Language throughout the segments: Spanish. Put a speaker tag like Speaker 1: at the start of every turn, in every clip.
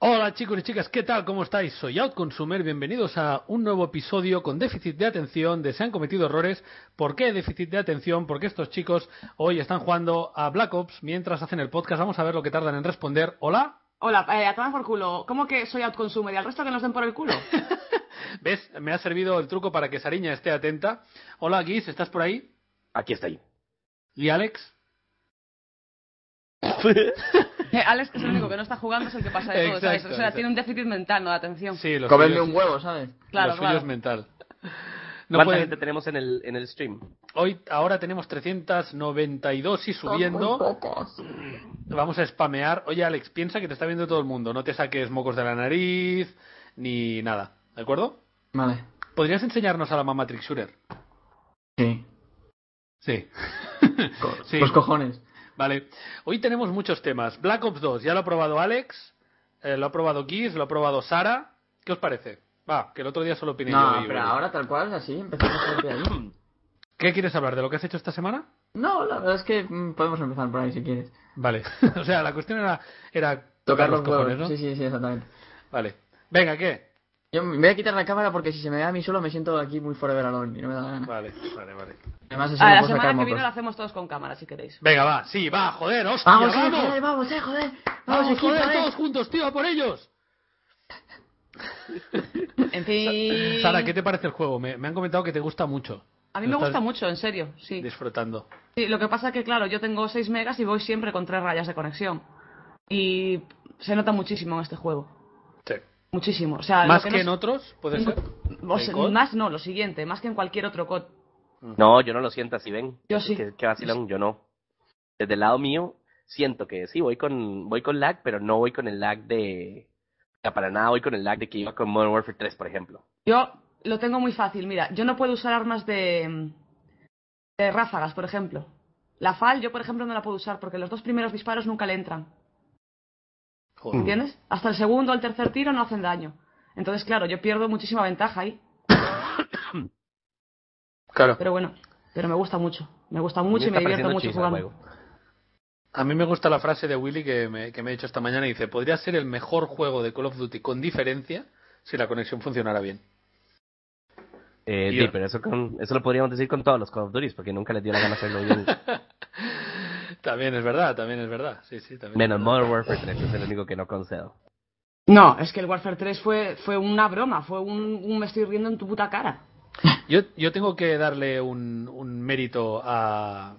Speaker 1: Hola chicos y chicas, ¿qué tal? ¿Cómo estáis? Soy Outconsumer, bienvenidos a un nuevo episodio con déficit de atención de Se han cometido errores. ¿Por qué déficit de atención? Porque estos chicos hoy están jugando a Black Ops mientras hacen el podcast. Vamos a ver lo que tardan en responder. Hola.
Speaker 2: Hola, eh, a tomar por culo. ¿Cómo que soy outconsumer y al resto que nos den por el culo?
Speaker 1: ¿Ves? Me ha servido el truco para que Sariña esté atenta. Hola Guis, ¿estás por ahí?
Speaker 3: Aquí estoy.
Speaker 1: ¿Y Alex?
Speaker 2: Eh, Alex, que es el único que no está jugando, es el que pasa de todo, ¿sabes? O sea,
Speaker 1: Exacto, exacto.
Speaker 2: tiene un déficit mental, no de atención.
Speaker 1: Sí, los
Speaker 4: Comerme un huevo, ¿sabes?
Speaker 2: Claro,
Speaker 1: lo suyo
Speaker 2: claro.
Speaker 1: es mental. No
Speaker 3: ¿Cuánta
Speaker 1: pueden-
Speaker 3: gente tenemos en el, en el stream?
Speaker 1: Hoy, ahora tenemos 392 y subiendo. Vamos a spamear. Oye, Alex, piensa que te está viendo todo el mundo. No te saques mocos de la nariz ni nada. ¿De acuerdo?
Speaker 4: Vale.
Speaker 1: ¿Podrías enseñarnos a la mamá Trick Shooter?
Speaker 4: Sí.
Speaker 1: Sí. Pues
Speaker 4: Co-
Speaker 1: Sí.
Speaker 4: Los cojones.
Speaker 1: Vale. Hoy tenemos muchos temas. Black Ops 2, ya lo ha probado Alex, eh, lo ha probado Kiss, lo ha probado Sara. ¿Qué os parece? Va, que el otro día solo opiné yo.
Speaker 4: No,
Speaker 1: y-
Speaker 4: pero ahora tal cual, así, empezamos desde ahí.
Speaker 1: ¿Qué quieres hablar? ¿De lo que has hecho esta semana?
Speaker 4: No, la verdad es que mm, podemos empezar por ahí si quieres.
Speaker 1: Vale. o sea, la cuestión era, era
Speaker 4: Tocar los
Speaker 1: cojones,
Speaker 4: huevos.
Speaker 1: ¿no?
Speaker 4: Sí, sí, sí, exactamente.
Speaker 1: Vale. Venga, ¿qué?
Speaker 4: Yo me voy a quitar la cámara porque si se me ve a mí solo me siento aquí muy forever alone y no me da la gana.
Speaker 1: Vale, vale, vale.
Speaker 4: Además, así
Speaker 2: A
Speaker 4: no
Speaker 2: la
Speaker 4: puedo sacar
Speaker 2: semana que
Speaker 4: mocos.
Speaker 2: viene la hacemos todos con cámara, si queréis.
Speaker 1: Venga, va, sí, va, joder, hostia,
Speaker 4: Vamos,
Speaker 1: vamos.
Speaker 4: eh, joder, vamos, eh, joder. Vamos,
Speaker 1: Vamos,
Speaker 4: equipo,
Speaker 1: joder,
Speaker 4: eh.
Speaker 1: todos juntos, tío, a por ellos.
Speaker 2: En fin...
Speaker 1: Sara, ¿qué te parece el juego? Me, me han comentado que te gusta mucho.
Speaker 2: A mí
Speaker 1: Lo
Speaker 2: me gusta
Speaker 1: estás
Speaker 2: mucho, en serio, sí.
Speaker 1: Disfrutando.
Speaker 2: Sí, Lo que pasa que, claro, yo tengo 6 megas y voy siempre con 3 rayas de conexión. Y se nota muchísimo en este juego.
Speaker 1: Sí.
Speaker 2: Muchísimo. O sea,
Speaker 1: Más
Speaker 2: lo
Speaker 1: que,
Speaker 2: que
Speaker 1: en
Speaker 2: no
Speaker 1: otros, puede
Speaker 2: es-
Speaker 1: ser.
Speaker 2: o sea,
Speaker 1: ¿El COD?
Speaker 2: más no, lo siguiente, más que en cualquier otro COD.
Speaker 3: No, yo no lo siento así, ven.
Speaker 2: Yo
Speaker 3: Que-
Speaker 2: sí.
Speaker 3: Que, que vacilón, yo no. Desde el lado mío, siento que sí, voy con, voy con lag, pero no voy con el lag de... o sea, para nada voy con el lag de que iba con Modern Warfare 3, por ejemplo.
Speaker 2: Yo lo tengo muy fácil, mira, yo no puedo usar armas de, de ráfagas, por ejemplo. La FAL yo, por ejemplo, no la puedo usar porque los dos primeros disparos nunca le entran,
Speaker 1: Joder.
Speaker 2: ¿entiendes? Hasta el segundo o el tercer tiro no hacen daño. Entonces, claro, yo pierdo muchísima ventaja ahí,
Speaker 4: Claro.
Speaker 2: pero bueno, pero me gusta mucho, me gusta mucho y me
Speaker 3: está
Speaker 2: divierto
Speaker 3: pareciendo
Speaker 2: mucho
Speaker 3: chis al
Speaker 2: jugando.
Speaker 3: juego.
Speaker 1: A mí me gusta la frase de Willy que me, que me he hecho esta mañana y dice, podría ser el mejor juego de Call of Duty con diferencia si la conexión funcionara bien.
Speaker 3: Eh,
Speaker 1: Tío.
Speaker 3: sí, pero eso, con- eso lo podríamos decir con todos los Call of Duty, porque nunca les dio la gana hacerlo bien.
Speaker 1: También es verdad, también es verdad. Sí, sí, también.
Speaker 3: Menos
Speaker 1: es verdad.
Speaker 3: Modern Warfare 3, es el único que no concedo.
Speaker 2: No, es que el Warfare 3 fue, fue una broma, fue un, un me estoy riendo en tu puta cara.
Speaker 1: Yo, yo tengo que darle un, un mérito a,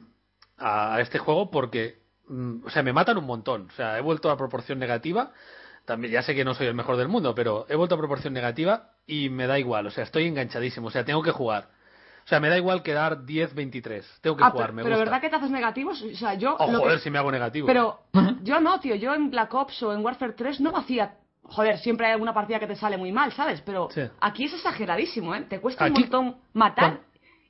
Speaker 1: a este juego porque, mm, o sea, me matan un montón. O sea, he vuelto a proporción negativa. También ya sé que no soy el mejor del mundo, pero he vuelto a proporción negativa y me da igual. O sea, estoy enganchadísimo. O sea, tengo que jugar. O sea, me da igual quedar 10-23. Tengo que
Speaker 2: Ah,
Speaker 1: jugar,
Speaker 2: pero,
Speaker 1: me
Speaker 2: pero
Speaker 1: gusta.
Speaker 2: ¿verdad que te haces negativos? O sea, yo...
Speaker 1: Oh,
Speaker 2: lo que-
Speaker 1: joder, si me hago negativo.
Speaker 2: Pero
Speaker 1: ¿eh?
Speaker 2: yo no, tío. Yo en Black Ops o en Warfare 3 no hacía. Joder, siempre hay alguna partida que te sale muy mal, ¿sabes? Pero
Speaker 1: Sí.
Speaker 2: aquí es exageradísimo, ¿eh? Te cuesta
Speaker 1: Aquí-
Speaker 2: un montón matar
Speaker 1: Cuan-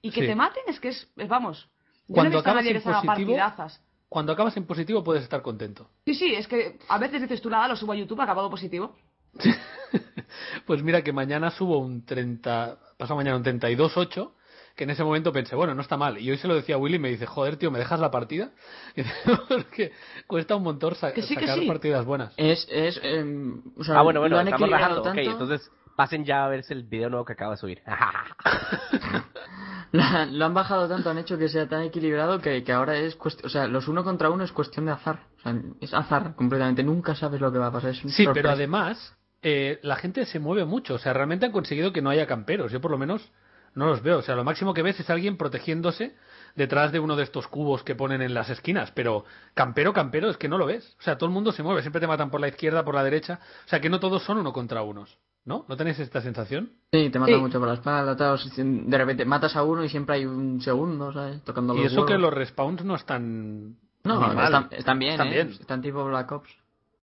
Speaker 2: y que
Speaker 1: Sí.
Speaker 2: te maten es que es. es- vamos. Yo
Speaker 1: Cuando
Speaker 2: no he visto a
Speaker 1: acabas
Speaker 2: nadie que
Speaker 1: en
Speaker 2: se haga
Speaker 1: positivo-
Speaker 2: partidazas.
Speaker 1: Cuando acabas en positivo puedes estar contento.
Speaker 2: Sí, sí, es que a veces dices tú nada, lo subo a YouTube, acabado positivo.
Speaker 1: Pues mira que mañana subo un 30, pasado mañana un 32.8, que en ese momento pensé, bueno, no está mal. Y hoy se lo decía a Willy y me dice, joder, tío, ¿me dejas la partida? Y dice, porque cuesta un montón sa-
Speaker 2: Que sí, que
Speaker 1: sacar
Speaker 2: sí.
Speaker 1: partidas buenas.
Speaker 4: Es, es, em, o sea,
Speaker 3: Ah, bueno, bueno,
Speaker 4: lo han
Speaker 3: estamos
Speaker 4: equilibrado
Speaker 3: rajando.
Speaker 4: tanto.
Speaker 3: Ok, entonces pasen ya a verse el video nuevo que acaba de subir.
Speaker 4: La- lo han bajado tanto, han hecho que sea tan equilibrado que, que ahora es cuestión, o sea, los uno contra uno es cuestión de azar, o sea, es azar completamente, nunca sabes lo que va a pasar. Es un
Speaker 1: Sí, pero
Speaker 4: sorpresa.
Speaker 1: además eh, la gente se mueve mucho. O sea, realmente han conseguido que no haya camperos. Yo por lo menos no los veo. O sea, lo máximo que ves es alguien protegiéndose detrás de uno de estos cubos que ponen en las esquinas. Pero campero, campero, es que no lo ves. O sea, todo el mundo se mueve. Siempre te matan por la izquierda, por la derecha. O sea, que no todos son uno contra unos. ¿No? ¿No tenéis esta sensación?
Speaker 4: Sí, te matan
Speaker 2: Sí.
Speaker 4: mucho por la espalda, tal, o sea, de repente matas a uno y siempre hay un segundo, ¿sabes? Tocando
Speaker 1: y
Speaker 4: los
Speaker 1: eso que
Speaker 4: huevos.
Speaker 1: los respawns no están
Speaker 4: No,
Speaker 1: ni mal
Speaker 4: están, están bien,
Speaker 1: Están
Speaker 4: ¿eh?
Speaker 1: bien.
Speaker 4: Están tipo Black Ops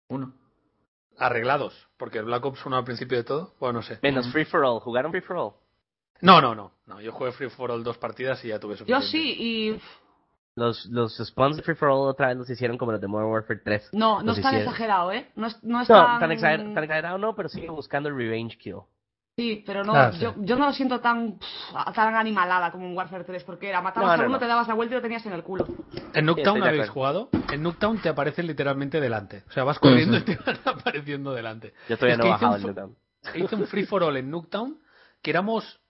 Speaker 4: 1.
Speaker 1: arreglados. Porque el Black Ops 1 al principio de todo, bueno, no sé.
Speaker 3: Menos Free for All. ¿Jugaron Free for All?
Speaker 1: No, no, no. no yo jugué Free For All dos partidas y ya tuve
Speaker 2: Yo
Speaker 1: suficiente.
Speaker 2: sí, y. pff,
Speaker 3: Los, los spawns de Free for All otra vez los hicieron como los de Modern Warfare 3.
Speaker 2: No,
Speaker 1: Pues
Speaker 2: no
Speaker 3: Los
Speaker 2: es tan
Speaker 3: hicieron-
Speaker 2: exagerado, ¿eh? No es, no es
Speaker 3: No,
Speaker 2: tan.
Speaker 3: tan, exager- tan exagerado no, pero sigo buscando el Revenge Kill.
Speaker 2: Sí, pero no,
Speaker 1: Ah, sí.
Speaker 2: yo, yo no lo siento tan, pff, tan animalada como en Warfare 3, porque era matabas
Speaker 3: No,
Speaker 2: a
Speaker 3: no,
Speaker 2: uno,
Speaker 3: no.
Speaker 2: te dabas la vuelta y lo tenías en el culo.
Speaker 1: En Nuketown
Speaker 3: Estoy de
Speaker 1: habéis
Speaker 3: acuerdo.
Speaker 1: jugado. En Nuketown te aparecen literalmente delante. O sea, vas corriendo
Speaker 4: Sí, sí.
Speaker 1: y te van apareciendo delante.
Speaker 3: Yo todavía
Speaker 1: Es
Speaker 3: no
Speaker 1: que hice
Speaker 3: he bajado
Speaker 1: un
Speaker 3: el
Speaker 1: fo-
Speaker 3: Newtown.
Speaker 1: Hice un free for all en Nuketown que éramos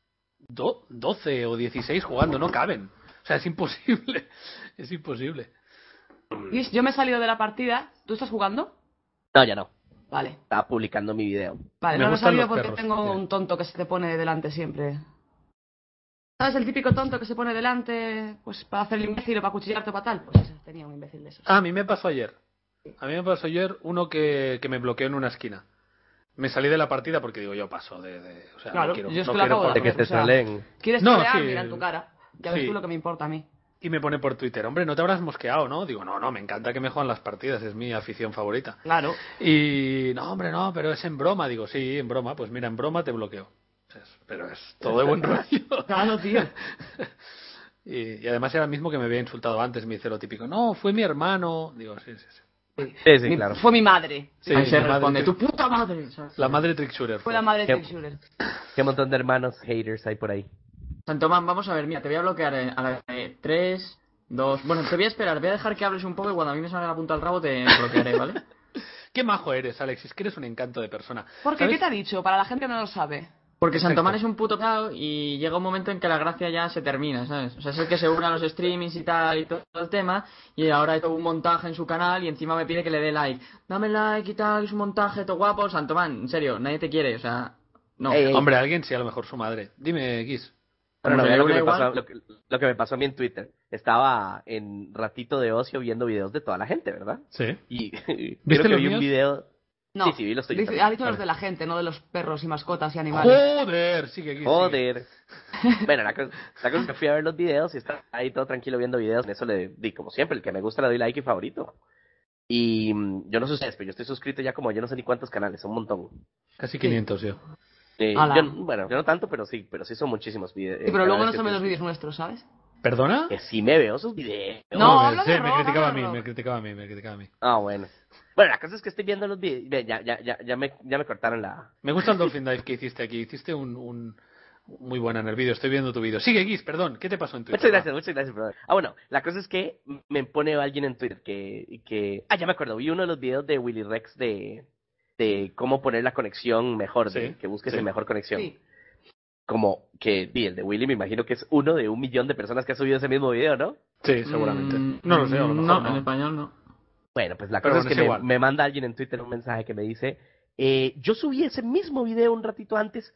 Speaker 1: do- 12 o 16 jugando, no caben. O sea, es imposible. Es imposible.
Speaker 2: Luis, yo me he salido de la partida. ¿Tú estás jugando?
Speaker 3: No, ya no.
Speaker 2: Vale.
Speaker 3: Estaba publicando mi video.
Speaker 2: Vale,
Speaker 1: Me
Speaker 2: no lo he
Speaker 1: gustan
Speaker 2: salido
Speaker 1: los
Speaker 2: porque
Speaker 1: perros,
Speaker 2: tengo
Speaker 1: tío.
Speaker 2: un tonto que se te pone delante siempre. ¿Sabes el típico tonto que se pone delante pues para hacer el imbécil o para cuchillarte o para tal? Pues ese, tenía un imbécil de esos.
Speaker 1: Ah, a mí me pasó ayer. A mí me pasó ayer uno que, que me bloqueó en una esquina. Me salí de la partida porque digo, yo paso de... de- o sea,
Speaker 2: Claro,
Speaker 1: no quiero,
Speaker 2: yo es
Speaker 1: no
Speaker 2: que lo
Speaker 1: quiero
Speaker 2: acabo de
Speaker 1: jugar
Speaker 2: hacer.
Speaker 3: De que
Speaker 1: con-
Speaker 3: te
Speaker 2: o sea,
Speaker 3: salen.
Speaker 2: ¿Quieres
Speaker 1: No,
Speaker 2: trolear?
Speaker 1: sí.
Speaker 2: Mira en tu cara. Ya ves
Speaker 1: Sí.
Speaker 2: tú lo que me importa a mí.
Speaker 1: Y me pone por Twitter, hombre, no te habrás mosqueado, ¿no? Digo, no, no, me encanta que me juegan las partidas, es mi afición favorita.
Speaker 2: Claro.
Speaker 1: Y no, hombre, no, pero es en broma. Digo, sí, en broma. Pues mira, en broma te bloqueo. Es- Pero es todo de buen rollo.
Speaker 2: Claro, tío.
Speaker 1: Y, y además era el mismo que me había insultado antes. Me dice lo típico, no, fue mi hermano. Digo, sí, sí, sí.
Speaker 3: Sí, sí,
Speaker 2: Mi-
Speaker 3: claro.
Speaker 2: Fue mi madre.
Speaker 1: Sí,
Speaker 4: Ahí se
Speaker 1: la madre
Speaker 4: responde,
Speaker 1: tri-
Speaker 4: tu puta madre. ¿sabes?
Speaker 1: La madre trick shooter.
Speaker 2: Fue
Speaker 1: fue.
Speaker 2: la madre de
Speaker 3: Qué-
Speaker 2: Tim Schuller.
Speaker 3: Qué montón de hermanos haters hay por ahí.
Speaker 4: San Tomás, vamos a ver, mira, te voy a bloquear eh, a la de 3, 2. Bueno, te voy a esperar, voy a dejar que hables un poco y cuando a mí me salga la punta al rabo te bloquearé, ¿vale?
Speaker 1: Qué majo eres, Alex. Es que eres un encanto de persona.
Speaker 2: Porque,
Speaker 1: ¿Sabes?
Speaker 2: ¿qué te ha dicho? Para la gente que no lo sabe.
Speaker 4: Porque San
Speaker 1: Perfecto.
Speaker 4: Tomás es un puto cao y llega un momento en que la gracia ya se termina, ¿sabes? O sea, es el que se une a los streamings y tal y todo el tema y ahora he hecho un montaje en su canal y encima me pide que le dé like. Dame like y tal, es un montaje, todo guapo. San Tomás, en serio, nadie te quiere, o sea, no.
Speaker 3: Ey, ey.
Speaker 1: Hombre, alguien sí, a lo mejor su madre. Dime, Giz.
Speaker 3: Pero no,
Speaker 4: Hombre,
Speaker 3: mira lo, que
Speaker 4: una
Speaker 3: me
Speaker 4: igual.
Speaker 3: pasó, lo, que, lo que me pasó a mí en Twitter. Estaba en ratito de ocio viendo videos de toda la gente, ¿verdad?
Speaker 1: Sí.
Speaker 3: Y creo que
Speaker 1: los
Speaker 3: vi un
Speaker 1: míos?
Speaker 3: video.
Speaker 2: No.
Speaker 3: Sí, sí, vi los tuyos
Speaker 2: Dice-
Speaker 3: también.
Speaker 2: Ha dicho los
Speaker 3: Vale.
Speaker 2: de la gente, no de los perros y mascotas y animales.
Speaker 1: Joder, sigue, Giz. sigue.
Speaker 3: Joder. Bueno, la cosa, la cosa es que fui a ver los videos y estaba ahí todo tranquilo viendo videos. En eso le di, como siempre, el que me gusta le doy like y favorito. Y mm, yo no sé ustedes, pero yo estoy suscrito ya como yo no sé ni cuántos canales, un montón.
Speaker 1: Casi 500 yo.
Speaker 3: Eh,
Speaker 2: Ala.
Speaker 3: yo- bueno, yo no tanto, pero sí, pero sí son muchísimos eh, videos.
Speaker 2: Sí, pero luego no se ven los vídeos nuestros, ¿sabes?
Speaker 1: ¿Perdona?
Speaker 3: Que sí me veo sus videos.
Speaker 2: No,
Speaker 1: Joder,
Speaker 2: habla
Speaker 1: sí,
Speaker 2: de
Speaker 1: me
Speaker 2: rock,
Speaker 1: criticaba a
Speaker 2: habla de
Speaker 1: mí, me
Speaker 2: rock.
Speaker 1: criticaba a mí, me criticaba a mí.
Speaker 3: Ah, bueno. Bueno, la cosa es que estoy viendo los videos. ve, Ya, ya, ya, ya, me, ya me cortaron la.
Speaker 1: Me gusta el Dolphin Dive que hiciste aquí. Hiciste un, un- muy buena en el vídeo. Estoy viendo tu vídeo. Sigue, Guis, perdón. ¿Qué te pasó en Twitter?
Speaker 3: Muchas gracias, muchas gracias, brother. Ah, bueno, la cosa es que me pone alguien en Twitter que, que. Ah, ya me acuerdo, vi uno de los videos de Willy Rex de, de cómo poner la conexión mejor, de
Speaker 1: Sí,
Speaker 3: que busques
Speaker 1: sí.
Speaker 3: el mejor conexión.
Speaker 2: Sí.
Speaker 3: Como que, di, el de Willy me imagino que es uno de un millón de personas que ha subido ese mismo video, ¿no?
Speaker 1: Sí, seguramente.
Speaker 4: Mm,
Speaker 1: no lo sé, a lo
Speaker 4: no,
Speaker 1: mejor no.
Speaker 4: en español no.
Speaker 3: Bueno, pues la
Speaker 1: Pero
Speaker 3: cosa
Speaker 1: bueno,
Speaker 3: es
Speaker 1: es
Speaker 3: que me,
Speaker 1: igual.
Speaker 3: me manda alguien en Twitter un mensaje que me dice, eh, yo subí ese mismo video un ratito antes,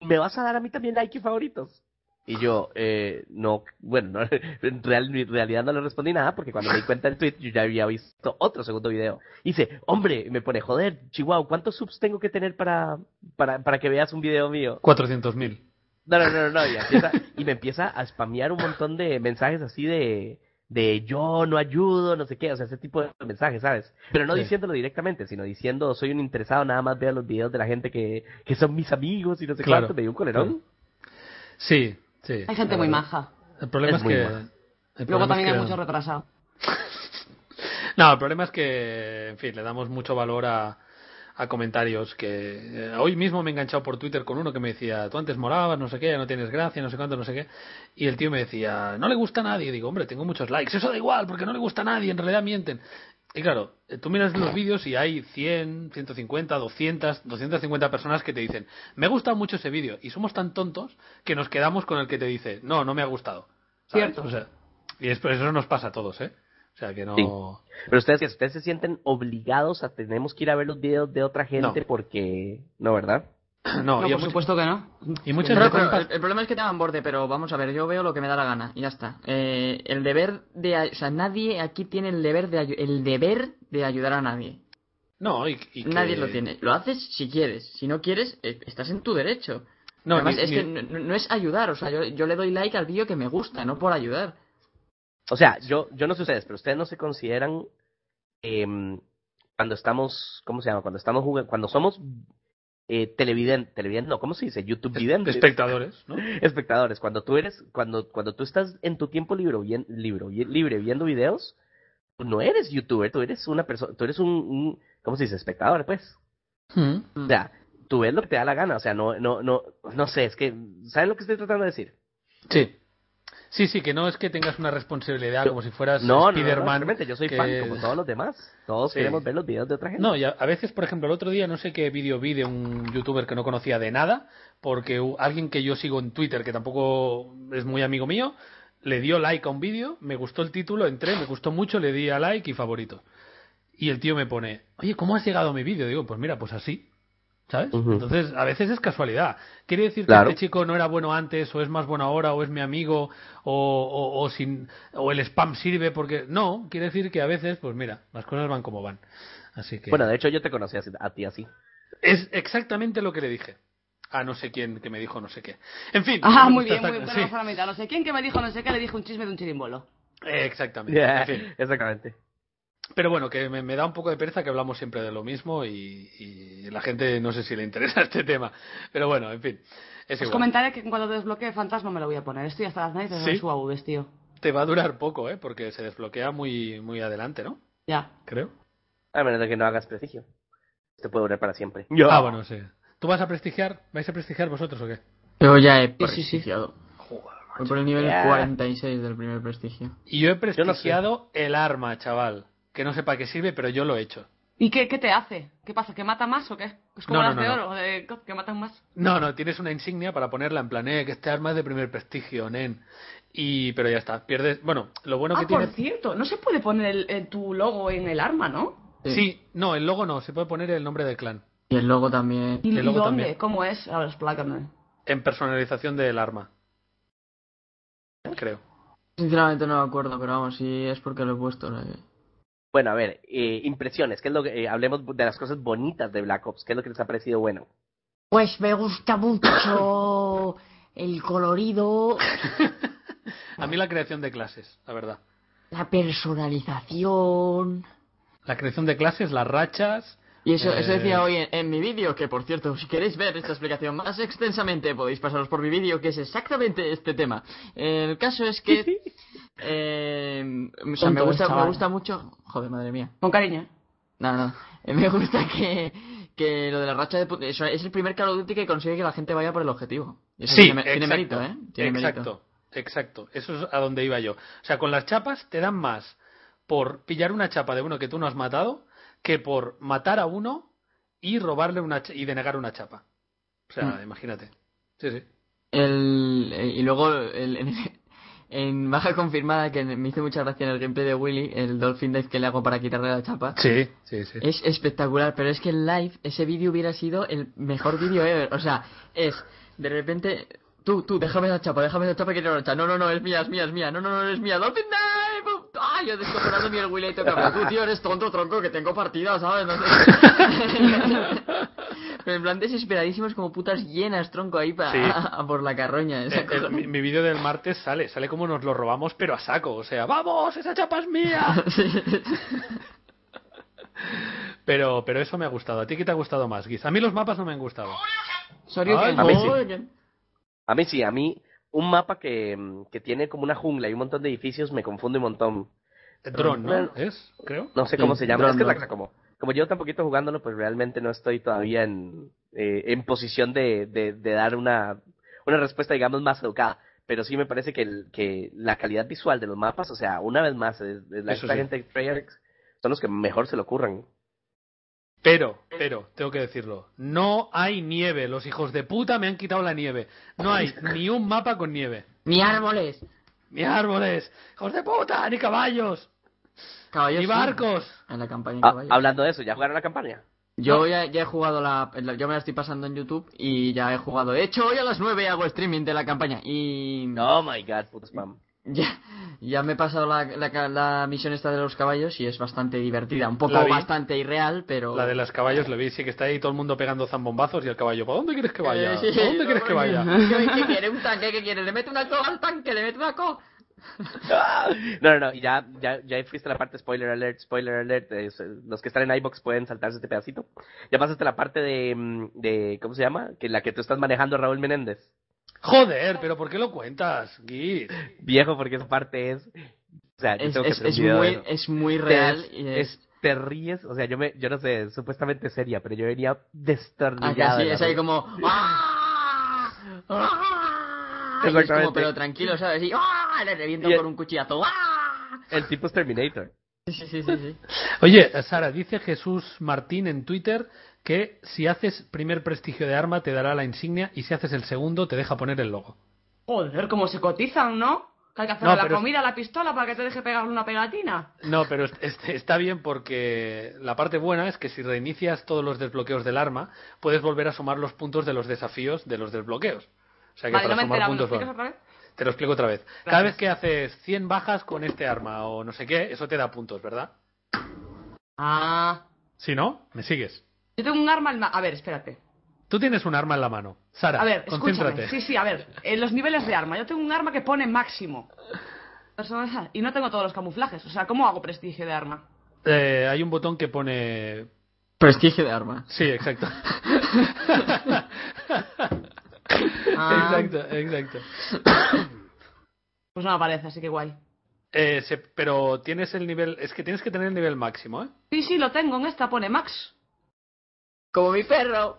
Speaker 3: ¿me vas a dar a mí también like y favoritos? Y yo, eh, no, bueno, no, en, real- en realidad no le respondí nada porque cuando me di cuenta del tweet yo ya había visto otro segundo video. Y dice, hombre, y me pone, joder, Chihuahua, ¿cuántos subs tengo que tener para, para, para que veas un video mío?
Speaker 1: 400.000.
Speaker 3: No, no, no, no, no, y, empieza- y me empieza a spamear un montón de mensajes así de, de yo no ayudo, no sé qué, o sea, ese tipo de mensajes, ¿sabes? Pero no
Speaker 1: Sí.
Speaker 3: diciéndolo directamente, sino diciendo soy un interesado, nada más veo los videos de la gente que, que son mis amigos y no sé
Speaker 1: Claro.
Speaker 3: cuánto, me dio un colerón.
Speaker 1: Sí, sí.
Speaker 2: Hay gente muy
Speaker 1: Eh,
Speaker 2: maja.
Speaker 1: El problema
Speaker 3: Es
Speaker 1: es,
Speaker 3: muy
Speaker 1: que.
Speaker 3: maja.
Speaker 1: el problema
Speaker 2: Luego
Speaker 1: es
Speaker 2: también hay
Speaker 1: que-
Speaker 2: muchos retrasados.
Speaker 1: No, el problema es que, en fin, le damos mucho valor a, a comentarios que eh, hoy mismo me he enganchado por Twitter con uno que me decía, tú antes morabas, no sé qué, ya no tienes gracia, no sé cuánto, no sé qué. Y el tío me decía, no le gusta a nadie. Y digo, hombre, tengo muchos likes. Eso da igual, porque no le gusta a nadie, en realidad mienten. Y claro, eh, tú miras los vídeos y hay 100, 150, 200, 250 personas que te dicen, me ha gustado mucho ese vídeo. Y somos tan tontos que nos quedamos con el que te dice, no, no me ha gustado. ¿Sabes?
Speaker 2: Cierto.
Speaker 1: O sea, y es- pues, eso nos pasa a todos, ¿eh? O sea, que no...
Speaker 3: Sí. Pero ustedes, ustedes se sienten obligados a tenemos que ir a ver los videos de otra gente
Speaker 1: No.
Speaker 3: porque, no, ¿verdad?
Speaker 1: No, y, a
Speaker 2: No, por
Speaker 1: mucha-
Speaker 2: supuesto que no.
Speaker 1: y muchas
Speaker 4: Pero,
Speaker 1: veces
Speaker 4: pero el, el problema es que te dan borde, pero vamos a ver, yo veo lo que me da la gana y ya está. Eh, el deber de, a- o sea, nadie aquí tiene el deber de ayu- el deber de ayudar a nadie.
Speaker 1: No, y, y que-
Speaker 4: Nadie lo tiene. Lo haces si quieres. Si no quieres, eh, estás en tu derecho.
Speaker 1: No,
Speaker 4: Además,
Speaker 1: ni-
Speaker 4: es
Speaker 1: ni-
Speaker 4: que no, no- no es ayudar. O sea, yo, yo le doy like al vídeo que me gusta, no por ayudar.
Speaker 3: O sea, yo, yo no sé ustedes, pero ustedes no se consideran em, cuando estamos, ¿cómo se llama? Cuando estamos jugando, cuando somos eh, televidentes, televidentes, no, ¿cómo se dice? YouTube videntes,
Speaker 1: espectadores, ¿no?
Speaker 3: espectadores. Cuando tú eres, cuando, cuando tú estás en tu tiempo libre, bien, libro, vi- libre viendo videos, tú no eres
Speaker 1: Hmm.
Speaker 3: youtuber, tú eres una persona, tú eres un, un- ¿cómo se dice? Espectador, pues. O sea, tú ves lo que te da la gana. O sea, no, no, no, no sé, es que, ¿saben lo que estoy tratando de decir?
Speaker 1: Sí. Sí, sí, que no es que tengas una responsabilidad
Speaker 3: Yo-
Speaker 1: como si fueras
Speaker 3: No, no, no, no,
Speaker 1: Pues Spider-Man.
Speaker 3: realmente, yo soy
Speaker 1: que-
Speaker 3: fan como todos los demás. Todos
Speaker 1: Sí.
Speaker 3: queremos ver los videos de otra gente.
Speaker 1: No, y a, a veces, por ejemplo, el otro día no sé qué vídeo vi de un youtuber que no conocía de nada, porque u- alguien que yo sigo en Twitter, que tampoco es muy amigo mío, le dio like a un vídeo, me gustó el título, entré, me gustó mucho, le di a like y favorito. Y el tío me pone, oye, ¿cómo has llegado a mi vídeo? Digo, pues mira, pues así. ¿Sabes?
Speaker 3: Ujú.
Speaker 1: Entonces, a veces es casualidad. Quiere decir
Speaker 3: Claro.
Speaker 1: que este chico no era bueno antes, o es más bueno ahora, o es mi amigo, o, o, o sin, o el spam sirve porque. No, quiere decir que a veces, pues mira, las cosas van como van. Así que.
Speaker 3: Bueno, de hecho yo te conocí así- a ti así.
Speaker 1: Es exactamente lo que le dije. A no sé quién que me dijo no sé qué. En fin.
Speaker 2: Ah,
Speaker 1: no me
Speaker 2: muy bien,
Speaker 1: gusta
Speaker 2: muy bien.
Speaker 1: esta-
Speaker 2: ponemos a la mitad. No sé quién que me dijo, no sé qué, le dije un chisme de un chirimbolo.
Speaker 1: sí, exactamente.
Speaker 3: Yeah,
Speaker 1: en fin.
Speaker 3: Exactamente.
Speaker 1: Pero bueno, que me, me da un poco de pereza que hablamos siempre de lo mismo y, y la gente no sé si le interesa este tema. Pero bueno, en fin. Es
Speaker 2: Os
Speaker 1: igual.
Speaker 2: comentaré que en cuanto desbloquee Fantasma me lo voy a poner. Estoy hasta las narices
Speaker 1: ¿Sí?
Speaker 2: de su AVs, tío.
Speaker 1: Te va a durar poco, ¿eh? Porque se desbloquea muy, muy adelante, ¿no?
Speaker 2: Ya.
Speaker 1: Creo.
Speaker 3: A menos de que no hagas prestigio. Te puede durar para siempre.
Speaker 1: Ah, bueno, sí. ¿Tú vas a prestigiar? ¿Vais a prestigiar vosotros o qué?
Speaker 4: Yo ya he
Speaker 2: Sí, sí, sí.
Speaker 4: prestigiado. Voy por el nivel
Speaker 3: Ya.
Speaker 4: 46 del primer prestigio.
Speaker 1: Y yo he
Speaker 3: sé.
Speaker 1: prestigiado el arma, chaval. Que no sé para qué sirve, pero yo lo he hecho.
Speaker 2: ¿Y qué, qué te hace? ¿Qué pasa? ¿Que mata más o qué? Es como
Speaker 1: No, no,
Speaker 2: las de
Speaker 1: no, no.
Speaker 2: oro, de God, que matan más.
Speaker 1: No, no, tienes una insignia para ponerla en plan, eh, que este arma es de primer prestigio, nen. Y, pero ya está, pierdes. Bueno, lo bueno
Speaker 2: ah,
Speaker 1: que
Speaker 2: por
Speaker 1: tiene.
Speaker 2: cierto, no se puede poner el- eh, tu logo en el arma, ¿no?
Speaker 1: Sí. no, el logo no, se puede poner el nombre del clan.
Speaker 4: Y el logo también.
Speaker 2: ¿Y,
Speaker 1: El
Speaker 2: y
Speaker 1: logo
Speaker 2: dónde?
Speaker 1: también.
Speaker 2: ¿Cómo es? A ver, explícame.
Speaker 1: En personalización del arma. Creo.
Speaker 4: Sinceramente no me acuerdo, pero vamos, sí es porque lo he puesto. ¿no?
Speaker 3: Bueno, a ver, eh, impresiones. ¿Qué es lo que, eh, hablemos de las cosas bonitas de Black Ops. ¿Qué es lo que les ha parecido bueno?
Speaker 5: Pues me gusta mucho el colorido,
Speaker 1: A mí la creación de clases, la verdad.
Speaker 5: la personalización.
Speaker 1: La creación de clases, las rachas.
Speaker 4: Y eso, eso
Speaker 1: Eh.
Speaker 4: decía hoy en, en mi vídeo, que por cierto, si queréis ver esta explicación más extensamente, podéis pasaros por mi vídeo, que es exactamente este tema. El caso es que... eh, o sea, me
Speaker 2: Tonto,
Speaker 4: gusta, me
Speaker 2: chaval.
Speaker 4: gusta mucho... Joder, madre mía.
Speaker 2: Con cariño. ¿eh?
Speaker 4: No, no. Eh, Me gusta que, que lo de la racha de... pu- Eso es el primer Call of Duty que consigue que la gente vaya por el objetivo. Y eso tiene, me- tiene mérito, ¿eh? Tiene
Speaker 1: exacto,
Speaker 4: mérito.
Speaker 1: exacto. Eso es a donde iba yo. O sea, con las chapas te dan más por pillar una chapa de uno que tú no has matado que por matar a uno y robarle una cha- y denegar una chapa. O sea,
Speaker 4: Mm.
Speaker 1: imagínate. Sí, sí.
Speaker 4: El, eh, y luego el- en, en baja confirmada, que me hizo mucha gracia en el gameplay de Willy, el Dolphin Dive que le hago para quitarle la chapa.
Speaker 1: Sí, sí, sí.
Speaker 4: Es espectacular, pero es que en live ese vídeo hubiera sido el mejor vídeo ever. O sea, es de repente. Tú, tú, déjame esa chapa, déjame esa chapa que quiero la chapa. No, no, no, es mía, es mía, es mía. No, no, no, es mía. Dolphin Dive. ¡Ay, yo descojonando mi el Willy cabrón. Tú, tío, eres tonto, tronco, que tengo partida, ¿sabes? No sé. Pero en plan desesperadísimos como putas llenas, tronco, ahí para
Speaker 1: Sí.
Speaker 4: a por la carroña.
Speaker 1: Eh,
Speaker 4: esa
Speaker 1: eh,
Speaker 4: cosa.
Speaker 1: mi mi vídeo del martes sale, sale como nos lo robamos, pero a saco. O sea, vamos, esa chapa es mía.
Speaker 4: Sí.
Speaker 1: Pero, pero eso me ha gustado. ¿A ti qué te ha gustado más, Guis? A mí los mapas no me han gustado.
Speaker 4: Sorry,
Speaker 1: Ay,
Speaker 3: a mí sí.
Speaker 4: que...
Speaker 3: A mí sí, a mí un mapa que, mm, que tiene como una jungla y un montón de edificios me confunde un montón.
Speaker 1: Drone,
Speaker 3: Bueno.
Speaker 1: Eh, ¿no? ¿Es? Creo.
Speaker 3: No sé
Speaker 4: Sí,
Speaker 3: cómo se llama.
Speaker 4: no,
Speaker 3: es que es la
Speaker 4: no.
Speaker 3: cosa, como, como yo tan poquito jugándolo, pues realmente no estoy todavía en, eh, en posición de, de, de dar una, una respuesta, digamos, más educada. Pero sí me parece que, el- que la calidad visual de los mapas, o sea, una vez más, es- es la
Speaker 1: Eso
Speaker 3: esta
Speaker 1: sí.
Speaker 3: gente de Treyarch son los que mejor se le ocurran.
Speaker 1: Pero, pero, tengo que decirlo, no hay nieve. Los hijos de puta me han quitado la nieve. No hay ni un mapa con nieve.
Speaker 4: Ni árboles.
Speaker 1: Ni árboles, hijos de puta, ni caballos,
Speaker 4: Caballos.
Speaker 1: ni
Speaker 4: sí.
Speaker 1: barcos.
Speaker 4: En la campaña de
Speaker 3: Ah,
Speaker 4: caballos.
Speaker 3: hablando de eso, ¿ya jugaron la campaña?
Speaker 4: Yo ya, ya he jugado la, la- Yo me la estoy pasando en YouTube y ya he jugado. De hecho, hoy a las 9 hago streaming de la campaña. Y.
Speaker 3: Oh my god, puto spam.
Speaker 4: Ya, ya me he pasado la, la, ca- la misión esta de los caballos y es bastante divertida. Un poco
Speaker 1: La vi.
Speaker 4: bastante irreal, pero.
Speaker 1: La de los caballos lo vi, sí que está ahí todo el mundo pegando zambombazos y el caballo, ¿para dónde quieres que vaya?
Speaker 4: Eh, sí,
Speaker 1: ¿Para dónde
Speaker 4: no,
Speaker 1: quieres que vaya?
Speaker 4: coño. ¿Qué, qué quiere? ¿Un tanque? ¿Qué quiere? ¿Le mete una coca al tanque? ¿Le mete una coca?
Speaker 3: No, no, no, y ya, ya, ya fuiste a la parte spoiler alert, spoiler alert. eh, se- los que están en iBox pueden saltarse este pedacito. Ya pasaste la parte de, mm, de ¿cómo se llama? Que la que tú estás manejando Raúl Menéndez.
Speaker 1: Joder, pero ¿por qué lo cuentas, Git?
Speaker 3: Viejo, porque esa parte es. O sea, yo
Speaker 4: Es,
Speaker 3: tengo que
Speaker 4: es-
Speaker 3: hacer un
Speaker 4: es
Speaker 3: video de
Speaker 4: muy,
Speaker 3: eso.
Speaker 4: es muy real. y es,
Speaker 3: es te ríes, o sea, yo me, yo no sé, supuestamente seria, pero yo venía
Speaker 4: Ah, que
Speaker 3: destornillada.
Speaker 4: así,
Speaker 3: de la
Speaker 4: es ahí
Speaker 3: risa.
Speaker 4: como. ¡Ah! ¡Ah! Y es como,
Speaker 3: Exactamente.
Speaker 4: pero tranquilo, ¿sabes? Y ¡ah! le reviento
Speaker 3: Y-
Speaker 4: con un cuchillazo. ¡Ah!
Speaker 3: El tipo es Terminator.
Speaker 4: Sí, sí, sí, sí.
Speaker 1: Oye, Sara, dice Jesús Martín en Twitter que si haces primer prestigio de arma te dará la insignia y si haces el segundo te deja poner el logo.
Speaker 2: Joder, cómo se cotizan, ¿no? Que hay que hacer
Speaker 1: No,
Speaker 2: la
Speaker 1: pero es-
Speaker 2: comida, a la pistola para que te deje pegarle una pegatina.
Speaker 1: No, pero est- este- está bien porque la parte buena es que si reinicias todos los desbloqueos del arma, puedes volver a sumar los puntos de los desafíos de los desbloqueos. O sea que para
Speaker 2: Vale, no me
Speaker 1: sumar
Speaker 2: he enterado, ¿me lo
Speaker 1: puntos.
Speaker 2: explicas
Speaker 1: vale.
Speaker 2: otra vez?
Speaker 1: Te lo explico otra vez. Cada
Speaker 2: Gracias.
Speaker 1: vez que haces 100 bajas con este arma o no sé qué, eso te da puntos, ¿verdad?
Speaker 4: Ah.
Speaker 1: Si no, me sigues.
Speaker 2: Yo tengo un arma en la... A ver, espérate.
Speaker 1: Tú tienes un arma en la mano. Sara,
Speaker 2: A ver,
Speaker 1: concéntrate.
Speaker 2: escúchame. Sí, sí, a ver. En los niveles de arma. Yo tengo un arma que pone máximo. Personal- Y no tengo todos los camuflajes. O sea, ¿cómo hago prestigio de arma?
Speaker 1: Eh, hay un botón que pone.
Speaker 4: Prestigio de arma.
Speaker 1: Sí, exacto.
Speaker 4: Ah.
Speaker 1: Exacto, exacto.
Speaker 2: Pues no me aparece, así que guay.
Speaker 1: Eh, se- pero tienes el nivel. Es que tienes que tener el nivel máximo, ¿eh?
Speaker 2: Sí, sí, lo tengo. En esta pone max.
Speaker 4: Como mi perro.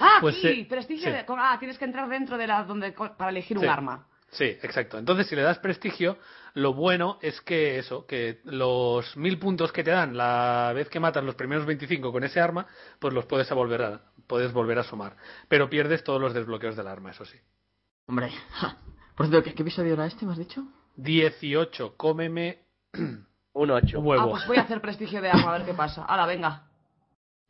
Speaker 2: Ah,
Speaker 1: Pues
Speaker 2: sí,
Speaker 1: sí,
Speaker 2: prestigio
Speaker 1: sí.
Speaker 2: de... con- Ah, tienes que entrar dentro de la... Donde... co- Para elegir
Speaker 1: Sí.
Speaker 2: un arma.
Speaker 1: Sí, exacto. Entonces, si le das prestigio, lo bueno es que eso, que los mil puntos que te dan la vez que matas los primeros 25 con ese arma, pues los puedes a volver a, puedes volver a sumar. Pero pierdes todos los desbloqueos del arma, eso sí.
Speaker 4: Hombre. ja. Por cierto, ¿qué, qué episodio era este, me has dicho?
Speaker 1: 18, cómeme
Speaker 3: Un 8.
Speaker 2: Ah,
Speaker 1: huevo.
Speaker 2: pues voy a hacer prestigio de arma, a ver qué pasa. Ahora, venga.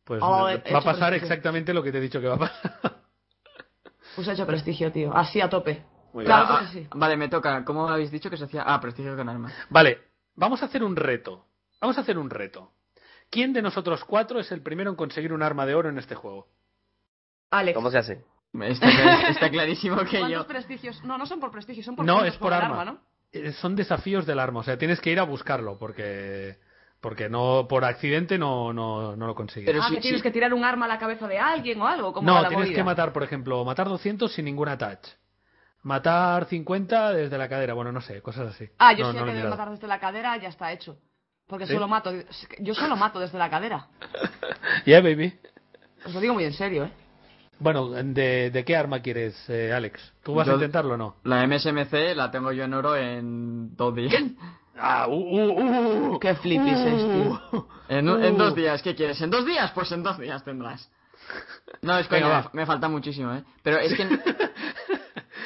Speaker 1: Pues
Speaker 2: Oh,
Speaker 1: me-
Speaker 2: he hecho
Speaker 1: va a pasar
Speaker 2: prestigio.
Speaker 1: exactamente lo que te he dicho que va a pasar.
Speaker 2: Pues he hecho prestigio, tío. Así a tope.
Speaker 1: Muy
Speaker 2: Claro
Speaker 4: Ah,
Speaker 2: que sí.
Speaker 4: ah, Vale, me toca. ¿Cómo habéis dicho que se hacía? Ah, prestigio con arma.
Speaker 1: Vale, vamos a hacer un reto. Vamos a hacer un reto. ¿Quién de nosotros cuatro es el primero en conseguir un arma de oro en este juego?
Speaker 2: Alex.
Speaker 3: ¿Cómo se hace?
Speaker 4: Está, clar- está clarísimo que
Speaker 2: ¿Cuántos
Speaker 4: yo.
Speaker 2: prestigios? No, no son por prestigio, son por
Speaker 1: No,
Speaker 2: puntos
Speaker 1: es por
Speaker 2: el
Speaker 1: arma.
Speaker 2: ¿no?
Speaker 1: Eh, Son desafíos del arma, o sea, tienes que ir a buscarlo porque porque no por accidente no no, no lo consigues.
Speaker 4: Pero
Speaker 2: ah,
Speaker 4: sí,
Speaker 2: que tienes
Speaker 4: sí.
Speaker 2: que tirar un arma a la cabeza de alguien o algo. Ah, como
Speaker 1: no,
Speaker 2: la
Speaker 1: tienes
Speaker 2: movida?
Speaker 1: que matar, por ejemplo, matar 200 sin ninguna touch. Matar 50 desde la cadera, bueno, no sé, cosas así.
Speaker 2: Ah, yo
Speaker 1: No,
Speaker 2: sé
Speaker 1: no lo
Speaker 2: que
Speaker 1: he
Speaker 2: debes
Speaker 1: mirado.
Speaker 2: matar desde la cadera, ya está hecho. Porque
Speaker 1: ¿Sí?
Speaker 2: solo mato. Yo solo mato desde la cadera.
Speaker 1: Yeah, baby.
Speaker 2: Os lo digo muy en serio, ¿eh?
Speaker 1: Bueno, ¿de, de qué arma quieres, eh, Alex? ¿Tú vas
Speaker 4: Yo-
Speaker 1: a intentarlo o no?
Speaker 4: La MSMC la tengo yo en oro en dos días.
Speaker 1: Ah, uh, uh, uh.
Speaker 2: Qué flipiseis, tío.
Speaker 4: En, en dos días, ¿qué quieres? ¿En dos días? Pues en dos días tendrás. No, es
Speaker 1: Venga,
Speaker 4: coña, me,
Speaker 1: va.
Speaker 4: me falta muchísimo, ¿eh? Pero es que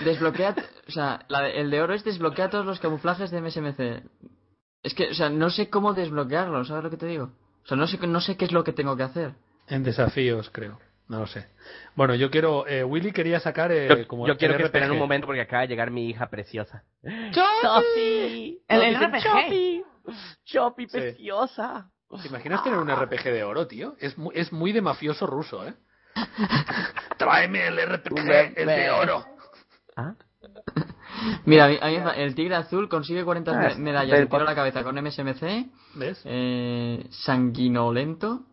Speaker 4: desbloquea, o sea, la de- el de oro es desbloquea todos los camuflajes de MSMC. Es que, o sea, no sé cómo desbloquearlo, ¿sabes lo que te digo? O sea, no sé, no sé qué es lo que tengo que hacer.
Speaker 1: Uh. En desafíos, creo. No lo sé. Bueno, yo quiero. eh, Willy quería sacar. eh,
Speaker 3: Yo,
Speaker 1: como
Speaker 3: yo quiero que
Speaker 1: RPG.
Speaker 3: esperen un momento porque acaba de llegar mi hija preciosa.
Speaker 2: ¡Chopi! El
Speaker 3: Todos dicen,
Speaker 2: RPG.
Speaker 3: ¡Chopi! ¡Chopi,
Speaker 1: Sí.
Speaker 3: preciosa!
Speaker 1: ¿Te imaginas tener un RPG de oro, tío? Es muy, es muy de mafioso ruso, ¿eh? Tráeme el RPG, el de oro.
Speaker 3: ¿Ah?
Speaker 4: Mira, a mí- a mí me fa- el tigre azul consigue 40
Speaker 3: Ah,
Speaker 4: me- medallas de
Speaker 3: pero-
Speaker 4: tiro a la cabeza con MSMC.
Speaker 1: ¿Ves?
Speaker 4: Eh, sanguinolento.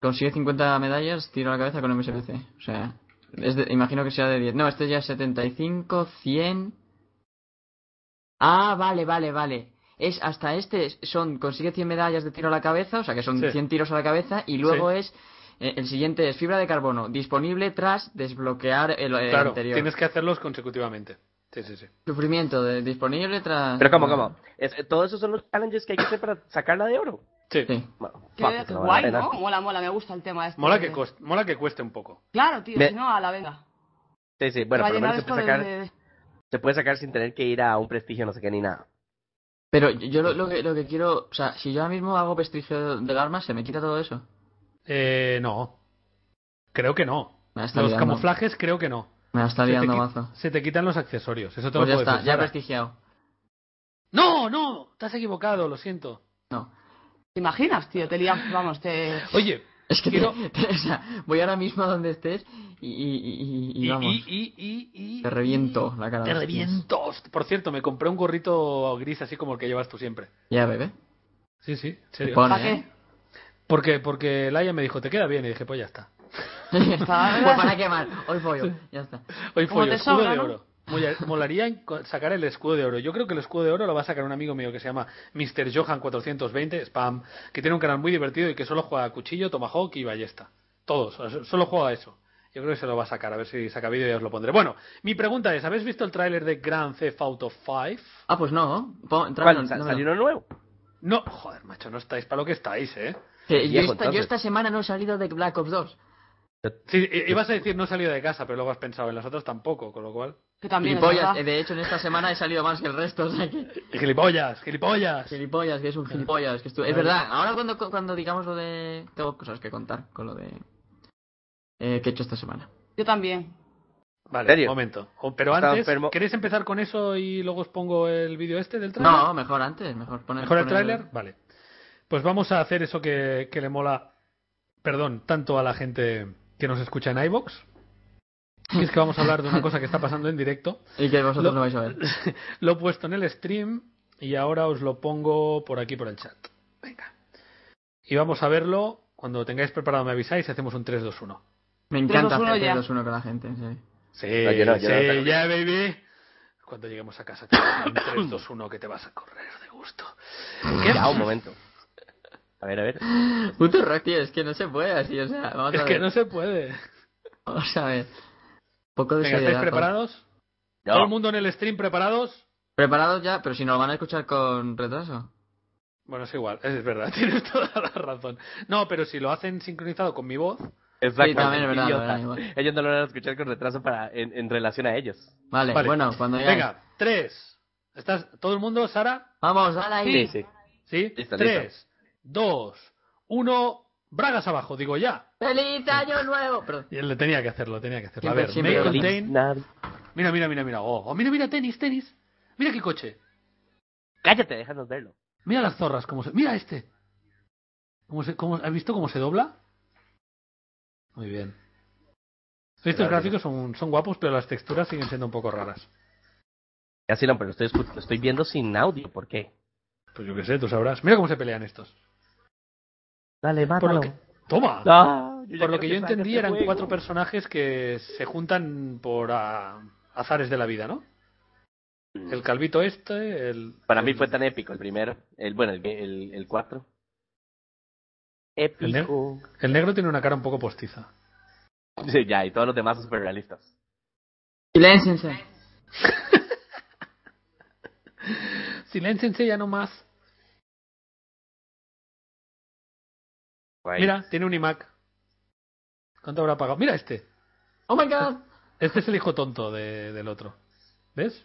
Speaker 4: Consigue 50 medallas, tiro a la cabeza con MSPC. O sea, es de- imagino que sea de 10. No, este ya es 75, 100. Ah, vale, vale, vale. Es hasta este son consigue 100 medallas de tiro a la cabeza, o sea que son
Speaker 1: Sí.
Speaker 4: 100 tiros a la cabeza y luego
Speaker 1: Sí.
Speaker 4: es eh, el siguiente es fibra de carbono, disponible tras desbloquear el, el
Speaker 1: claro,
Speaker 4: anterior.
Speaker 1: tienes que hacerlos consecutivamente. Sí, sí, sí.
Speaker 4: Sufrimiento de- disponible tras
Speaker 3: Pero ¿cómo, cómo? Es- eh, todos esos son los challenges que hay que hacer para sacarla de oro.
Speaker 1: Sí.
Speaker 4: Sí.
Speaker 3: Bueno,
Speaker 2: Qué,
Speaker 3: fuck, eso
Speaker 2: qué
Speaker 3: no vale la
Speaker 2: guay,
Speaker 3: pena.
Speaker 2: ¿no? Mola, mola, me gusta el tema este.
Speaker 1: Mola,
Speaker 2: de-
Speaker 1: que cost- mola que cueste un poco.
Speaker 2: Claro, tío,
Speaker 3: Me-
Speaker 2: si no, a la venga.
Speaker 3: Sí, sí, bueno,
Speaker 2: Va a
Speaker 3: por lo
Speaker 2: llenar
Speaker 3: menos se puede,
Speaker 2: esto de-
Speaker 3: sacar,
Speaker 2: de-
Speaker 3: se puede sacar sin tener que ir a un prestigio, no sé qué, ni nada.
Speaker 4: Pero yo, yo lo, lo que, lo que quiero, o sea, si yo ahora mismo hago prestigio del arma, se me quita todo eso.
Speaker 1: Eh, no. Creo que no.
Speaker 4: Me la está
Speaker 1: Los
Speaker 4: liando.
Speaker 1: camuflajes, creo que no.
Speaker 4: Me la está
Speaker 1: Se te,
Speaker 4: liando
Speaker 1: qui-
Speaker 4: mazo.
Speaker 1: se te quitan los accesorios. Eso te
Speaker 4: Pues
Speaker 1: lo
Speaker 4: ya
Speaker 1: puedo
Speaker 4: está,
Speaker 1: decir,
Speaker 4: ya he
Speaker 1: Sara.
Speaker 4: prestigiado.
Speaker 1: No, no, te has equivocado, lo siento.
Speaker 4: No.
Speaker 2: ¿Te imaginas, tío? Te liamos, vamos, te...
Speaker 1: Oye,
Speaker 4: Es que
Speaker 1: Quiero-
Speaker 4: o sea, voy ahora mismo a donde estés y, y, y- y
Speaker 1: y,
Speaker 4: vamos.
Speaker 1: y, y, y- y-
Speaker 4: te reviento la cara.
Speaker 1: Te reviento. Host- Por cierto, me compré un gorrito gris así como el que llevas tú siempre.
Speaker 4: Ya, bebé.
Speaker 1: Sí, sí, en
Speaker 4: Te
Speaker 1: serio.
Speaker 2: ¿Para
Speaker 4: pone,
Speaker 2: qué?
Speaker 4: ¿eh?
Speaker 1: Porque, porque Laia me dijo, te queda bien. Y dije, pues ya está.
Speaker 4: Pues para quemar. Hoy pollo. Ya está.
Speaker 1: Hoy
Speaker 2: Como
Speaker 1: fue
Speaker 2: te
Speaker 1: escudo
Speaker 2: sobra,
Speaker 1: de
Speaker 2: ¿no?
Speaker 1: oro. Mola- Molaría en- sacar el escudo de oro. Yo creo que el escudo de oro lo va a sacar un amigo mío que se llama Mr. Johan420, spam, que tiene un canal muy divertido y que solo juega a cuchillo, tomahawk y ballesta. Todos, o sea, solo juega a eso. Yo creo que se lo va a sacar, a ver si saca vídeo y os lo pondré. Bueno, mi pregunta es, ¿habéis visto el tráiler de Grand Theft Auto 5?
Speaker 4: Ah, pues no.
Speaker 3: ¿Cuál?
Speaker 4: Pon- tráemelo,
Speaker 3: Sa-
Speaker 4: dámelo.
Speaker 3: ¿Salió uno nuevo?
Speaker 1: No, joder, macho, no estáis para lo que estáis, ¿eh?
Speaker 4: Que yo,
Speaker 3: Viejo,
Speaker 4: esta, yo
Speaker 3: entonces.
Speaker 4: esta semana no he salido de Black Ops 2.
Speaker 1: Sí, i- ibas a decir no he salido de casa, pero luego has pensado en las otras tampoco, con lo cual...
Speaker 2: Que también es
Speaker 4: Gilipollas,
Speaker 2: verdad.
Speaker 4: eh, de hecho en esta semana he salido más que el resto, o sea que...
Speaker 1: ¡Gilipollas! ¡Gilipollas!
Speaker 4: Gilipollas, que es un gilipollas, que estu-
Speaker 1: Ahí.
Speaker 4: Es verdad, ahora cuando, cuando digamos lo de... Tengo cosas que contar con lo de... Eh, que he hecho esta semana.
Speaker 2: Yo también.
Speaker 1: Vale,
Speaker 3: ¿En serio?
Speaker 1: un momento. O- Pero
Speaker 3: Estaba
Speaker 1: antes,
Speaker 3: enfermo.
Speaker 1: ¿queréis empezar con eso y luego os pongo el vídeo este del tráiler?
Speaker 4: No, mejor antes, mejor poner...
Speaker 1: ¿Mejor el
Speaker 4: poner-
Speaker 1: tráiler? Vale. Pues vamos a hacer eso que, que le mola, perdón, tanto a la gente que nos escucha en iVox, que es que vamos a hablar de una cosa que está pasando en directo.
Speaker 4: Y que vosotros
Speaker 1: Lo-
Speaker 4: lo... vais a ver.
Speaker 1: Lo he puesto en el stream y ahora os lo pongo por aquí, por el chat. Venga. Y vamos a verlo. Cuando lo tengáis preparado me avisáis y hacemos un 3-2-1.
Speaker 4: Me encanta
Speaker 2: 3-2-1
Speaker 4: hacer
Speaker 2: ya.
Speaker 4: 3-2-1 con la gente, sí.
Speaker 1: Sí,
Speaker 3: No, yo no, yo no,
Speaker 1: sí,
Speaker 3: pero-
Speaker 1: ya, baby. Cuando lleguemos a casa, te voy a hacer un 3, 2, 1 que te vas a correr de gusto. ¿Qué?
Speaker 3: Ya, un momento. A ver, a ver.
Speaker 4: Puto rock, tío, es que no se puede así, o sea, vamos
Speaker 1: Es
Speaker 4: a ver.
Speaker 1: que no se puede.
Speaker 4: Vamos a ver. Poco de
Speaker 1: Venga,
Speaker 4: seriedad,
Speaker 1: ¿estáis
Speaker 4: por-
Speaker 1: preparados? ¿Todo el
Speaker 3: No,
Speaker 1: mundo en el stream preparados?
Speaker 4: ¿Preparados ya? Pero si nos lo van a escuchar con retraso.
Speaker 1: Bueno, es igual, es verdad, tienes toda la razón. No, pero si lo hacen sincronizado con mi voz,
Speaker 3: exacto.
Speaker 4: Sí, también es verdad,
Speaker 3: idiota.
Speaker 4: verdad, igual.
Speaker 3: Ellos no lo van a escuchar con retraso para, en, en relación a ellos.
Speaker 4: Vale,
Speaker 1: Vale.
Speaker 4: bueno, cuando ya...
Speaker 1: Venga, tres. ¿Estás todo el mundo, Sara?
Speaker 4: Vamos, dale ahí.
Speaker 3: Sí, sí.
Speaker 1: ¿Sí?
Speaker 3: Listo,
Speaker 1: tres, dos, uno, bragas abajo, digo ya.
Speaker 4: ¡Feliz año nuevo! Perdón.
Speaker 1: Y él le tenía que hacerlo, tenía que hacerlo. A
Speaker 4: Siempre-
Speaker 1: ver,
Speaker 4: siempre
Speaker 1: may
Speaker 4: lo
Speaker 1: contain-
Speaker 3: Feliz Navidad.
Speaker 1: Mira, mira, mira, mira. Oh, oh, mira, mira, tenis, tenis. Mira qué coche.
Speaker 3: Cállate, déjanos verlo.
Speaker 1: Mira las zorras, cómo se... Mira este. ¿Cómo se, cómo- ¿Has visto cómo se dobla? Muy bien. Estos
Speaker 3: Claro.
Speaker 1: gráficos son, son guapos, pero las texturas siguen siendo un poco raras.
Speaker 3: Ya sí, no, pero lo estoy, escu- lo estoy viendo sin audio, ¿por qué?
Speaker 1: Pues yo qué sé, tú sabrás. Mira cómo se pelean estos.
Speaker 3: Dale,
Speaker 1: Por lo que... ¡Toma!
Speaker 3: Ah, ya
Speaker 1: Por lo
Speaker 3: creo
Speaker 1: que yo
Speaker 3: salga
Speaker 1: entendí,
Speaker 3: este
Speaker 1: eran
Speaker 3: juego.
Speaker 1: cuatro personajes que se juntan por ah, azares de la vida, ¿no? El calvito este, el...
Speaker 3: Mm. Para mí
Speaker 1: el-
Speaker 3: fue tan épico el primero. El, bueno, el, el, el cuatro. Épico.
Speaker 1: El negro tiene una cara un poco postiza.
Speaker 3: Sí, ya, y todos los demás son super realistas.
Speaker 4: Silénciense.
Speaker 1: Silénciense ya nomás.
Speaker 3: Guay.
Speaker 1: Mira, tiene un iMac. ¿Cuánto habrá pagado? Mira este.
Speaker 4: ¡Oh my god!
Speaker 1: Este es el hijo tonto de- del otro. ¿Ves?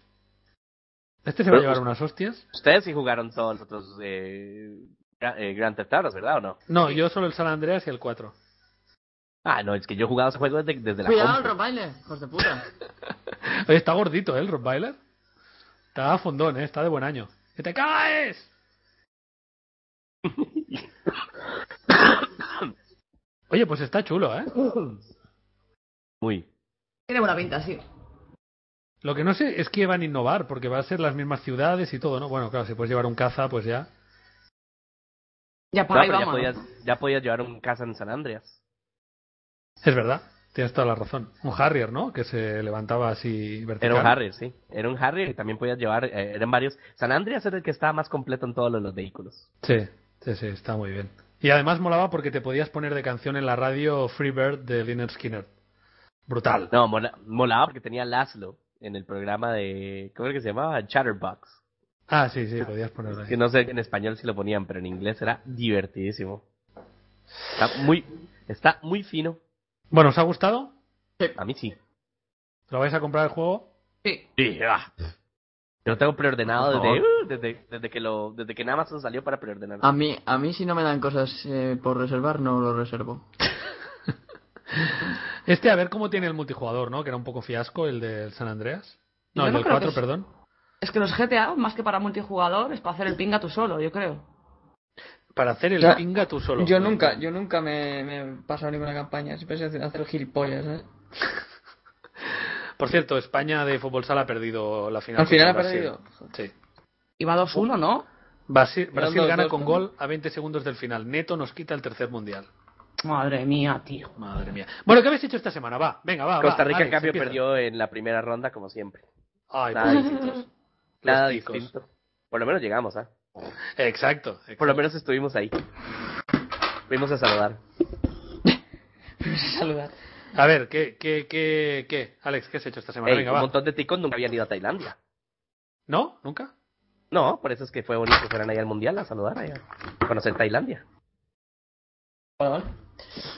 Speaker 1: Este se va a
Speaker 3: Pero-
Speaker 1: llevar unas hostias.
Speaker 3: Ustedes sí jugaron todos los otros eh, Gra- eh, Grand Theft Autos, ¿verdad o no?
Speaker 1: No, yo solo el San Andreas y el 4.
Speaker 3: Ah, no, es que yo he jugado ese juego desde, desde la
Speaker 4: Cuidado el
Speaker 3: compu.
Speaker 4: ropaile, hijos de puta.
Speaker 1: Oye, está gordito, ¿eh? El Rottweiler. Está a fondón, ¿eh? Está de buen año. ¡Que te caes! Oye, pues está chulo, ¿eh?
Speaker 3: Muy.
Speaker 2: Tiene buena pinta, sí.
Speaker 1: Lo que no sé es que van a innovar, porque va a ser las mismas ciudades y todo, ¿no? Bueno, claro, si puedes llevar un caza, pues ya.
Speaker 2: Ya
Speaker 3: No,
Speaker 2: para ahí
Speaker 3: pero ya
Speaker 2: vamos.
Speaker 3: podías, ya podías llevar un casa en San Andreas.
Speaker 1: Es verdad, tienes toda la razón. Un Harrier, ¿no? Que se levantaba así vertical.
Speaker 3: Era un Harrier, sí. Era un Harrier y también podías llevar, eh, eran varios. San Andreas era el que estaba más completo en todos los, los vehículos.
Speaker 1: Sí, sí, sí, está muy bien. Y además molaba porque te podías poner de canción en la radio Free Bird de Lynyrd Skinner. Brutal.
Speaker 3: No, mola- molaba porque tenía Laszlo en el programa de, ¿cómo era que se llamaba? Chatterbox.
Speaker 1: Ah, sí, sí, podías ponerlo ahí.
Speaker 3: Que no sé en español si lo ponían, pero en inglés era divertidísimo. Está muy, está muy fino.
Speaker 1: Bueno, ¿os ha gustado?
Speaker 3: A mí sí.
Speaker 1: ¿Lo vais a comprar el juego?
Speaker 2: Sí.
Speaker 3: Sí, ah. Yo lo tengo preordenado
Speaker 4: Por
Speaker 3: desde,
Speaker 4: favor.
Speaker 3: uh, desde, desde que lo, desde que Amazon salió para preordenar.
Speaker 1: Ah,
Speaker 4: A mí, a mí si no me dan cosas eh, por reservar, no lo reservo.
Speaker 1: Este, a ver cómo tiene el multijugador, ¿no? Que era un poco fiasco el del San Andreas. No,
Speaker 2: Yo
Speaker 1: el
Speaker 2: no
Speaker 1: del
Speaker 2: creo que
Speaker 1: 4,
Speaker 2: es-
Speaker 1: perdón.
Speaker 2: Es que los GTA, más que para multijugador, es para hacer el pinga tú solo, yo creo.
Speaker 1: Para hacer el
Speaker 4: Ya.
Speaker 1: pinga tú solo.
Speaker 4: Yo nunca, yo nunca me, me he pasado ninguna campaña, siempre sé hacer gilipollas, ¿eh?
Speaker 1: Por cierto, España de fútbol sala ha perdido la final.
Speaker 4: Al final ha
Speaker 1: contra Brasil.
Speaker 4: perdido.
Speaker 1: Sí.
Speaker 2: Iba 2-1, ¿no?
Speaker 1: Brasil,
Speaker 4: Eran
Speaker 1: Brasil
Speaker 4: dos,
Speaker 1: gana
Speaker 4: dos,
Speaker 1: con
Speaker 4: ¿no?
Speaker 1: gol a 20 segundos del final. Neto nos quita el tercer mundial.
Speaker 2: Madre mía, tío.
Speaker 1: Madre mía. Bueno, ¿qué habéis hecho esta semana? Va, venga, va.
Speaker 3: Costa
Speaker 1: va,
Speaker 3: Rica, en
Speaker 1: Alex,
Speaker 3: cambio,
Speaker 1: empieza.
Speaker 3: perdió en la primera ronda, como siempre.
Speaker 1: Ay,
Speaker 3: Nada
Speaker 1: pobrecitos.
Speaker 3: distinto.
Speaker 1: Los
Speaker 3: Nada
Speaker 1: chicos.
Speaker 3: distinto. Por lo menos llegamos, ¿ah?
Speaker 1: Exacto. exacto.
Speaker 3: Por lo menos estuvimos ahí. Fuimos a saludar.
Speaker 4: Saludar.
Speaker 1: A ver, ¿qué, qué, qué, qué? Alex, ¿qué has hecho esta semana?
Speaker 3: Ey,
Speaker 1: Venga,
Speaker 3: un
Speaker 1: va.
Speaker 3: montón de ticos nunca habían ido a Tailandia.
Speaker 1: ¿No? ¿Nunca?
Speaker 3: No, por eso es que fue bonito que fueran ahí al mundial a saludar, ahí a conocer Tailandia.
Speaker 4: Vale, vale.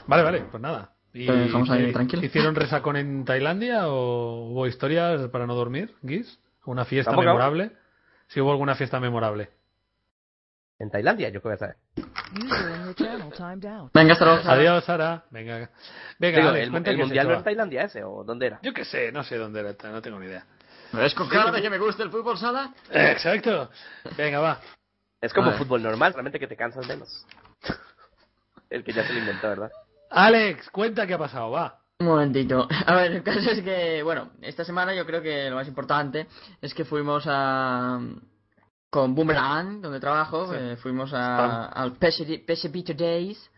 Speaker 1: Vale, vale, pues nada. ¿Y
Speaker 4: Te dejamos ahí
Speaker 1: qué-
Speaker 4: tranquilo.
Speaker 1: ¿Hicieron resacón en Tailandia o hubo historias para no dormir, Guis? ¿Una fiesta
Speaker 3: Vamos, vamos.
Speaker 1: memorable? Si hubo alguna fiesta memorable.
Speaker 3: En Tailandia, yo creo que sabe.
Speaker 6: User in your channel timed out.
Speaker 4: Venga, hasta luego.
Speaker 1: Adiós, Sara. Venga, venga
Speaker 3: Digo,
Speaker 1: Alex,
Speaker 3: el,
Speaker 1: cuenta
Speaker 3: el
Speaker 1: qué has
Speaker 3: mundial
Speaker 1: hecho,
Speaker 3: no era
Speaker 1: va.
Speaker 3: Tailandia ese, o dónde era.
Speaker 1: Yo qué sé, no sé dónde era, no tengo ni idea.
Speaker 4: ¿Me ves con cara de que me gusta el fútbol sala?
Speaker 1: Exacto. Venga, va.
Speaker 3: Es como
Speaker 4: Vale.
Speaker 3: fútbol normal, solamente que te cansas menos. El que ya se lo inventó, ¿verdad?
Speaker 1: Alex, cuenta qué ha pasado, va.
Speaker 4: Un momentito. A ver, el caso es que, bueno, esta semana yo creo que lo más importante es que fuimos a. Con Boomerang, donde trabajo,
Speaker 1: Sí.
Speaker 4: eh, fuimos a, al PSP PSP Today's.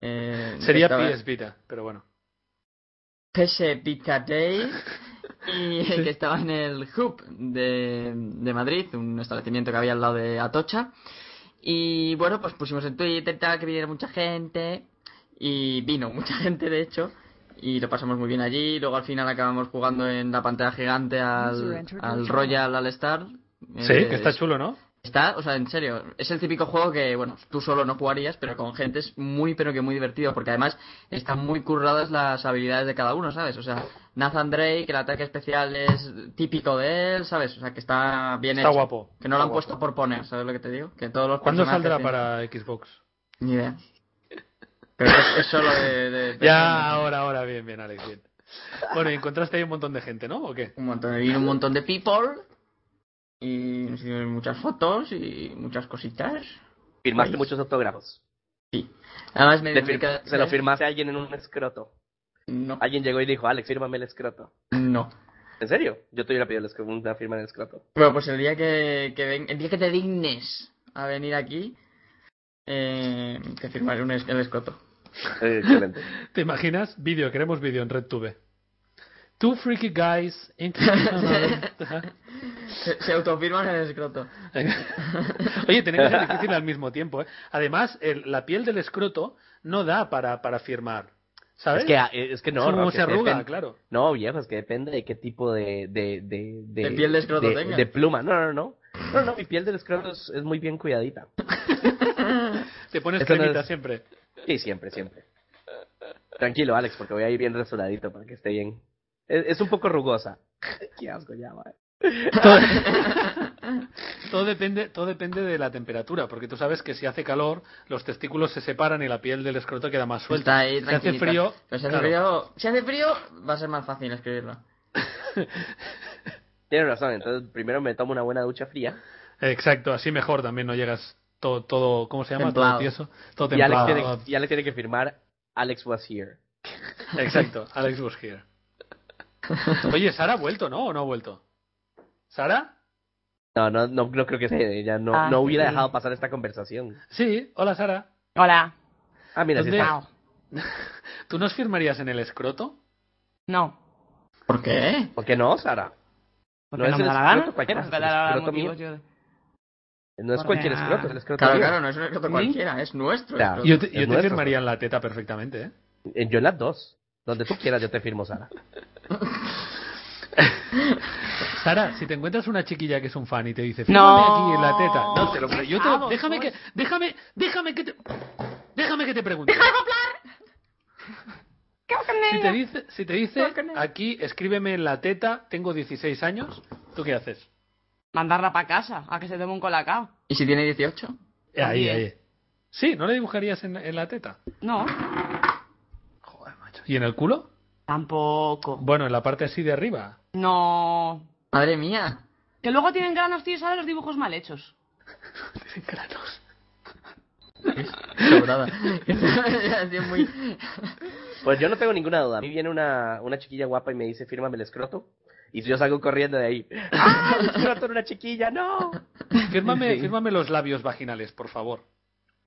Speaker 4: eh,
Speaker 1: Sería
Speaker 4: que estaba-
Speaker 1: PS Vita, pero bueno.
Speaker 4: PS Vita Days E y que estaba en el Hub de, de Madrid, un establecimiento que había al lado de Atocha. Y bueno, pues pusimos en Twitter y tal que viniera mucha gente y vino mucha gente de hecho y lo pasamos muy bien allí. Luego al final acabamos jugando en la pantalla gigante
Speaker 6: User
Speaker 4: al,
Speaker 6: entered your
Speaker 4: al
Speaker 6: channel.
Speaker 4: Royal All Star. Eh,
Speaker 1: Sí, que está chulo, ¿no?
Speaker 4: Está, o sea, en serio, es el típico juego que, bueno, tú solo no jugarías, pero con gente es muy, pero que muy divertido, porque además están muy curradas las habilidades de cada uno, ¿sabes? O sea, Nathan Drake, el ataque especial es típico de él, ¿sabes? O sea, que está bien
Speaker 1: Está
Speaker 4: hecho.
Speaker 1: guapo.
Speaker 4: Que no lo han
Speaker 1: Está
Speaker 4: puesto por poner, ¿sabes lo que te digo? Que todos los
Speaker 1: ¿Cuándo
Speaker 4: personajes
Speaker 1: saldrá
Speaker 4: tienen-
Speaker 1: para Xbox?
Speaker 4: Ni idea. Pero es, es solo de... de- de-
Speaker 1: Ya, ahora, ahora, bien, bien, Alex, bien. Bueno, y encontraste ahí un montón de gente, ¿no? ¿O qué?
Speaker 4: Un montón, y un montón de people, y nos hicieron muchas fotos y muchas cositas.
Speaker 3: Firmaste
Speaker 4: Ay.
Speaker 3: muchos autógrafos.
Speaker 4: Además me...
Speaker 3: Le fir-
Speaker 4: me-
Speaker 3: se lo firmaste a alguien en un escroto.
Speaker 4: No.
Speaker 3: Alguien llegó y dijo, Alex, fírmame el escroto.
Speaker 4: No.
Speaker 3: ¿En serio? Yo te hubiera pedido el escro- una firma en el escroto.
Speaker 4: Bueno, pues el día que, que ven- el día que te dignes a venir aquí, eh, te firmaré un es- el escoto.
Speaker 3: Eh, Excelente.
Speaker 1: ¿Te imaginas? Vídeo, queremos vídeo en RedTube. Two freaky guys international.
Speaker 4: Se, se autofirman el escroto.
Speaker 1: Oye, tenemos que ser difícil al mismo tiempo, ¿eh? Además, el- la piel del escroto no da para, para firmar, ¿sabes?
Speaker 3: Es que, ah, eh, es que no,
Speaker 1: Es como
Speaker 3: Roque,
Speaker 1: se arruga,
Speaker 3: depende-
Speaker 1: claro.
Speaker 3: No, viejo, es que depende de qué tipo de... De, de,
Speaker 4: De piel de escroto
Speaker 3: de,
Speaker 4: tengas.
Speaker 3: de pluma. No, no, no. No, no, mi piel del escroto es, es muy bien cuidadita.
Speaker 1: Te pones
Speaker 3: Eso no
Speaker 1: cremita
Speaker 3: es-
Speaker 1: siempre.
Speaker 3: Sí, siempre, siempre. Tranquilo, Alex, porque voy a ir bien rasuradito para que esté bien. Es, es un poco rugosa. Qué asco ya, va.
Speaker 1: Todo depende, todo depende de la temperatura, porque tú sabes que si hace calor, los testículos se separan y la piel del escroto queda más
Speaker 4: Está
Speaker 1: suelta.
Speaker 4: ahí,
Speaker 1: si hace
Speaker 4: tranquilita.
Speaker 1: frío,
Speaker 4: Pero si hace
Speaker 1: claro.
Speaker 4: frío, si hace frío, va a ser más fácil escribirlo.
Speaker 3: Tienes razón, entonces primero me tomo una buena ducha fría.
Speaker 1: Exacto, así mejor también no llegas todo, todo ¿cómo se llama?
Speaker 4: Templado.
Speaker 1: Todo tieso, todo
Speaker 3: Y Alex,
Speaker 1: templado.
Speaker 3: tiene, y Alex tiene que firmar Alex was here.
Speaker 1: Exacto, Alex was here. Oye, Sara ha vuelto, ¿no? ¿O no ha vuelto? ¿Sara?
Speaker 3: No, no, no, no creo que se, ella no,
Speaker 2: Ah,
Speaker 3: no hubiera
Speaker 2: sí.
Speaker 3: dejado pasar esta conversación.
Speaker 1: Sí, hola Sara.
Speaker 2: Hola.
Speaker 3: Ah, mira, sí
Speaker 1: ¿Dónde?
Speaker 3: está.
Speaker 1: ¿Tú nos firmarías en el escroto?
Speaker 2: No.
Speaker 4: ¿Por qué?
Speaker 3: ¿Por qué no, Sara?
Speaker 2: Porque no,
Speaker 3: No es
Speaker 2: me
Speaker 3: el
Speaker 2: da la
Speaker 3: escroto
Speaker 2: gana.
Speaker 3: cualquiera,
Speaker 2: No me da
Speaker 3: el
Speaker 2: la gana
Speaker 3: escroto mío.
Speaker 2: motivos yo de-
Speaker 3: No es
Speaker 2: Porque,
Speaker 3: cualquier
Speaker 2: ah,
Speaker 3: escroto, es el escroto.
Speaker 4: Claro,
Speaker 3: mío.
Speaker 4: claro, no es un escroto
Speaker 2: ¿Sí?
Speaker 4: cualquiera, es nuestro
Speaker 3: Ya.
Speaker 4: escroto.
Speaker 1: Yo te,
Speaker 3: Es
Speaker 1: yo te
Speaker 3: nuestro.
Speaker 1: firmaría en la teta perfectamente, ¿eh?
Speaker 3: Eh, Yo en las dos. Donde tú quieras, yo te firmo, Sara.
Speaker 1: Sara, si te encuentras una chiquilla que es un fan y te dice, fírmame
Speaker 2: No.
Speaker 1: aquí en la teta. No, te lo pre- yo te lo-
Speaker 2: Vamos,
Speaker 1: déjame que,
Speaker 2: pues.
Speaker 1: déjame, déjame que te, déjame que te pregunte. Si te dice, si te dice, aquí, escríbeme en la teta, tengo 16 años, ¿tú qué haces?
Speaker 2: Mandarla para casa, a que se tome un colacao.
Speaker 4: ¿Y si tiene 18?
Speaker 1: Ahí,
Speaker 2: También.
Speaker 1: ahí. Sí, ¿no le dibujarías en, en la teta?
Speaker 2: No.
Speaker 1: Joder, macho. ¿Y en el culo?
Speaker 2: Tampoco.
Speaker 1: Bueno, en la parte así de arriba.
Speaker 2: No.
Speaker 4: Madre mía.
Speaker 2: Que luego tienen granos, tío, ¿sabes? Los dibujos mal hechos.
Speaker 1: Tienen granos.
Speaker 4: Sobrada. Ha sido muy...
Speaker 3: Pues yo no tengo ninguna duda. A mí viene una, una chiquilla guapa y me dice, fírmame el escroto. Y yo salgo corriendo de ahí. ¡Ah, el escroto de una chiquilla! ¡No!
Speaker 1: Fírmame,
Speaker 3: Sí.
Speaker 1: fírmame los labios vaginales, por favor.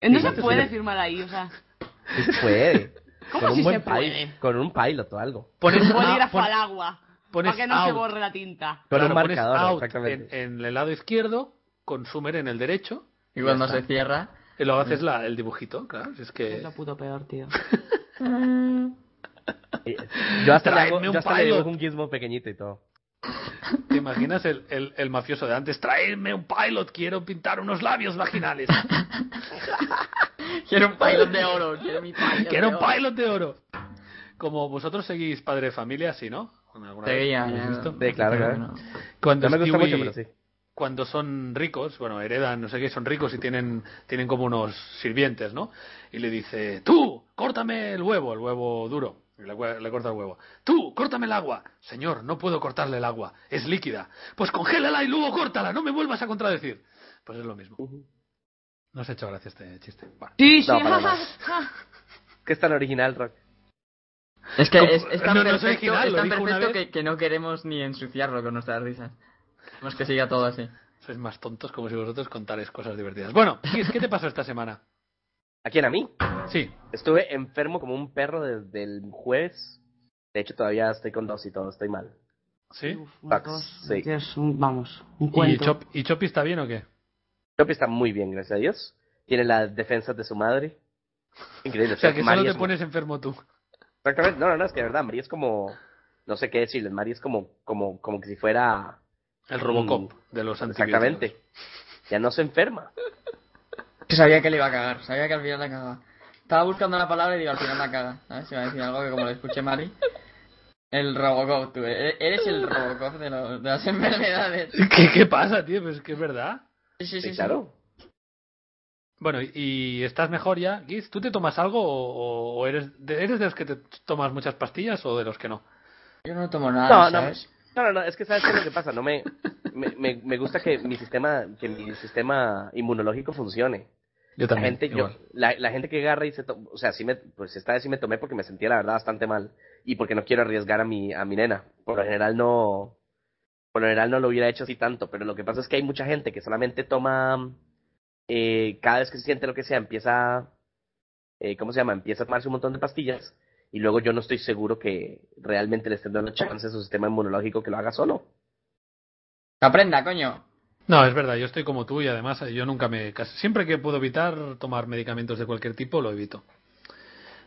Speaker 2: Eh, No
Speaker 3: Sí,
Speaker 2: se
Speaker 3: sí,
Speaker 2: puede
Speaker 3: sí.
Speaker 2: firmar ahí, o sea.
Speaker 3: Sí se puede.
Speaker 2: ¿Cómo
Speaker 3: con un
Speaker 2: si
Speaker 3: buen
Speaker 2: se puede?
Speaker 3: pi- Con un pilot o algo.
Speaker 1: Pones,
Speaker 2: Un bolígrafo
Speaker 1: ah, pon-
Speaker 2: al agua.
Speaker 1: pones
Speaker 2: Para que no se
Speaker 1: out.
Speaker 2: borre la tinta.
Speaker 3: Con
Speaker 1: Claro,
Speaker 3: un
Speaker 1: pones
Speaker 3: marcador,
Speaker 1: out en,
Speaker 3: exactamente.
Speaker 1: en el lado izquierdo, consumer en el derecho,
Speaker 4: Y cuando
Speaker 3: Ya está.
Speaker 4: se cierra.
Speaker 1: y luego haces la, el dibujito, claro. si es
Speaker 2: Es
Speaker 1: que.
Speaker 2: lo puto peor, tío.
Speaker 3: Eh, Yo hasta, le hago,
Speaker 1: Tráeme un
Speaker 3: yo hasta le dibujo
Speaker 1: pilot.
Speaker 3: un gizmo pequeñito y todo.
Speaker 1: ¿Te imaginas el, el- el mafioso de antes? Traerme un pilot, quiero pintar unos labios vaginales.
Speaker 4: Quiero un pilot de oro. Quiero mi pilot.
Speaker 1: quiero un
Speaker 4: de oro.
Speaker 1: pilot de oro. Como vosotros seguís padre de familia, sí, ¿no? ¿Alguna
Speaker 4: Te
Speaker 1: vez
Speaker 4: guía,
Speaker 1: lo habéis
Speaker 4: ya,
Speaker 1: visto?
Speaker 4: no.
Speaker 3: Sí, claro, claro.
Speaker 4: No, no.
Speaker 1: Cuando
Speaker 3: No me gusta
Speaker 1: Stewie-
Speaker 3: mucho, pero sí.
Speaker 1: cuando son ricos, bueno, heredan, no sé qué, son ricos y tienen, tienen como unos sirvientes, ¿no? Y le dice, tú, córtame el huevo, el huevo duro. Y le, cue- le corta el huevo. Tú, córtame el agua. Señor, no puedo cortarle el agua, es líquida. Pues congélala y luego córtala, no me vuelvas a contradecir. Pues es lo mismo. No os he hecho gracia este chiste. Bueno.
Speaker 2: Sí, Ah. sí.
Speaker 3: No, para nada. Que es tan original, Rock.
Speaker 4: Es que
Speaker 1: Como-
Speaker 4: es, es tan
Speaker 1: no, no es
Speaker 4: perfecto,
Speaker 1: original,
Speaker 4: es
Speaker 1: lo
Speaker 4: tan
Speaker 1: dijo una
Speaker 4: perfecto
Speaker 1: vez.
Speaker 4: que, que no queremos ni ensuciarlo con nuestras risas. Queremos que siga todo así.
Speaker 1: Sois más tontos como si vosotros contarais cosas divertidas. Bueno, Chris, ¿qué te pasó esta semana?
Speaker 3: ¿A quién? ¿A mí?
Speaker 1: Sí,
Speaker 3: Estuve enfermo como un perro desde el jueves. De hecho, todavía estoy con dos y todo, estoy mal.
Speaker 1: sí.
Speaker 3: Pax, sí.
Speaker 2: Que es un, vamos, un
Speaker 1: ¿Y,
Speaker 2: cuento.
Speaker 1: Chop, ¿Y Chopi está bien o qué?
Speaker 3: Chopi está muy bien, gracias a Dios. Tiene las defensas de su madre. Increíble.
Speaker 1: O sea, que
Speaker 3: Mari
Speaker 1: solo te
Speaker 3: es-
Speaker 1: pones enfermo tú.
Speaker 3: Exactamente. No, no, no, es que de verdad, Mari es como... No sé qué decirles. Mari es como, como, como que si fuera...
Speaker 1: El Robocop Mm, de los antibióticos.
Speaker 3: Exactamente. Ya no se enferma.
Speaker 4: Sabía que le iba a cagar, sabía que al final la cagaba. Estaba buscando la palabra y digo, al final la caga. ¿Sabes? Iba a decir algo que como lo escuché Mari. El Robocop, tú. e- Eres el Robocop de, lo- de las enfermedades.
Speaker 1: ¿Qué, qué pasa, tío? Pues es que es verdad.
Speaker 4: Sí, sí, sí.
Speaker 3: Sí,
Speaker 4: sí.
Speaker 3: claro.
Speaker 1: Bueno, y- ¿y estás mejor ya, Giz? ¿Tú te tomas algo o, o eres, de, eres de los que te tomas muchas pastillas o de los que no?
Speaker 4: Yo no tomo nada,
Speaker 3: No, no,
Speaker 4: ¿sabes?
Speaker 3: no, no, no, es que sabes qué es lo que pasa, no me, me, me, me gusta que mi sistema, que mi sistema inmunológico funcione.
Speaker 1: Yo
Speaker 3: La gente, yo, la, la gente que agarra y se to- o sea, sí me, pues esta vez sí me tomé porque me sentía la verdad bastante mal y porque no quiero arriesgar a mi, a mi nena. Por lo general no, por lo general no lo hubiera hecho así tanto, pero lo que pasa es que hay mucha gente que solamente toma, eh, cada vez que se siente lo que sea, empieza, eh, ¿cómo se llama? Empieza a tomarse un montón de pastillas y luego yo no estoy seguro que realmente le estén dando chance a su sistema inmunológico que lo haga solo.
Speaker 4: Que Aprenda, coño.
Speaker 1: No, es verdad, yo estoy como tú y además eh, yo nunca me... casi- siempre que puedo evitar tomar medicamentos de cualquier tipo, lo evito.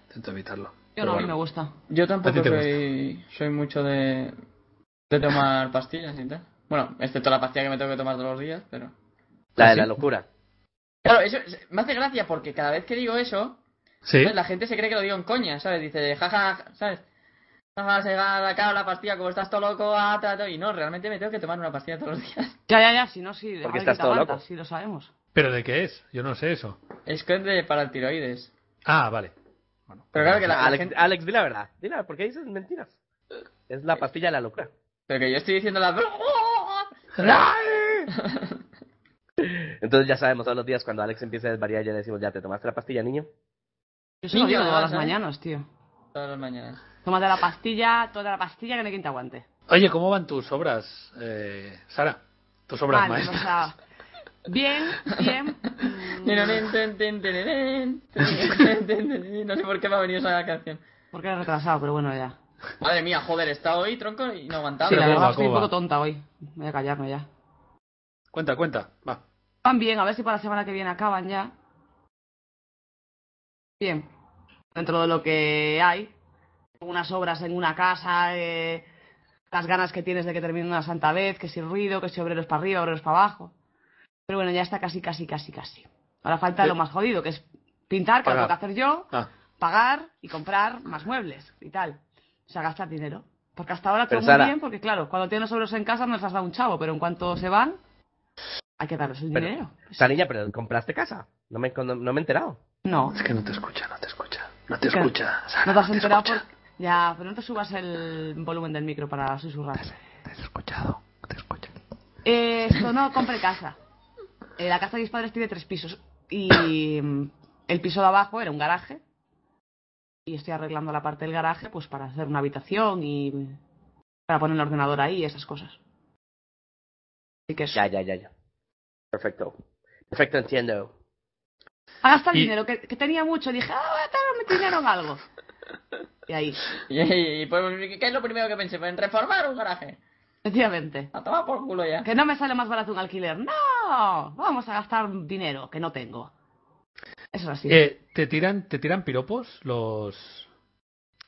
Speaker 1: Intento evitarlo.
Speaker 2: Yo no, a mí me gusta.
Speaker 4: Yo
Speaker 1: ¿A ti
Speaker 4: tampoco
Speaker 1: te
Speaker 4: soy, soy mucho de, de tomar pastillas y tal. Bueno, excepto la pastilla que me tengo que tomar todos los días, pero...
Speaker 3: La de
Speaker 1: sí.
Speaker 3: la locura.
Speaker 4: Claro, eso es- me hace gracia porque cada vez que digo eso,
Speaker 1: Sí,
Speaker 4: ¿sabes? la gente se cree que lo digo en coña, ¿sabes? Dice, jaja, ja, ¿sabes? Jaja, se va a acabar la pastilla, como estás todo loco, ah, ta, ta". y no, realmente me tengo que tomar una pastilla todos los días.
Speaker 2: Ya, ya, ya, si no, sí.
Speaker 3: Porque
Speaker 2: ay,
Speaker 3: estás
Speaker 2: que te
Speaker 3: todo
Speaker 2: aguantas,
Speaker 3: loco.
Speaker 2: Sí, lo sabemos.
Speaker 1: pero ¿de qué es? Yo no sé eso.
Speaker 4: Es que es de- para el tiroides.
Speaker 1: Ah, vale. Bueno,
Speaker 4: Pero claro que la, la
Speaker 3: Alex,
Speaker 4: gente...
Speaker 3: Alex, di Ah, la verdad. Di la verdad, ¿por qué dices mentiras? Es la pastilla de la locura.
Speaker 4: Pero que yo estoy diciendo la...
Speaker 3: Entonces ya sabemos todos los días cuando Alex empieza a desvariar ya le decimos, ya te tomaste la pastilla, niño.
Speaker 2: Yo se lo
Speaker 4: Niño,
Speaker 2: digo todas las
Speaker 4: ¿sabes?
Speaker 2: mañanas, tío.
Speaker 4: Todas las mañanas.
Speaker 2: Tómate la pastilla, toda la pastilla que no hay quien te aguante.
Speaker 1: Oye, ¿cómo van tus obras, eh, Sara? Tus obras
Speaker 2: vale,
Speaker 1: maestras.
Speaker 2: o sea, bien, bien. mm,
Speaker 4: No sé por qué me ha venido esa canción.
Speaker 2: Porque era retrasado, pero bueno, ya.
Speaker 4: Madre mía, joder, está hoy, tronco, y no aguantaba.
Speaker 2: Sí, la
Speaker 1: ¿cómo va,
Speaker 2: verdad, estoy un
Speaker 1: cómo
Speaker 2: poco
Speaker 1: va?
Speaker 2: tonta hoy. Voy a callarme ya.
Speaker 1: Cuenta, cuenta, va.
Speaker 2: Van bien, a ver si para la semana que viene acaban ya. Bien. Dentro de lo que hay. Unas obras en una casa, eh, las ganas que tienes de que termine una santa vez, que si ruido, que si obreros para arriba, obreros para abajo. Pero bueno, ya está casi, casi, casi, casi. Ahora falta
Speaker 1: Sí.
Speaker 2: lo más jodido, que es pintar, que lo tengo que
Speaker 1: Pagar.
Speaker 2: hacer yo,
Speaker 1: Ah.
Speaker 2: pagar y comprar más muebles y tal. O sea, gastar dinero. Porque hasta ahora todo
Speaker 3: Pero,
Speaker 2: muy
Speaker 3: Sara-
Speaker 2: bien, porque claro, cuando tienes obreros en casa no les has dado un chavo, pero en cuanto se van, hay que darles el
Speaker 3: Pero-
Speaker 2: dinero.
Speaker 3: Esa niña, pero compraste casa. No me, no, no me he enterado.
Speaker 2: No,
Speaker 1: Es que no te escucha, no te escucha. No te
Speaker 2: Es que
Speaker 1: escucha, Sara.
Speaker 2: no te has
Speaker 1: te
Speaker 2: enterado
Speaker 1: escucha.
Speaker 2: por... Ya, pero no te subas el volumen del micro para susurrar.
Speaker 1: Te has escuchado, te escucha.
Speaker 2: Eh, Esto no, compré casa. Eh, La casa de mis padres tiene tres pisos y mm, el piso de abajo era un garaje y estoy arreglando la parte del garaje pues para hacer una habitación y para poner el ordenador ahí y esas cosas. Así que eso.
Speaker 3: Ya, ya, ya, ya. Perfecto. Perfecto, entiendo.
Speaker 2: A gastar
Speaker 1: Y-
Speaker 2: dinero, que, que tenía mucho, dije, ah, voy a meter dinero en algo. Y ahí,
Speaker 4: Y, y, y podemos decir, ¿qué es lo primero que pensé? Pues en reformar un garaje.
Speaker 2: efectivamente.
Speaker 4: A tomar por culo ya.
Speaker 2: Que no me sale más barato un alquiler. ¡No! Vamos a gastar dinero que no tengo. Eso es así.
Speaker 1: Eh, ¿te, tiran, ¿Te tiran piropos los,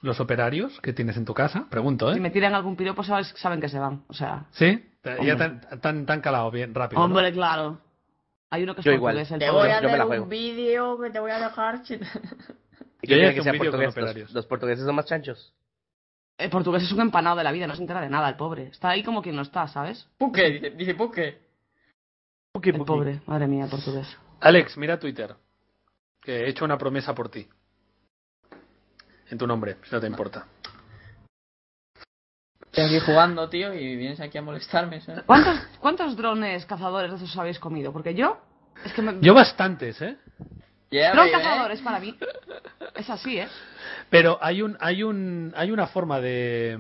Speaker 1: los operarios que tienes en tu casa? Pregunto,
Speaker 2: Si
Speaker 1: ¿eh?
Speaker 2: me tiran algún piropo, sabes- saben que se van. O sea,
Speaker 1: ¿Sí? Te-
Speaker 2: Hombre.
Speaker 1: Ya tan, tan, tan calado bien, rápido. ¿no?
Speaker 2: hombre, claro. Hay uno que es
Speaker 3: Yo igual.
Speaker 2: portugués, el
Speaker 4: Te
Speaker 3: Yo-
Speaker 4: voy
Speaker 2: pobre.
Speaker 4: a
Speaker 3: yo me la
Speaker 4: dar
Speaker 3: juego.
Speaker 4: un vídeo que te voy a dejar. chit-
Speaker 3: Y
Speaker 1: Yo ya
Speaker 3: tiene
Speaker 1: hice un
Speaker 3: sean
Speaker 1: vídeo con
Speaker 3: portugueses, los-
Speaker 1: operarios.
Speaker 3: Los, portugueses son más chanchos.
Speaker 2: El portugués es un empanado de la vida, no se entera de nada el pobre. Está ahí como quien no está, ¿sabes?
Speaker 4: Puque, dice, dice Puque.
Speaker 3: Puki,
Speaker 2: El
Speaker 3: puki.
Speaker 2: pobre, madre mía, el portugués.
Speaker 1: Alex, mira Twitter. Que he hecho una promesa por ti. En tu nombre, si no te importa.
Speaker 4: Estoy aquí jugando, tío, y vienes aquí a molestarme, ¿sabes?
Speaker 2: ¿Cuántos, cuántos drones cazadores de esos habéis comido? Porque yo. Es que me.
Speaker 1: Yo bastantes, ¿eh?
Speaker 4: Yeah,
Speaker 2: Dron
Speaker 4: baby, ¿eh?
Speaker 2: cazador es para mí. Es así, ¿eh?
Speaker 1: Pero hay un, hay un, hay una forma de,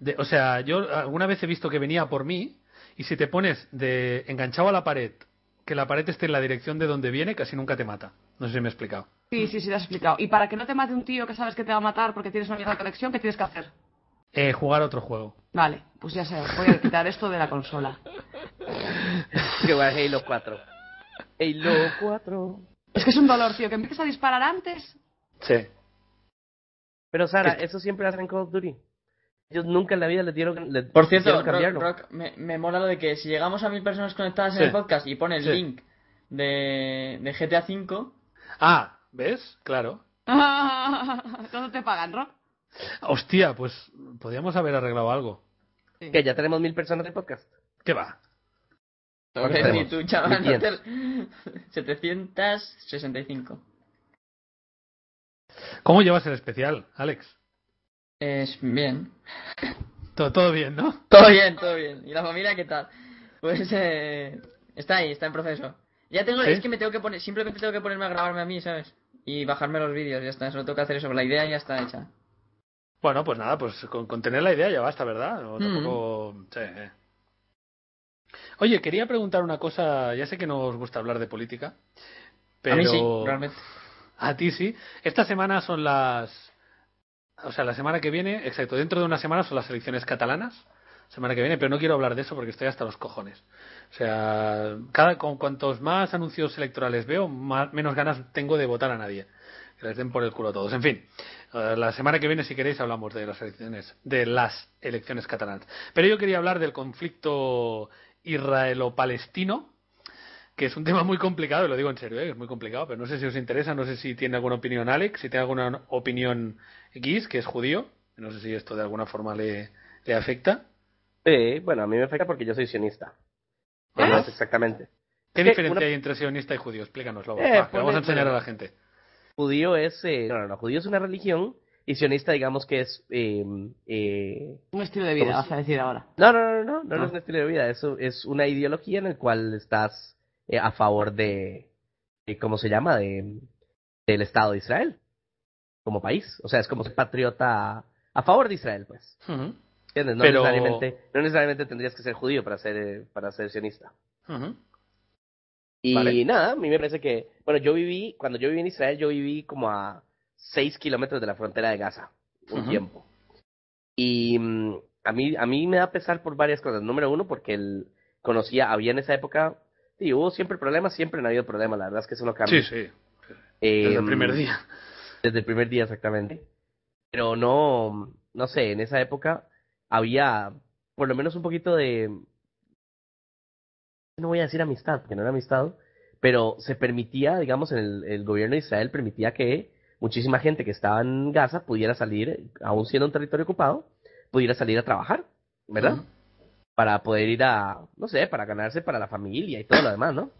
Speaker 1: de- o sea, yo alguna vez he visto que venía por mí y si te pones de enganchado a la pared, que la pared esté en la dirección de donde viene, casi nunca te mata. No sé si me he explicado.
Speaker 2: Sí, sí, sí, te has explicado. Y para que no te mate un tío que sabes que te va a matar porque tienes una mierda de conexión, ¿qué tienes que hacer?
Speaker 1: Eh, jugar otro juego.
Speaker 2: Vale, pues ya sé, voy a quitar esto de la consola.
Speaker 3: Que va Halo 4. Halo 4.
Speaker 2: Es que es un dolor, tío, que empieces a disparar antes.
Speaker 1: Sí.
Speaker 3: Pero Sara, eso siempre hacen Call of Duty. Ellos nunca en la vida les dieron. les
Speaker 4: Por cierto,
Speaker 3: hicieron
Speaker 4: Rock,
Speaker 3: cambiarlo.
Speaker 4: Rock, me, me mola lo de que si llegamos a mil personas conectadas en
Speaker 1: Sí.
Speaker 4: el podcast y pone el
Speaker 1: Sí.
Speaker 4: link de, de GTA V,
Speaker 1: Ah, ¿ves? Claro.
Speaker 2: ¿Cuándo te pagan, Rock?
Speaker 1: Hostia, pues podríamos haber arreglado algo.
Speaker 2: Sí.
Speaker 3: Que ya tenemos mil personas de podcast.
Speaker 1: ¿Qué va?
Speaker 4: sobre
Speaker 3: tenemos
Speaker 4: y tú, chaval, no
Speaker 3: 1100.
Speaker 4: te- 765.
Speaker 1: ¿Cómo llevas el especial, Alex?
Speaker 4: Es bien.
Speaker 1: To- todo bien, ¿no?
Speaker 4: Todo bien, todo bien. ¿Y la familia qué tal? Pues eh, está ahí, está en proceso. Ya tengo,
Speaker 1: ¿Sí?
Speaker 4: es que me tengo que poner, simplemente tengo que ponerme a grabarme a mí, ¿sabes? Y bajarme los vídeos, ya está, solo tengo que hacer eso, la idea ya está hecha.
Speaker 1: Bueno, pues nada, pues con, con tener la idea ya basta, ¿verdad? O
Speaker 4: Mm.
Speaker 1: tampoco- sí, eh. Oye, quería preguntar una cosa. Ya sé que no os gusta hablar de política, pero
Speaker 4: A mí sí, realmente.
Speaker 1: a ti sí. Esta semana son las, o sea, la semana que viene, exacto. Dentro de una semana son las elecciones catalanas, semana que viene. Pero no quiero hablar de eso porque estoy hasta los cojones. O sea, cada, con cuantos más anuncios electorales veo, más- menos ganas tengo de votar a nadie. Que les den por el culo a todos. En fin, eh, la semana que viene, si queréis, hablamos de las elecciones, de las elecciones catalanas. Pero yo quería hablar del conflicto israelo-palestino, que es un tema muy complicado, y lo digo en serio, ¿eh? es muy complicado, pero no sé si os interesa, no sé si tiene alguna opinión Alex, si tiene alguna opinión Guis, que es judío, no sé si esto de alguna forma le, le afecta.
Speaker 3: Sí, bueno, a mí me afecta porque yo soy sionista.
Speaker 2: ¿Eh?
Speaker 3: No es exactamente.
Speaker 1: ¿Qué
Speaker 3: Sí,
Speaker 1: diferencia
Speaker 3: una-
Speaker 1: hay entre sionista y judío? Explícanoslo.
Speaker 3: Eh,
Speaker 1: va, que
Speaker 3: pues,
Speaker 1: vamos a enseñar
Speaker 3: eh,
Speaker 1: a la gente.
Speaker 3: Judío es. eh, no, no, no. Judío es una religión. Y sionista, digamos que es. eh, eh,
Speaker 2: Un estilo de vida,
Speaker 3: ¿Cómo
Speaker 2: vas a decir ahora.
Speaker 3: No, no, no, no, no, no
Speaker 1: Ah.
Speaker 3: es un estilo de vida, eso es una ideología en la cual estás eh, a favor de, de, ¿cómo se llama? De, del Estado de Israel como país. O sea, es como ser patriota a favor de Israel, pues.
Speaker 1: Ujú,
Speaker 3: ¿Entiendes? No,
Speaker 1: Pero-
Speaker 3: necesariamente, no necesariamente tendrías que ser judío para ser, eh, para ser sionista.
Speaker 1: ujú.
Speaker 3: Y
Speaker 1: Vale.
Speaker 3: nada, a mí me parece que, bueno, yo viví, cuando yo viví en Israel, yo viví como a 6 kilómetros de la frontera de Gaza, un
Speaker 1: Ujú.
Speaker 3: tiempo. Y mm, a mí, a mí me da pesar por varias cosas. Número uno, porque el, conocía, había en esa época, sí, hubo siempre problemas, siempre han habido problemas, la verdad es que eso no cambia.
Speaker 1: Sí, sí, desde el
Speaker 3: Em,
Speaker 1: primer día.
Speaker 3: desde el primer día, exactamente. Pero no, no sé, en esa época había por lo menos un poquito de. No voy a decir amistad, porque no era amistad, pero se permitía, digamos, en el, el gobierno de Israel permitía que muchísima gente que estaba en Gaza pudiera salir, aún siendo un territorio ocupado, pudiera salir a trabajar, ¿verdad?
Speaker 1: Ujú.
Speaker 3: para poder ir a, no sé, para ganarse para la familia y todo lo demás, ¿no?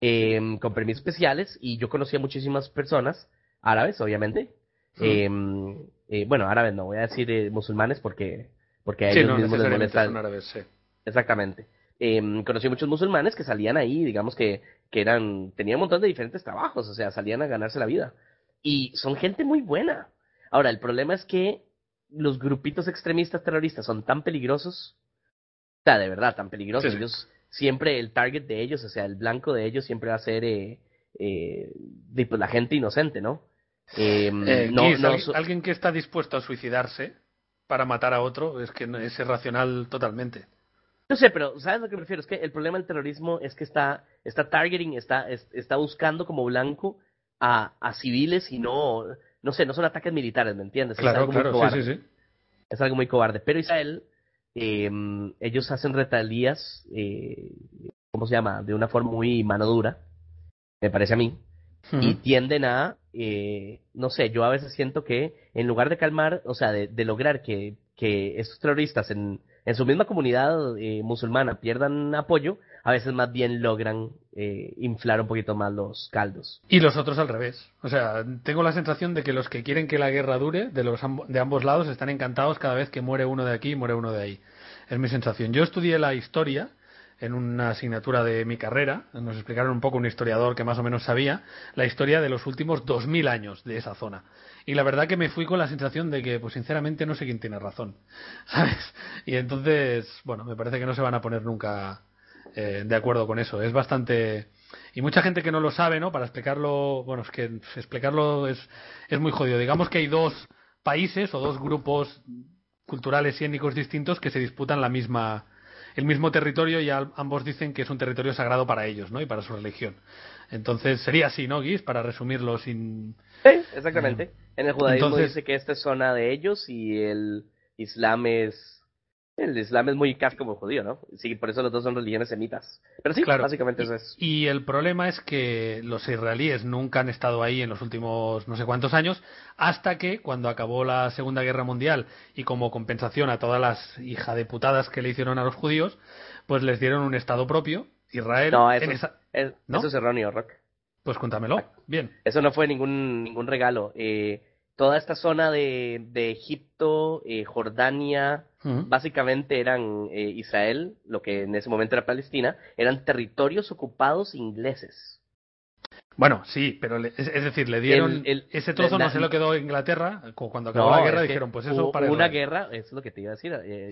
Speaker 3: Em, con permisos especiales y yo conocí a muchísimas personas, árabes, obviamente.
Speaker 1: Ujú.
Speaker 3: Em, eh, bueno, árabes no, voy a decir eh, musulmanes porque, porque a
Speaker 1: Sí,
Speaker 3: ellos
Speaker 1: no,
Speaker 3: mismos les
Speaker 1: necesariamente
Speaker 3: molesta.
Speaker 1: son árabes, sí.
Speaker 3: Exactamente. Em, conocí muchos musulmanes que salían ahí, digamos que, que eran, tenían un montón de diferentes trabajos, o sea, salían a ganarse la vida. Y son gente muy buena. Ahora, el problema es que los grupitos extremistas terroristas son tan peligrosos, o sea, de verdad, tan peligrosos.
Speaker 1: Sí, sí.
Speaker 3: Ellos, siempre el target de ellos, o sea, el blanco de ellos siempre va a ser eh, eh, de, pues, la gente inocente, ¿no? Eh,
Speaker 1: Eh,
Speaker 3: no,
Speaker 1: Guis,
Speaker 3: no,
Speaker 1: al-
Speaker 3: so-
Speaker 1: Alguien que está dispuesto a suicidarse para matar a otro es que no- es irracional totalmente.
Speaker 3: No sé, pero ¿sabes lo que me refiero? Es que el problema del terrorismo es que está, está targeting, está, es- está buscando como blanco a, a civiles y no, no sé, no son ataques militares, ¿me entiendes? es
Speaker 1: Claro,
Speaker 3: algo muy
Speaker 1: claro,
Speaker 3: cobarde.
Speaker 1: sí, sí, sí.
Speaker 3: Es algo muy cobarde. Pero Israel, eh, ellos hacen retalías, eh, ¿cómo se llama? De una forma muy mano dura, me parece a mí y tienden a, eh, no sé, yo a veces siento que en lugar de calmar, o sea, de, de lograr que, que estos terroristas en, en su misma comunidad eh, musulmana pierdan apoyo, a veces más bien logran eh, inflar un poquito más los caldos.
Speaker 1: Y los otros al revés. O sea, tengo la sensación de que los que quieren que la guerra dure, de, los amb- de ambos lados, están encantados cada vez que muere uno de aquí y muere uno de ahí. Es mi sensación. Yo estudié la historia en una asignatura de mi carrera. Nos explicaron un poco un historiador que más o menos sabía la historia de los últimos 2.000 años de esa zona. Y la verdad que me fui con la sensación de que, pues sinceramente, no sé quién tiene razón. ¿Sabes? Y entonces, bueno, me parece que no se van a poner nunca eh, de acuerdo con eso. Es bastante. Y mucha gente que no lo sabe, ¿no? Para explicarlo, bueno, es que explicarlo es, es muy jodido. Digamos que hay dos países o dos grupos culturales y étnicos distintos que se disputan la misma el mismo territorio y al- ambos dicen que es un territorio sagrado para ellos, ¿no? Y para su religión. Entonces sería así, ¿no, Guis? Para resumirlo sin
Speaker 3: Sí, exactamente. En el judaísmo
Speaker 1: Entonces-
Speaker 3: dice que esta es zona de ellos y el islam es... El islam es muy casi como el judío, ¿no? Sí, por eso los dos son religiones semitas. Pero sí,
Speaker 1: Claro.
Speaker 3: básicamente eso es.
Speaker 1: Y el problema es que los israelíes nunca han estado ahí en los últimos no sé cuántos años, hasta que cuando acabó la Segunda Guerra Mundial y como compensación a todas las hijadeputadas que le hicieron a los judíos, pues les dieron un estado propio, Israel.
Speaker 3: No,
Speaker 1: en
Speaker 3: eso,
Speaker 1: esa-
Speaker 3: es-
Speaker 1: ¿no?
Speaker 3: eso es erróneo, Rock.
Speaker 1: Pues cuéntamelo. Bien.
Speaker 3: Eso no fue ningún, ningún regalo. Eh, toda esta zona de, de Egipto, eh, Jordania,
Speaker 1: Ujú.
Speaker 3: básicamente eran eh, Israel, lo que en ese momento era Palestina, eran territorios ocupados ingleses.
Speaker 1: Bueno, sí, pero le- es, es decir, le dieron
Speaker 3: El- el-
Speaker 1: ese trozo,
Speaker 3: la-
Speaker 1: no se lo quedó Inglaterra, cu- cuando acabó la guerra
Speaker 3: es que
Speaker 1: dijeron, pues eso
Speaker 3: hubo
Speaker 1: para
Speaker 3: una
Speaker 1: Israel.
Speaker 3: guerra, eso es lo que te iba a decir, eh,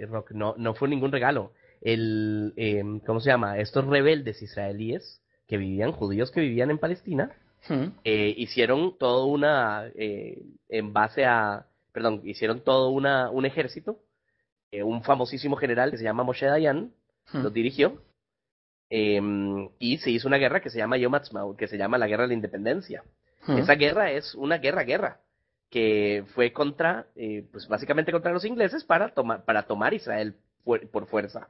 Speaker 1: Hmm.
Speaker 3: eh, Rock, no, no fue ningún regalo. El, eh, ¿cómo se llama? Estos rebeldes israelíes que vivían, judíos que vivían en Palestina,
Speaker 4: Hmm.
Speaker 1: Ujú.
Speaker 3: eh, hicieron todo una eh, en base a perdón hicieron todo una un ejército eh, un famosísimo general que se llama Moshe Dayan
Speaker 1: Ujú.
Speaker 3: los dirigió eh, y se hizo una guerra que se llama Yom Ha'atzmaut, que se llama la guerra de la independencia
Speaker 1: Ujú.
Speaker 3: esa guerra es una guerra guerra que fue contra eh, pues básicamente contra los ingleses para tomar para tomar Israel fuer- por fuerza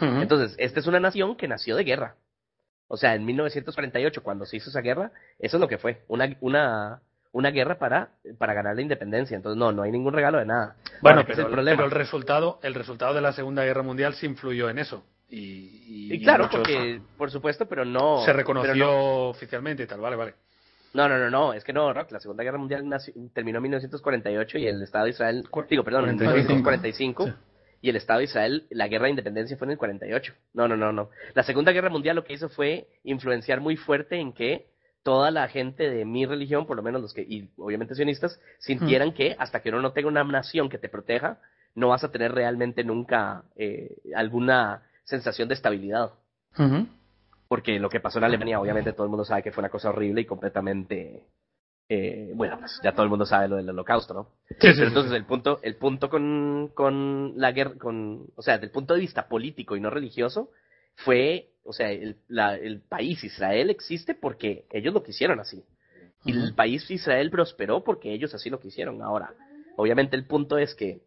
Speaker 1: Ujú.
Speaker 3: entonces, esta es una nación que nació de guerra. O sea, en 1948, cuando se hizo esa guerra, eso es lo que fue, una, una, una guerra para, para ganar la independencia. Entonces, no, no hay ningún regalo de nada.
Speaker 1: Bueno, pero,
Speaker 3: Ahora, ese es
Speaker 1: el
Speaker 3: el problema.
Speaker 1: pero el resultado, el resultado de la Segunda Guerra Mundial sí influyó en eso. Y, y-
Speaker 3: Y claro,
Speaker 1: muchos
Speaker 3: porque, por supuesto, pero no...
Speaker 1: se
Speaker 3: pero
Speaker 1: reconoció
Speaker 3: no-
Speaker 1: oficialmente y tal, vale, vale.
Speaker 3: No, no, no, no, es que no, Rock, la Segunda Guerra Mundial nació- terminó en 1948 y el Estado de Israel...
Speaker 1: Cu-
Speaker 3: Digo, perdón, en
Speaker 1: 45.
Speaker 3: 1945.
Speaker 1: Sí.
Speaker 3: Y el Estado de Israel, la guerra de independencia fue en el 48. No, no, no, no. La Segunda Guerra Mundial lo que hizo fue influenciar muy fuerte en que toda la gente de mi religión, por lo menos los que, y obviamente sionistas, sintieran
Speaker 1: Mm.
Speaker 3: que hasta que uno no tenga una nación que te proteja, no vas a tener realmente nunca eh, alguna sensación de estabilidad. Porque lo que pasó en Alemania, obviamente todo el mundo sabe que fue una cosa horrible y completamente... eh, bueno, pues ya todo el mundo sabe lo del holocausto, ¿no?
Speaker 1: Sí, sí, sí,
Speaker 3: Pero entonces
Speaker 1: sí.
Speaker 3: el punto, el punto con, con la guerra, con, o sea, desde el punto de vista político y no religioso, fue, o sea, el, la- el país Israel existe porque ellos lo quisieron así. Y el país Israel prosperó porque ellos así lo quisieron. Ahora, obviamente el punto es que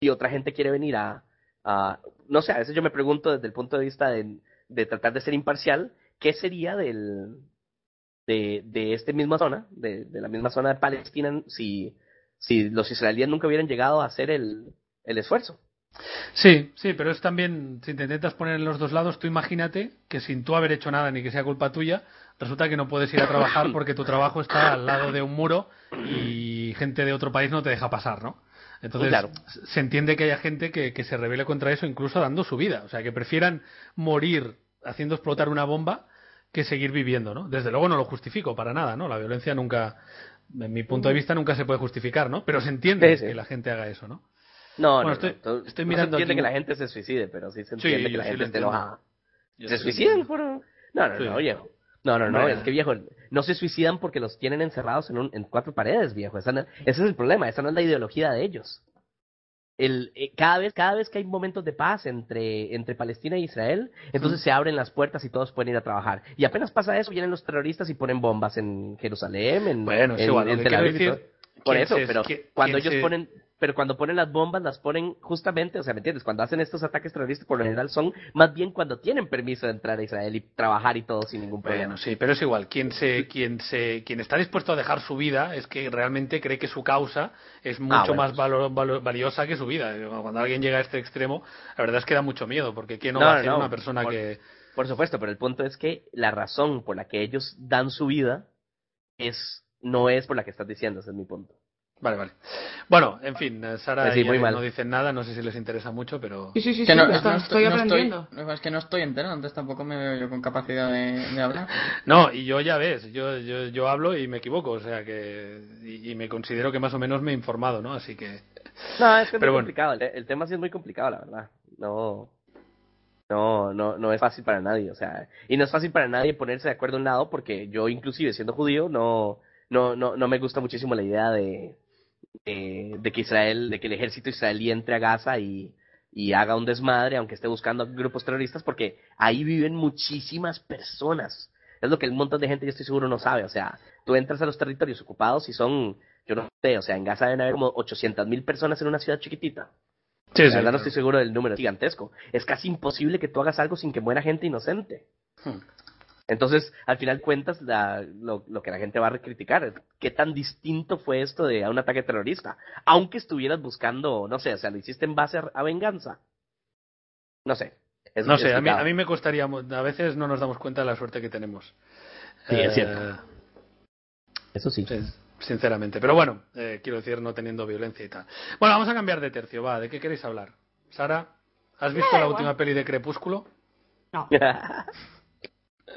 Speaker 3: si otra gente quiere venir a, a- no sé, a veces yo me pregunto desde el punto de vista de, de tratar de ser imparcial, ¿qué sería del, de, de esta misma zona, de, de la misma zona de Palestina, si, si los israelíes nunca hubieran llegado a hacer el, el esfuerzo?
Speaker 1: Sí, sí, pero es también, si te intentas poner en los dos lados, tú imagínate que sin tú haber hecho nada ni que sea culpa tuya, resulta que no puedes ir a trabajar porque tu trabajo está al lado de un muro y gente de otro país no te deja pasar, ¿no? Entonces,
Speaker 3: Claro.
Speaker 1: s- se entiende que haya gente que, que se revele contra eso, incluso dando su vida. O sea, que prefieran morir haciendo explotar una bomba que seguir viviendo, ¿no? Desde luego no lo justifico para nada, ¿no? La violencia nunca, en mi punto de vista, nunca se puede justificar, ¿no? Pero se entiende
Speaker 3: Sí, sí.
Speaker 1: que la gente haga eso, ¿no?
Speaker 3: No,
Speaker 1: Bueno,
Speaker 3: no,
Speaker 1: estoy-
Speaker 3: no, todo-
Speaker 1: estoy
Speaker 3: no
Speaker 1: mirando
Speaker 3: se entiende
Speaker 1: aquí
Speaker 3: que
Speaker 1: un-
Speaker 3: la gente se suicide, pero sí se entiende que
Speaker 1: yo
Speaker 3: la
Speaker 1: sí lo
Speaker 3: gente esté
Speaker 1: entiendo.
Speaker 3: enojada.
Speaker 1: Yo
Speaker 3: ¿Se
Speaker 1: sí lo
Speaker 3: suicidan
Speaker 1: entiendo.
Speaker 3: por...? No, no,
Speaker 1: Sí.
Speaker 3: no, viejo. No, no, no,
Speaker 1: Bueno.
Speaker 3: es que viejo, no se suicidan porque los tienen encerrados en, un- en cuatro paredes, viejo. Esa no- ese es el problema, esa no es la ideología de ellos. El, eh, cada, vez, cada vez que hay momentos de paz entre, entre Palestina e Israel, entonces se abren las puertas y todos pueden ir a trabajar. Y apenas pasa eso, vienen los terroristas y ponen bombas en Jerusalén, en,
Speaker 1: Bueno, es
Speaker 3: en-
Speaker 1: igual, lo
Speaker 3: en
Speaker 1: que
Speaker 3: Tel
Speaker 1: quiero
Speaker 3: Aviv y
Speaker 1: decir-
Speaker 3: todo. Por
Speaker 1: ¿Quién
Speaker 3: eso,
Speaker 1: se-
Speaker 3: pero
Speaker 1: qué-
Speaker 3: cuando
Speaker 1: quién
Speaker 3: ellos
Speaker 1: se-
Speaker 3: ponen, pero cuando ponen las bombas, las ponen justamente, o sea, ¿me entiendes? Cuando hacen estos ataques terroristas, por lo general son más bien cuando tienen permiso de entrar a Israel y trabajar y todo sin ningún problema.
Speaker 1: Bueno, sí, pero es igual. Quien, se, quien, se, quien está dispuesto a dejar su vida es que realmente cree que su causa es mucho
Speaker 3: bueno,
Speaker 1: más
Speaker 3: pues.
Speaker 1: valo- valo- valiosa que su vida. Cuando alguien llega a este extremo, la verdad es que da mucho miedo, porque ¿quién no,
Speaker 3: No,
Speaker 1: va a
Speaker 3: no,
Speaker 1: ser
Speaker 3: no.
Speaker 1: una persona
Speaker 3: Por-
Speaker 1: que...
Speaker 3: Por supuesto, pero el punto es que la razón por la que ellos dan su vida es no es por la que estás diciendo, ese es mi punto.
Speaker 1: Vale, vale. Bueno, en fin, eh, Sara
Speaker 3: Pues sí,
Speaker 1: y
Speaker 3: muy
Speaker 1: Ari
Speaker 3: mal.
Speaker 1: no dicen nada, no sé si les interesa mucho, pero...
Speaker 2: Sí, sí, sí,
Speaker 4: Que
Speaker 2: sí,
Speaker 4: no-
Speaker 2: está-
Speaker 4: no
Speaker 2: estoy
Speaker 4: no
Speaker 2: aprendiendo.
Speaker 4: es que no estoy entero, entonces tampoco me veo yo con capacidad de, de hablar.
Speaker 1: No, y yo ya ves, yo, yo, yo hablo y me equivoco, o sea que... Y, y me considero que más o menos me he informado, ¿no? Así que...
Speaker 3: No, es que es
Speaker 1: Pero
Speaker 3: muy
Speaker 1: bueno.
Speaker 3: complicado, el, el tema sí es muy complicado, la verdad. No, no, no, no es fácil para nadie, o sea, y no es fácil para nadie ponerse de acuerdo en un lado porque yo inclusive siendo judío no, no, no, no me gusta muchísimo la idea de, de, de que Israel, de que el ejército israelí entre a Gaza y, y haga un desmadre, aunque esté buscando grupos terroristas, porque ahí viven muchísimas personas. Es lo que un montón de gente, yo estoy seguro, no sabe. O sea, tú entras a los territorios ocupados y son, yo no sé, o sea, en Gaza deben haber como 800.000 mil personas en una ciudad chiquitita.
Speaker 1: Sí,
Speaker 3: La verdad no estoy seguro del número, es gigantesco. Es casi imposible que tú hagas algo sin que muera gente inocente.
Speaker 1: Hmm.
Speaker 3: Entonces, al final cuentas la- lo, lo que la gente va a criticar. ¿Qué tan distinto fue esto de a un ataque terrorista? Aunque estuvieras buscando, no sé, o sea, lo hiciste en base a, a venganza. No sé. Es
Speaker 1: eh, No sé, a mí,
Speaker 3: complicado.
Speaker 1: a mí me costaría. mu- A veces no nos damos cuenta de la suerte que tenemos. Eh,
Speaker 3: Sí, es cierto. Eso sí.
Speaker 1: sin- Sinceramente. Pero bueno, eh, quiero decir, no teniendo violencia y tal. Bueno, vamos a cambiar de tercio, va. ¿De qué queréis hablar? Sara, ¿has visto la última peli de Crepúsculo?
Speaker 2: No,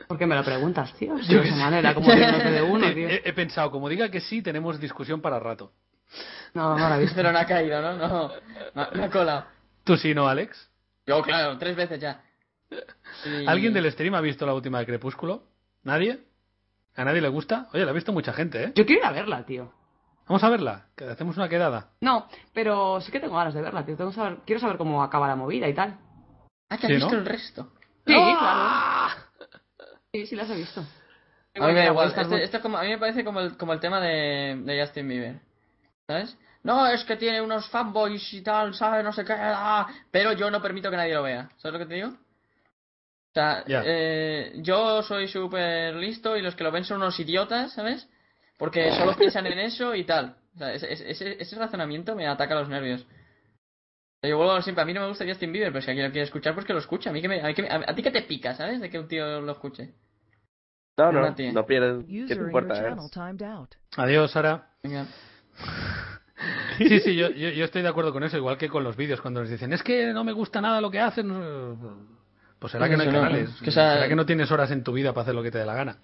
Speaker 2: ¿por qué me lo preguntas, tío? Sí,
Speaker 1: Yo
Speaker 2: de
Speaker 1: qué
Speaker 2: esa
Speaker 1: sé.
Speaker 2: manera, como riéndote de uno, tío.
Speaker 1: he, he pensado, como diga que sí, tenemos discusión para rato.
Speaker 2: No, no la he visto.
Speaker 4: Pero no ha caído, ¿no? No, no, no ha colado.
Speaker 1: ¿Tú sí, no, Alex?
Speaker 4: Yo, claro, tres veces ya. Y-
Speaker 1: ¿Alguien del stream ha visto la última de Crepúsculo? ¿Nadie? ¿A nadie le gusta? Oye, la ha visto mucha gente, ¿eh?
Speaker 2: Yo quiero ir a verla, tío.
Speaker 1: Vamos a verla, que hacemos una quedada.
Speaker 2: No, pero sí que tengo ganas de verla, tío. Tengo que saber, quiero saber cómo acaba la movida y tal.
Speaker 4: Ah, que has
Speaker 1: Sí,
Speaker 4: visto
Speaker 1: ¿no?
Speaker 4: el resto.
Speaker 2: Sí, claro. ¡Ah! Sí, sí las he visto.
Speaker 4: A mí me da igual.
Speaker 2: Estas
Speaker 4: este-
Speaker 2: mu-
Speaker 4: esto es como, a mí me parece como el, como el tema de, de Justin Bieber. ¿Sabes? No, es que tiene unos fanboys y tal, ¿sabes? No sé qué. ah, pero yo no permito que nadie lo vea. ¿Sabes lo que te digo? O sea,
Speaker 1: Ya.
Speaker 4: eh, yo soy súper listo y los que lo ven son unos idiotas, ¿sabes? Porque solo piensan en eso y tal. O sea, ese, ese- ese, ese razonamiento me ataca los nervios. Yo vuelvo siempre, a mí no me gusta Justin Bieber, pero si alguien lo quiere escuchar, pues que lo escuche. A, mí que me- a, mí que me- a- a ti que te pica, ¿sabes? De que un tío lo escuche.
Speaker 3: No, no,
Speaker 4: Mati.
Speaker 3: no pierdes. ¿Qué te
Speaker 6: User in your
Speaker 3: importa?
Speaker 6: channel timed out.
Speaker 1: Adiós, Sara.
Speaker 4: Venga.
Speaker 1: Sí, sí, yo, yo, yo estoy de acuerdo con eso, igual que con los vídeos, cuando nos dicen, es que no me gusta nada lo que hacen. Pues será que no hay
Speaker 4: Eso no,
Speaker 1: canales,
Speaker 4: es que esa-
Speaker 1: será que no tienes horas en tu vida para hacer lo que te dé la gana.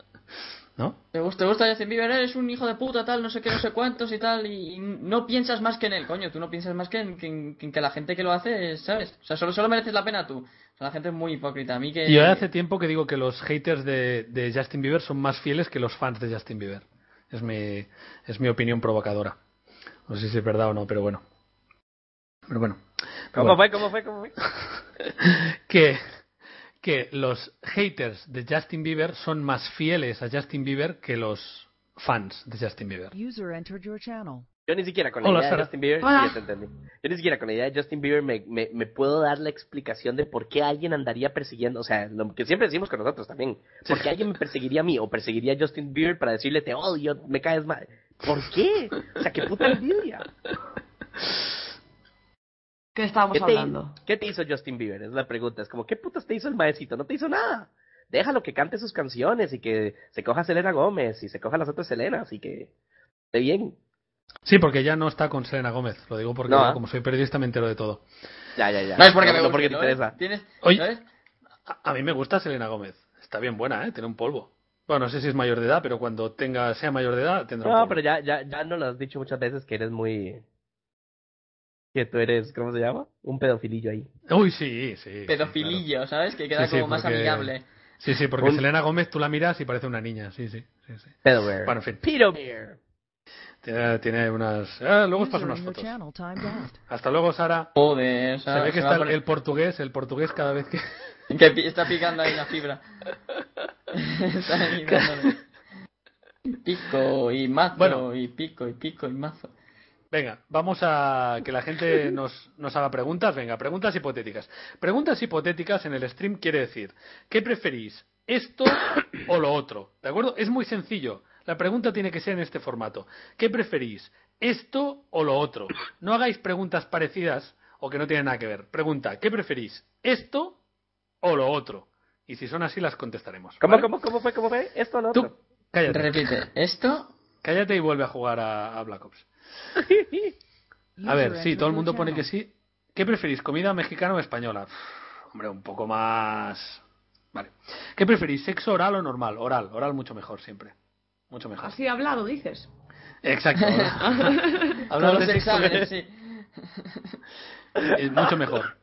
Speaker 1: ¿No?
Speaker 4: Te gusta, te gusta Justin Bieber, eres un hijo de puta, tal, no sé qué, no sé cuántos y tal, y, y no piensas más que en él, coño, tú no piensas más que en, que en- que en que la gente que lo hace, ¿sabes? O sea, solo, solo mereces la pena tú. O sea, la gente es muy hipócrita, a mí que...
Speaker 1: Y
Speaker 3: Eh,
Speaker 1: yo hace tiempo que digo que los haters de, de Justin Bieber son más fieles que los fans de Justin Bieber. Es mi, es mi opinión provocadora. No sé si es verdad o no, pero bueno. Pero bueno. Pero
Speaker 3: ¿Cómo
Speaker 1: bueno.
Speaker 3: fue? ¿Cómo fue? ¿Cómo fue?
Speaker 1: que, que los haters de Justin Bieber son más fieles a Justin Bieber que los fans de Justin Bieber.
Speaker 6: User entered your channel.
Speaker 3: Yo ni siquiera con la
Speaker 1: Hola,
Speaker 3: idea
Speaker 1: Sara.
Speaker 3: de Justin Bieber, sí,
Speaker 2: Hola.
Speaker 3: ya te entendí. Yo ni siquiera con la idea de Justin Bieber me, me, me puedo dar la explicación de por qué alguien andaría persiguiendo, o sea, lo que siempre decimos con nosotros también, por qué alguien me perseguiría a mí o perseguiría a Justin Bieber para decirle te odio, me caes mal. ¿Por qué? O sea, qué puta envidia.
Speaker 2: ¿Qué estábamos
Speaker 3: ¿Qué te,
Speaker 2: hablando?
Speaker 3: qué te hizo Justin Bieber? Es la pregunta. Es como, ¿qué putas te hizo el maecito? No te hizo nada. Déjalo que cante sus canciones y que se coja a Selena Gómez y se coja a las otras Selenas y que esté bien.
Speaker 1: Sí, porque ya no está con Selena Gómez. Lo digo porque
Speaker 3: No,
Speaker 1: yo,
Speaker 3: ¿eh?
Speaker 1: como soy periodista me entero de todo.
Speaker 3: Ya, ya, ya.
Speaker 4: No es porque me eh.
Speaker 3: no
Speaker 4: guste,
Speaker 3: porque te
Speaker 4: ¿no?
Speaker 3: interesa.
Speaker 4: Tienes...
Speaker 1: Oye.
Speaker 4: ¿sabes?
Speaker 1: A, a mí me gusta Selena Gómez. Está bien buena, ¿eh? Tiene un polvo. Bueno, no sé si es mayor de edad, pero cuando tenga sea mayor de edad tendrá un
Speaker 3: No, pues
Speaker 1: polvo.
Speaker 3: pero ya, ya, ya nos lo has dicho muchas veces que eres muy. Que tú eres, ¿cómo se llama? Un pedofilillo ahí.
Speaker 1: Uy, sí, sí. sí,
Speaker 4: pedofilillo, ¿sabes? Que queda
Speaker 1: Sí, sí,
Speaker 4: como más
Speaker 1: porque-
Speaker 4: amigable.
Speaker 1: Sí, sí, porque
Speaker 3: Un-
Speaker 1: Selena Gómez tú la miras y parece una niña, sí, sí. sí, sí.
Speaker 3: Pedobear.
Speaker 1: Bueno, en fin,
Speaker 3: Pedobear.
Speaker 1: tiene, tiene unas... ah, luego os
Speaker 6: User
Speaker 1: paso unas
Speaker 6: in your
Speaker 1: fotos.
Speaker 6: channel timed out.
Speaker 1: Hasta luego, Sara.
Speaker 4: Joder,
Speaker 1: Se ve que
Speaker 4: va a
Speaker 1: está el,
Speaker 4: poner-
Speaker 1: el portugués, el portugués cada vez que...
Speaker 4: que pi- está picando ahí la fibra. está ahí dándole. Pico y mazo,
Speaker 1: Bueno.
Speaker 4: y pico, y pico, y mazo.
Speaker 1: Venga, vamos a que la gente nos, nos haga preguntas. Venga, preguntas hipotéticas. Preguntas hipotéticas en el stream quiere decir, ¿qué preferís? ¿Esto o lo otro? ¿De acuerdo? Es muy sencillo. La pregunta tiene que ser en este formato. ¿Qué preferís? ¿Esto o lo otro? No hagáis preguntas parecidas o que no tienen nada que ver. Pregunta, ¿qué preferís? ¿Esto o lo otro? Y si son así, las contestaremos.
Speaker 3: ¿Cómo,
Speaker 1: ¿vale?
Speaker 3: cómo, cómo fue? ¿Cómo fue? Esto no.
Speaker 1: Tú, cállate.
Speaker 4: Repite, esto
Speaker 1: Cállate y vuelve a jugar a, a Black Ops. A
Speaker 6: User
Speaker 1: ver, sí,
Speaker 6: entered
Speaker 1: todo el
Speaker 6: your
Speaker 1: mundo pone
Speaker 6: channel.
Speaker 1: que sí. ¿Qué preferís, comida mexicana o española? Uf, hombre, un poco más. Vale. ¿Qué preferís, sexo oral o normal? Oral, oral mucho mejor siempre. Mucho
Speaker 2: Ah,
Speaker 1: mejor.
Speaker 7: Así hablado, dices.
Speaker 1: Exacto.
Speaker 4: con
Speaker 1: Hablar de
Speaker 4: los
Speaker 1: sexo
Speaker 4: exámenes, sí.
Speaker 1: es mucho mejor.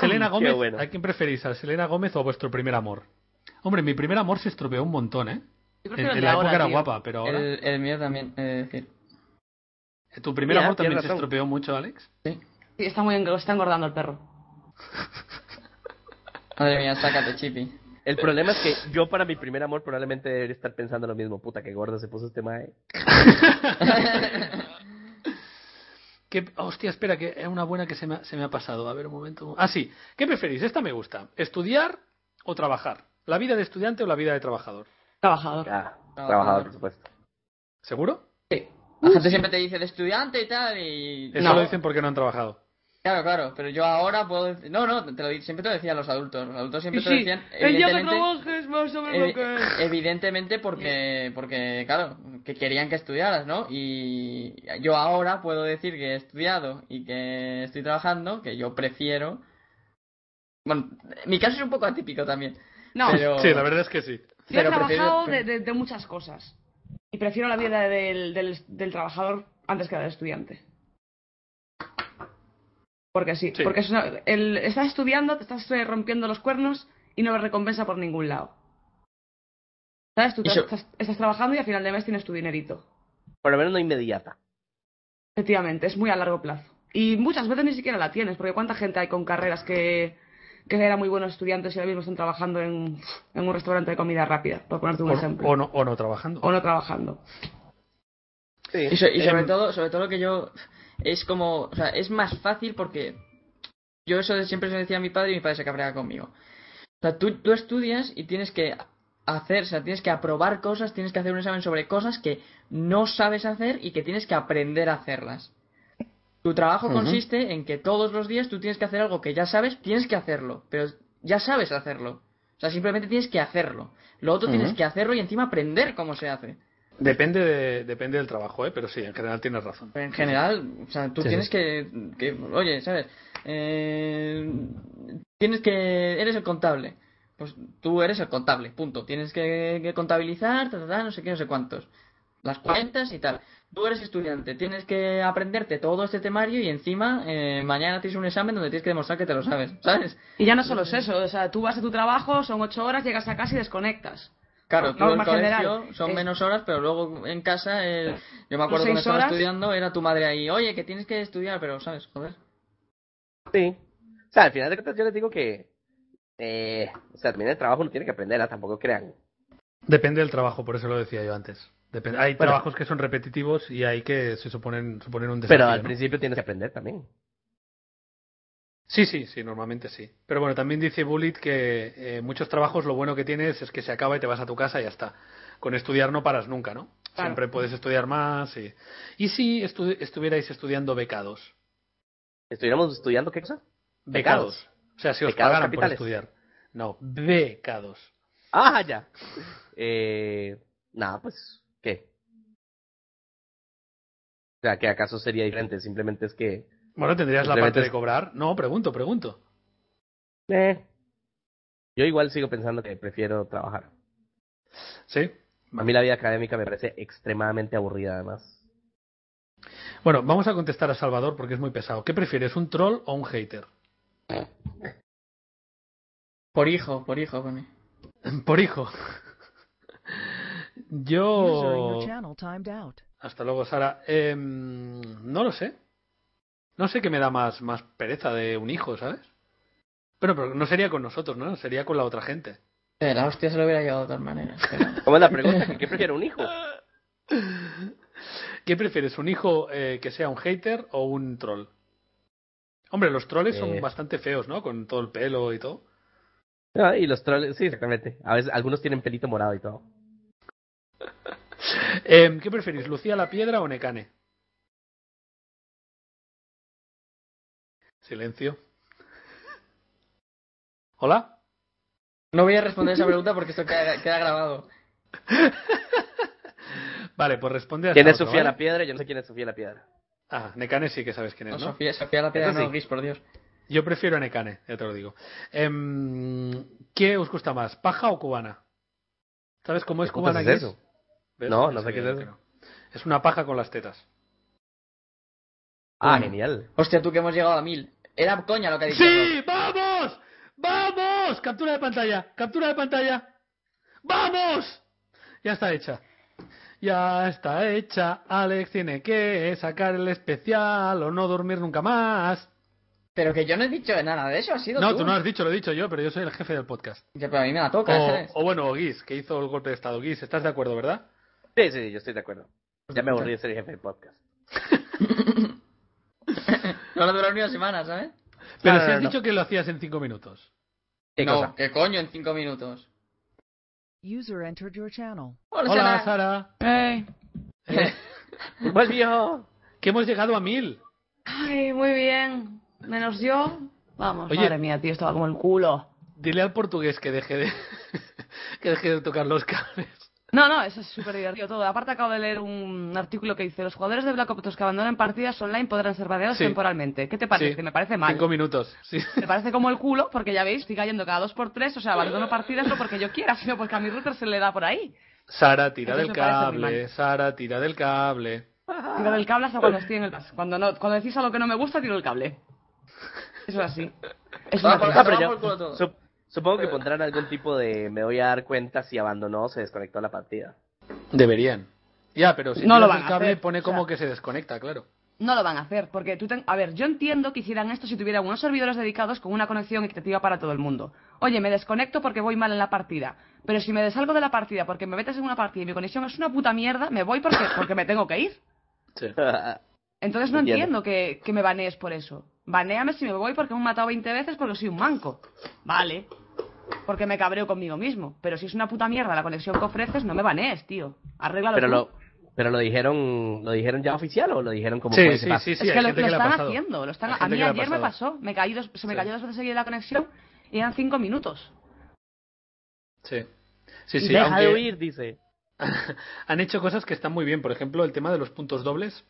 Speaker 1: Selena
Speaker 3: Qué
Speaker 1: Gómez,
Speaker 3: bueno.
Speaker 1: ¿a quién preferís? ¿A Selena Gómez o a vuestro primer amor? Hombre, mi primer amor se estropeó un montón, ¿eh? En,
Speaker 2: Yo prefiero el
Speaker 1: en
Speaker 2: de
Speaker 1: la
Speaker 2: ahora, Mm.
Speaker 1: época era
Speaker 2: tío.
Speaker 1: guapa, pero ahora.
Speaker 4: El, el mío también, eh, decir.
Speaker 1: ¿Tu primer
Speaker 3: Ya,
Speaker 1: amor
Speaker 3: tienes
Speaker 1: también se
Speaker 3: razón.
Speaker 1: estropeó mucho, Alex?
Speaker 2: Sí, está muy engor- está engordando el perro.
Speaker 4: Madre mía, sácate, Chipi.
Speaker 3: El problema es que yo para mi primer amor probablemente debería estar pensando lo mismo. Puta, que gorda se puso este mae.
Speaker 1: ¿Qué- hostia, espera, que es una buena que se me, ha, se me ha pasado. A ver, un momento. Ah, sí. ¿Qué preferís? Esta me gusta. ¿Estudiar o trabajar? ¿La vida de estudiante o la vida de trabajador?
Speaker 2: Trabajador.
Speaker 3: Ah, trabajador, por supuesto.
Speaker 1: ¿Seguro?
Speaker 4: La gente siempre te dice el estudiante y tal, y.
Speaker 1: Eso lo dicen porque no han trabajado.
Speaker 4: Claro, claro, pero yo ahora puedo decir. No, no, te lo di- siempre te lo decían los adultos. Los adultos siempre
Speaker 2: Y
Speaker 4: te lo
Speaker 2: sí,
Speaker 4: decían.
Speaker 2: el día que
Speaker 4: evidentemente-
Speaker 2: trabajes vas a ver lo que es.
Speaker 4: Evi- Evidentemente porque, porque, claro, que querían que estudiaras, ¿no? Y yo ahora puedo decir que he estudiado y que estoy trabajando, que yo prefiero... Bueno, mi caso es un poco atípico también.
Speaker 2: No,
Speaker 4: pero,
Speaker 1: Sí, la verdad es que sí.
Speaker 2: yo he
Speaker 4: pero prefiero-
Speaker 2: trabajado de, de- de muchas cosas. Y prefiero la vida del, del- del trabajador antes que la del estudiante. Porque sí,
Speaker 1: Sí.
Speaker 2: porque es una- el, estás estudiando, te estás eh, rompiendo los cuernos y no ves recompensa por ningún lado. ¿Sabes? Tú
Speaker 4: Y
Speaker 2: te-
Speaker 4: so-
Speaker 2: estás, estás trabajando y al final de mes tienes tu dinerito.
Speaker 3: Por lo menos no inmediata.
Speaker 2: Efectivamente, es muy a largo plazo. Y muchas veces ni siquiera la tienes, porque cuánta gente hay con carreras que, que eran muy buenos estudiantes y ahora mismo están trabajando en, en un restaurante de comida rápida, por ponerte un
Speaker 1: O,
Speaker 2: ejemplo.
Speaker 1: o no, o no trabajando.
Speaker 2: o no trabajando.
Speaker 3: Sí.
Speaker 4: Y, so- y sobre
Speaker 3: Em,
Speaker 4: todo, sobre todo lo que yo es como, o sea, es más fácil porque yo eso de- siempre se lo decía a mi padre y mi padre se cabreaba conmigo. O sea, tú, tú estudias y tienes que hacer, o sea, tienes que aprobar cosas, tienes que hacer un examen sobre cosas que no sabes hacer y que tienes que aprender a hacerlas. Tu trabajo consiste en que todos los días tú tienes que hacer algo que ya sabes, tienes que hacerlo, pero ya sabes hacerlo. O sea, simplemente tienes que hacerlo. Lo otro tienes que hacerlo y encima aprender cómo se hace.
Speaker 1: Depende, de- depende del trabajo, ¿eh? pero sí, en general tienes razón.
Speaker 4: En general, o sea, tú
Speaker 1: Sí,
Speaker 4: tienes
Speaker 1: sí.
Speaker 4: que, que, oye, ¿sabes? Eh, tienes que, eres el contable. Pues tú eres el contable, punto. Tienes que, que contabilizar, ta, ta, ta, no sé qué, no sé cuántos. Las cuentas y tal. Tú eres estudiante, tienes que aprenderte todo este temario y encima eh, mañana tienes un examen donde tienes que demostrar que te lo sabes, ¿sabes?
Speaker 2: Y ya no solo es eso, o sea, tú vas a tu trabajo, son ocho horas, llegas a casa y desconectas.
Speaker 4: Claro, tú en
Speaker 2: Norma
Speaker 4: el colegio
Speaker 2: general,
Speaker 4: son
Speaker 2: es-
Speaker 4: menos horas, pero luego en casa, eh, yo me acuerdo
Speaker 2: seis
Speaker 4: cuando estaba
Speaker 2: horas-
Speaker 4: estudiando, era tu madre ahí, oye, que tienes que estudiar, pero, ¿sabes? Joder.
Speaker 3: Sí. O sea, al final de cuentas yo les digo que... Eh, o sea, también el trabajo no tiene que aprenderla, tampoco crean.
Speaker 1: Depende del trabajo, por eso lo decía yo antes. Depen- hay
Speaker 3: Bueno.
Speaker 1: trabajos que son repetitivos y hay que se suponen, suponen un desafío.
Speaker 3: Pero al
Speaker 1: ¿no?
Speaker 3: principio tienes que aprender también.
Speaker 1: Sí, sí, sí, normalmente sí. Pero bueno, también dice Bullet que eh, muchos trabajos lo bueno que tienes es que se acaba y te vas a tu casa y ya está. Con estudiar no paras nunca, ¿no?
Speaker 2: Claro.
Speaker 1: Siempre puedes estudiar más. Y, ¿Y si estu- estuvierais estudiando becados?
Speaker 3: ¿Estuviéramos estudiando qué cosa?
Speaker 1: Becados.
Speaker 3: Becados.
Speaker 1: O sea, si os
Speaker 3: Becados
Speaker 1: pagaran
Speaker 3: capitales.
Speaker 1: por estudiar. No, becados.
Speaker 3: Ah, ya. Eh, nada, pues, ¿qué? O sea, que acaso sería diferente, simplemente es que...
Speaker 1: Bueno, tendrías la
Speaker 3: Simplemente
Speaker 1: parte de
Speaker 3: es-
Speaker 1: cobrar. No, pregunto, pregunto.
Speaker 3: Eh, yo igual sigo pensando que prefiero trabajar.
Speaker 1: Sí.
Speaker 3: A mí la vida académica me parece extremadamente aburrida, además.
Speaker 1: Bueno, vamos a contestar a Salvador porque es muy pesado. ¿Qué prefieres, un troll o un hater?
Speaker 4: Por hijo, por hijo, pone.
Speaker 1: Por hijo.
Speaker 6: User in
Speaker 1: Yo.
Speaker 6: your channel timed out.
Speaker 1: Hasta luego, Sara. Em, no lo sé. No sé qué me da más, más pereza de un hijo, ¿sabes? Pero, pero no sería con nosotros, ¿no? Sería con la otra gente.
Speaker 4: Eh, La hostia se lo hubiera llevado de todas maneras. pero-
Speaker 3: ¿Cómo es la pregunta? ¿Que ¿Qué prefiere un hijo?
Speaker 1: ¿Qué prefieres, un hijo eh, que sea un hater o un troll? Hombre, los troles son
Speaker 3: Eh.
Speaker 1: bastante feos, ¿no? Con todo el pelo y todo.
Speaker 3: Ah, y los troles, sí, exactamente. A veces algunos tienen pelito morado y todo.
Speaker 1: Em, ¿Qué preferís, Lucía la Piedra o Nekane? Silencio. ¿Hola?
Speaker 4: No voy a responder esa pregunta porque esto queda, queda grabado.
Speaker 1: Vale, pues responde a
Speaker 3: ¿Quién
Speaker 1: esta
Speaker 3: es
Speaker 1: otra,
Speaker 3: Sofía
Speaker 1: ¿vale?
Speaker 3: la Piedra? Yo no sé quién es Sofía la Piedra.
Speaker 1: Ah, Nekane sí que sabes quién
Speaker 4: No,
Speaker 1: es, ¿no?
Speaker 4: Oh, Sofía, Sofía la piedra
Speaker 3: Eso
Speaker 4: no
Speaker 3: sí.
Speaker 4: gris, por Dios.
Speaker 1: Yo prefiero a Nekane, ya te lo digo. Em, ¿Qué os gusta más, paja o cubana? ¿Sabes cómo es
Speaker 3: ¿Qué putas
Speaker 1: cubana?
Speaker 3: es
Speaker 1: Guis?
Speaker 3: eso?
Speaker 1: ¿Ves?
Speaker 3: No, no sé qué es
Speaker 1: evidente
Speaker 3: eso.
Speaker 1: que no. Es una paja con las tetas.
Speaker 3: Ah,
Speaker 4: Bueno.
Speaker 3: genial.
Speaker 4: Hostia, tú que hemos llegado a mil. Era coña lo que ha dicho.
Speaker 1: ¡Sí! ¡Vamos! ¡Vamos! Captura de pantalla, captura de pantalla. ¡Vamos! Ya está hecha. Ya está hecha. Alex tiene que sacar el especial o no dormir nunca más.
Speaker 4: Pero que yo no he dicho nada de eso, ha sido
Speaker 1: No,
Speaker 4: tú.
Speaker 1: tú no lo has Oh. dicho, lo he dicho yo, pero yo soy el jefe del podcast.
Speaker 4: Ya, pero a mí me la toca, ¿sabes?
Speaker 1: O, o bueno, Guis, que hizo el golpe de estado. Guis, ¿estás de acuerdo, verdad?
Speaker 3: Sí, sí, yo estoy de acuerdo. Ya me aburrí de ser jefe de podcast.
Speaker 4: No lo duró ni una semana, ¿sabes?
Speaker 1: Pero
Speaker 3: No, no,
Speaker 1: si
Speaker 3: no,
Speaker 1: has
Speaker 3: no.
Speaker 1: dicho que lo hacías en cinco minutos.
Speaker 3: ¿Qué
Speaker 4: no,
Speaker 3: cosa?
Speaker 4: ¿qué coño en cinco minutos?
Speaker 6: User entered your channel.
Speaker 4: Hola,
Speaker 1: Hola,
Speaker 4: Sara.
Speaker 1: Sara. Eh,
Speaker 3: Pues viejo.
Speaker 1: que hemos llegado a mil.
Speaker 2: Ay, muy bien. Menos yo. Vamos,
Speaker 1: Oye.
Speaker 2: madre mía, tío, estaba como el culo.
Speaker 1: Dile al portugués que deje de que deje de tocar los cables.
Speaker 2: No, no, eso es súper divertido todo. Aparte acabo de leer un artículo que dice los jugadores de Black Ops 2 que abandonan partidas online podrán ser baneados
Speaker 1: Sí.
Speaker 2: temporalmente. ¿Qué te parece?
Speaker 1: Sí.
Speaker 2: Me parece mal.
Speaker 1: Cinco minutos. Sí.
Speaker 2: Me parece como el culo, porque ya veis, estoy cayendo cada dos por tres, o sea, abandono partidas no porque yo quiera, sino porque a mi router se le da por ahí.
Speaker 1: Sara, tira
Speaker 2: Eso
Speaker 1: del
Speaker 2: me parece muy
Speaker 1: cable.
Speaker 2: mal.
Speaker 1: Sara, tira del cable.
Speaker 2: Tiro del cable hasta cuando estoy en el pas. Cuando, no, cuando decís algo que no me gusta, tiro el cable. Eso es así. Es
Speaker 4: Va
Speaker 2: una
Speaker 4: por-
Speaker 2: cosa.
Speaker 3: Ah, pero
Speaker 4: Toma
Speaker 3: ya-
Speaker 4: por culo todo.
Speaker 3: sup- supongo que pondrán algún tipo de me voy a dar cuenta si abandonó o se desconectó la partida.
Speaker 1: Deberían. Ya, pero si
Speaker 2: No
Speaker 1: tiras
Speaker 2: lo van
Speaker 1: el
Speaker 2: a
Speaker 1: cable
Speaker 2: hacer,
Speaker 1: pone
Speaker 2: o sea.
Speaker 1: como que se desconecta, claro.
Speaker 2: No lo van a hacer, porque tú ten- A ver, yo entiendo que hicieran esto si tuvieran unos servidores dedicados con una conexión equitativa para todo el mundo. Oye, me desconecto porque voy mal en la partida. Pero si me desalgo de la partida porque me metes en una partida y mi conexión es una puta mierda, me voy porque, porque me tengo que ir. Entonces no
Speaker 3: Entiendo.
Speaker 2: entiendo que, que me banees por eso. Baneame si me voy porque me han matado 20 veces porque soy un manco. Vale. Porque me cabreo conmigo mismo. Pero si es una puta mierda la conexión que ofreces, no me banees, tío. Arréglalo
Speaker 3: Pero
Speaker 2: tú.
Speaker 3: lo, pero lo dijeron, lo dijeron ya oficial o lo dijeron como
Speaker 1: Sí,
Speaker 3: fue,
Speaker 1: sí,
Speaker 3: ¿qué pasa?
Speaker 1: sí, sí.
Speaker 2: es que
Speaker 1: hay
Speaker 2: lo,
Speaker 1: gente
Speaker 2: lo
Speaker 1: que le ha
Speaker 2: están
Speaker 1: pasado.
Speaker 2: haciendo, lo están,
Speaker 1: Hay
Speaker 2: a
Speaker 1: gente
Speaker 2: mí
Speaker 1: que le ha
Speaker 2: ayer me
Speaker 1: pasado.
Speaker 2: pasó, me caí dos- se me
Speaker 1: Sí.
Speaker 2: cayó dos veces seguidas la conexión y eran cinco minutos.
Speaker 1: Sí. Sí, sí,
Speaker 3: Deja
Speaker 1: aunque
Speaker 3: de huir, dice.
Speaker 1: han hecho cosas que están muy bien. Por ejemplo, el tema de los puntos dobles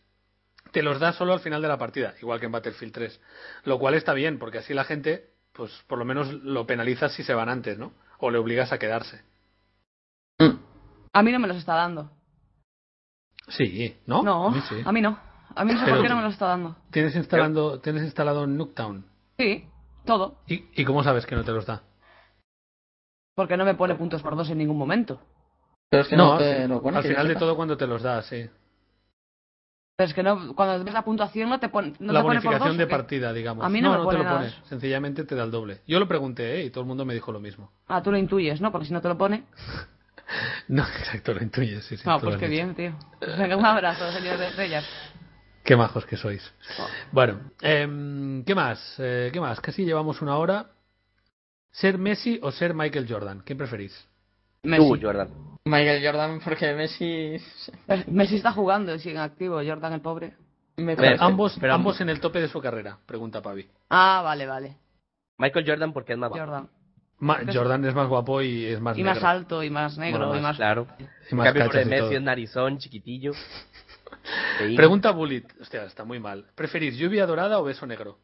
Speaker 1: te los da solo al final de la partida, igual que en Battlefield 3. Lo cual está bien, porque así la gente, pues por lo menos lo penalizas si se van antes, ¿no? O le obligas a quedarse.
Speaker 2: A mí no me los está dando.
Speaker 1: Sí, ¿no?
Speaker 2: No,
Speaker 1: A mí sí.
Speaker 2: a mí no. A mí no sé
Speaker 1: Pero-
Speaker 2: por qué no me los está dando.
Speaker 1: Tienes instalando, tienes instalado Nuketown.
Speaker 2: Sí, todo.
Speaker 1: ¿Y, ¿Y cómo sabes que no te los da?
Speaker 2: Porque no me pone puntos por dos en ningún momento.
Speaker 4: Pero es que no, te
Speaker 1: al,
Speaker 4: lo pones,
Speaker 1: al
Speaker 4: que yo
Speaker 1: final de
Speaker 4: sepa.
Speaker 1: todo cuando te los da, sí.
Speaker 2: Pero es que no, cuando ves la puntuación no te, pon- no
Speaker 1: la
Speaker 2: te pone por dos.
Speaker 1: bonificación de
Speaker 2: ¿o qué?
Speaker 1: partida, digamos.
Speaker 2: A mí no me
Speaker 1: te
Speaker 2: pone
Speaker 1: lo
Speaker 2: nada
Speaker 1: pone.
Speaker 2: eso.
Speaker 1: Sencillamente te da el doble. Yo lo pregunté, ¿eh? Y todo el mundo me dijo lo mismo.
Speaker 2: Ah, tú lo intuyes, ¿no? Porque si no te lo pone.
Speaker 1: No, exacto, lo intuyes, sí, sí.
Speaker 2: Ah,
Speaker 1: tú lo
Speaker 2: pues
Speaker 1: has
Speaker 2: qué
Speaker 1: dicho.
Speaker 2: bien, tío. Venga, un abrazo, señor de estrellas.
Speaker 1: Qué majos que sois.
Speaker 2: Oh.
Speaker 1: Bueno, em, ¿qué más? Eh, ¿Qué más? Casi llevamos una hora. ¿Ser Messi o ser Michael Jordan? ¿Quién preferís?
Speaker 3: Tú,
Speaker 2: Messi.
Speaker 3: Jordan.
Speaker 4: Michael Jordan, porque Messi.
Speaker 2: Pues, Messi está jugando y sigue en activo, Jordan el pobre.
Speaker 4: Me
Speaker 3: Pero-
Speaker 4: parece-
Speaker 1: ambos,
Speaker 3: pero-
Speaker 1: ambos en el tope de su carrera, pregunta Pavi.
Speaker 2: Ah, vale, vale.
Speaker 3: Michael Jordan porque es más guapo.
Speaker 2: Jordan.
Speaker 1: Ma-
Speaker 2: Pero-
Speaker 1: Jordan es más guapo y es más
Speaker 2: Y
Speaker 1: negro.
Speaker 2: más alto, y más negro,
Speaker 1: Mola
Speaker 2: y
Speaker 1: más,
Speaker 2: más...
Speaker 3: pues, Claro.
Speaker 1: y
Speaker 3: En
Speaker 1: más
Speaker 3: cambio,
Speaker 1: cachas
Speaker 3: pobre
Speaker 1: y
Speaker 3: Messi
Speaker 1: todo.
Speaker 3: es narizón, chiquitillo. Sí.
Speaker 1: Pregunta Bullet. Hostia, está muy mal. ¿Preferís lluvia dorada o beso negro?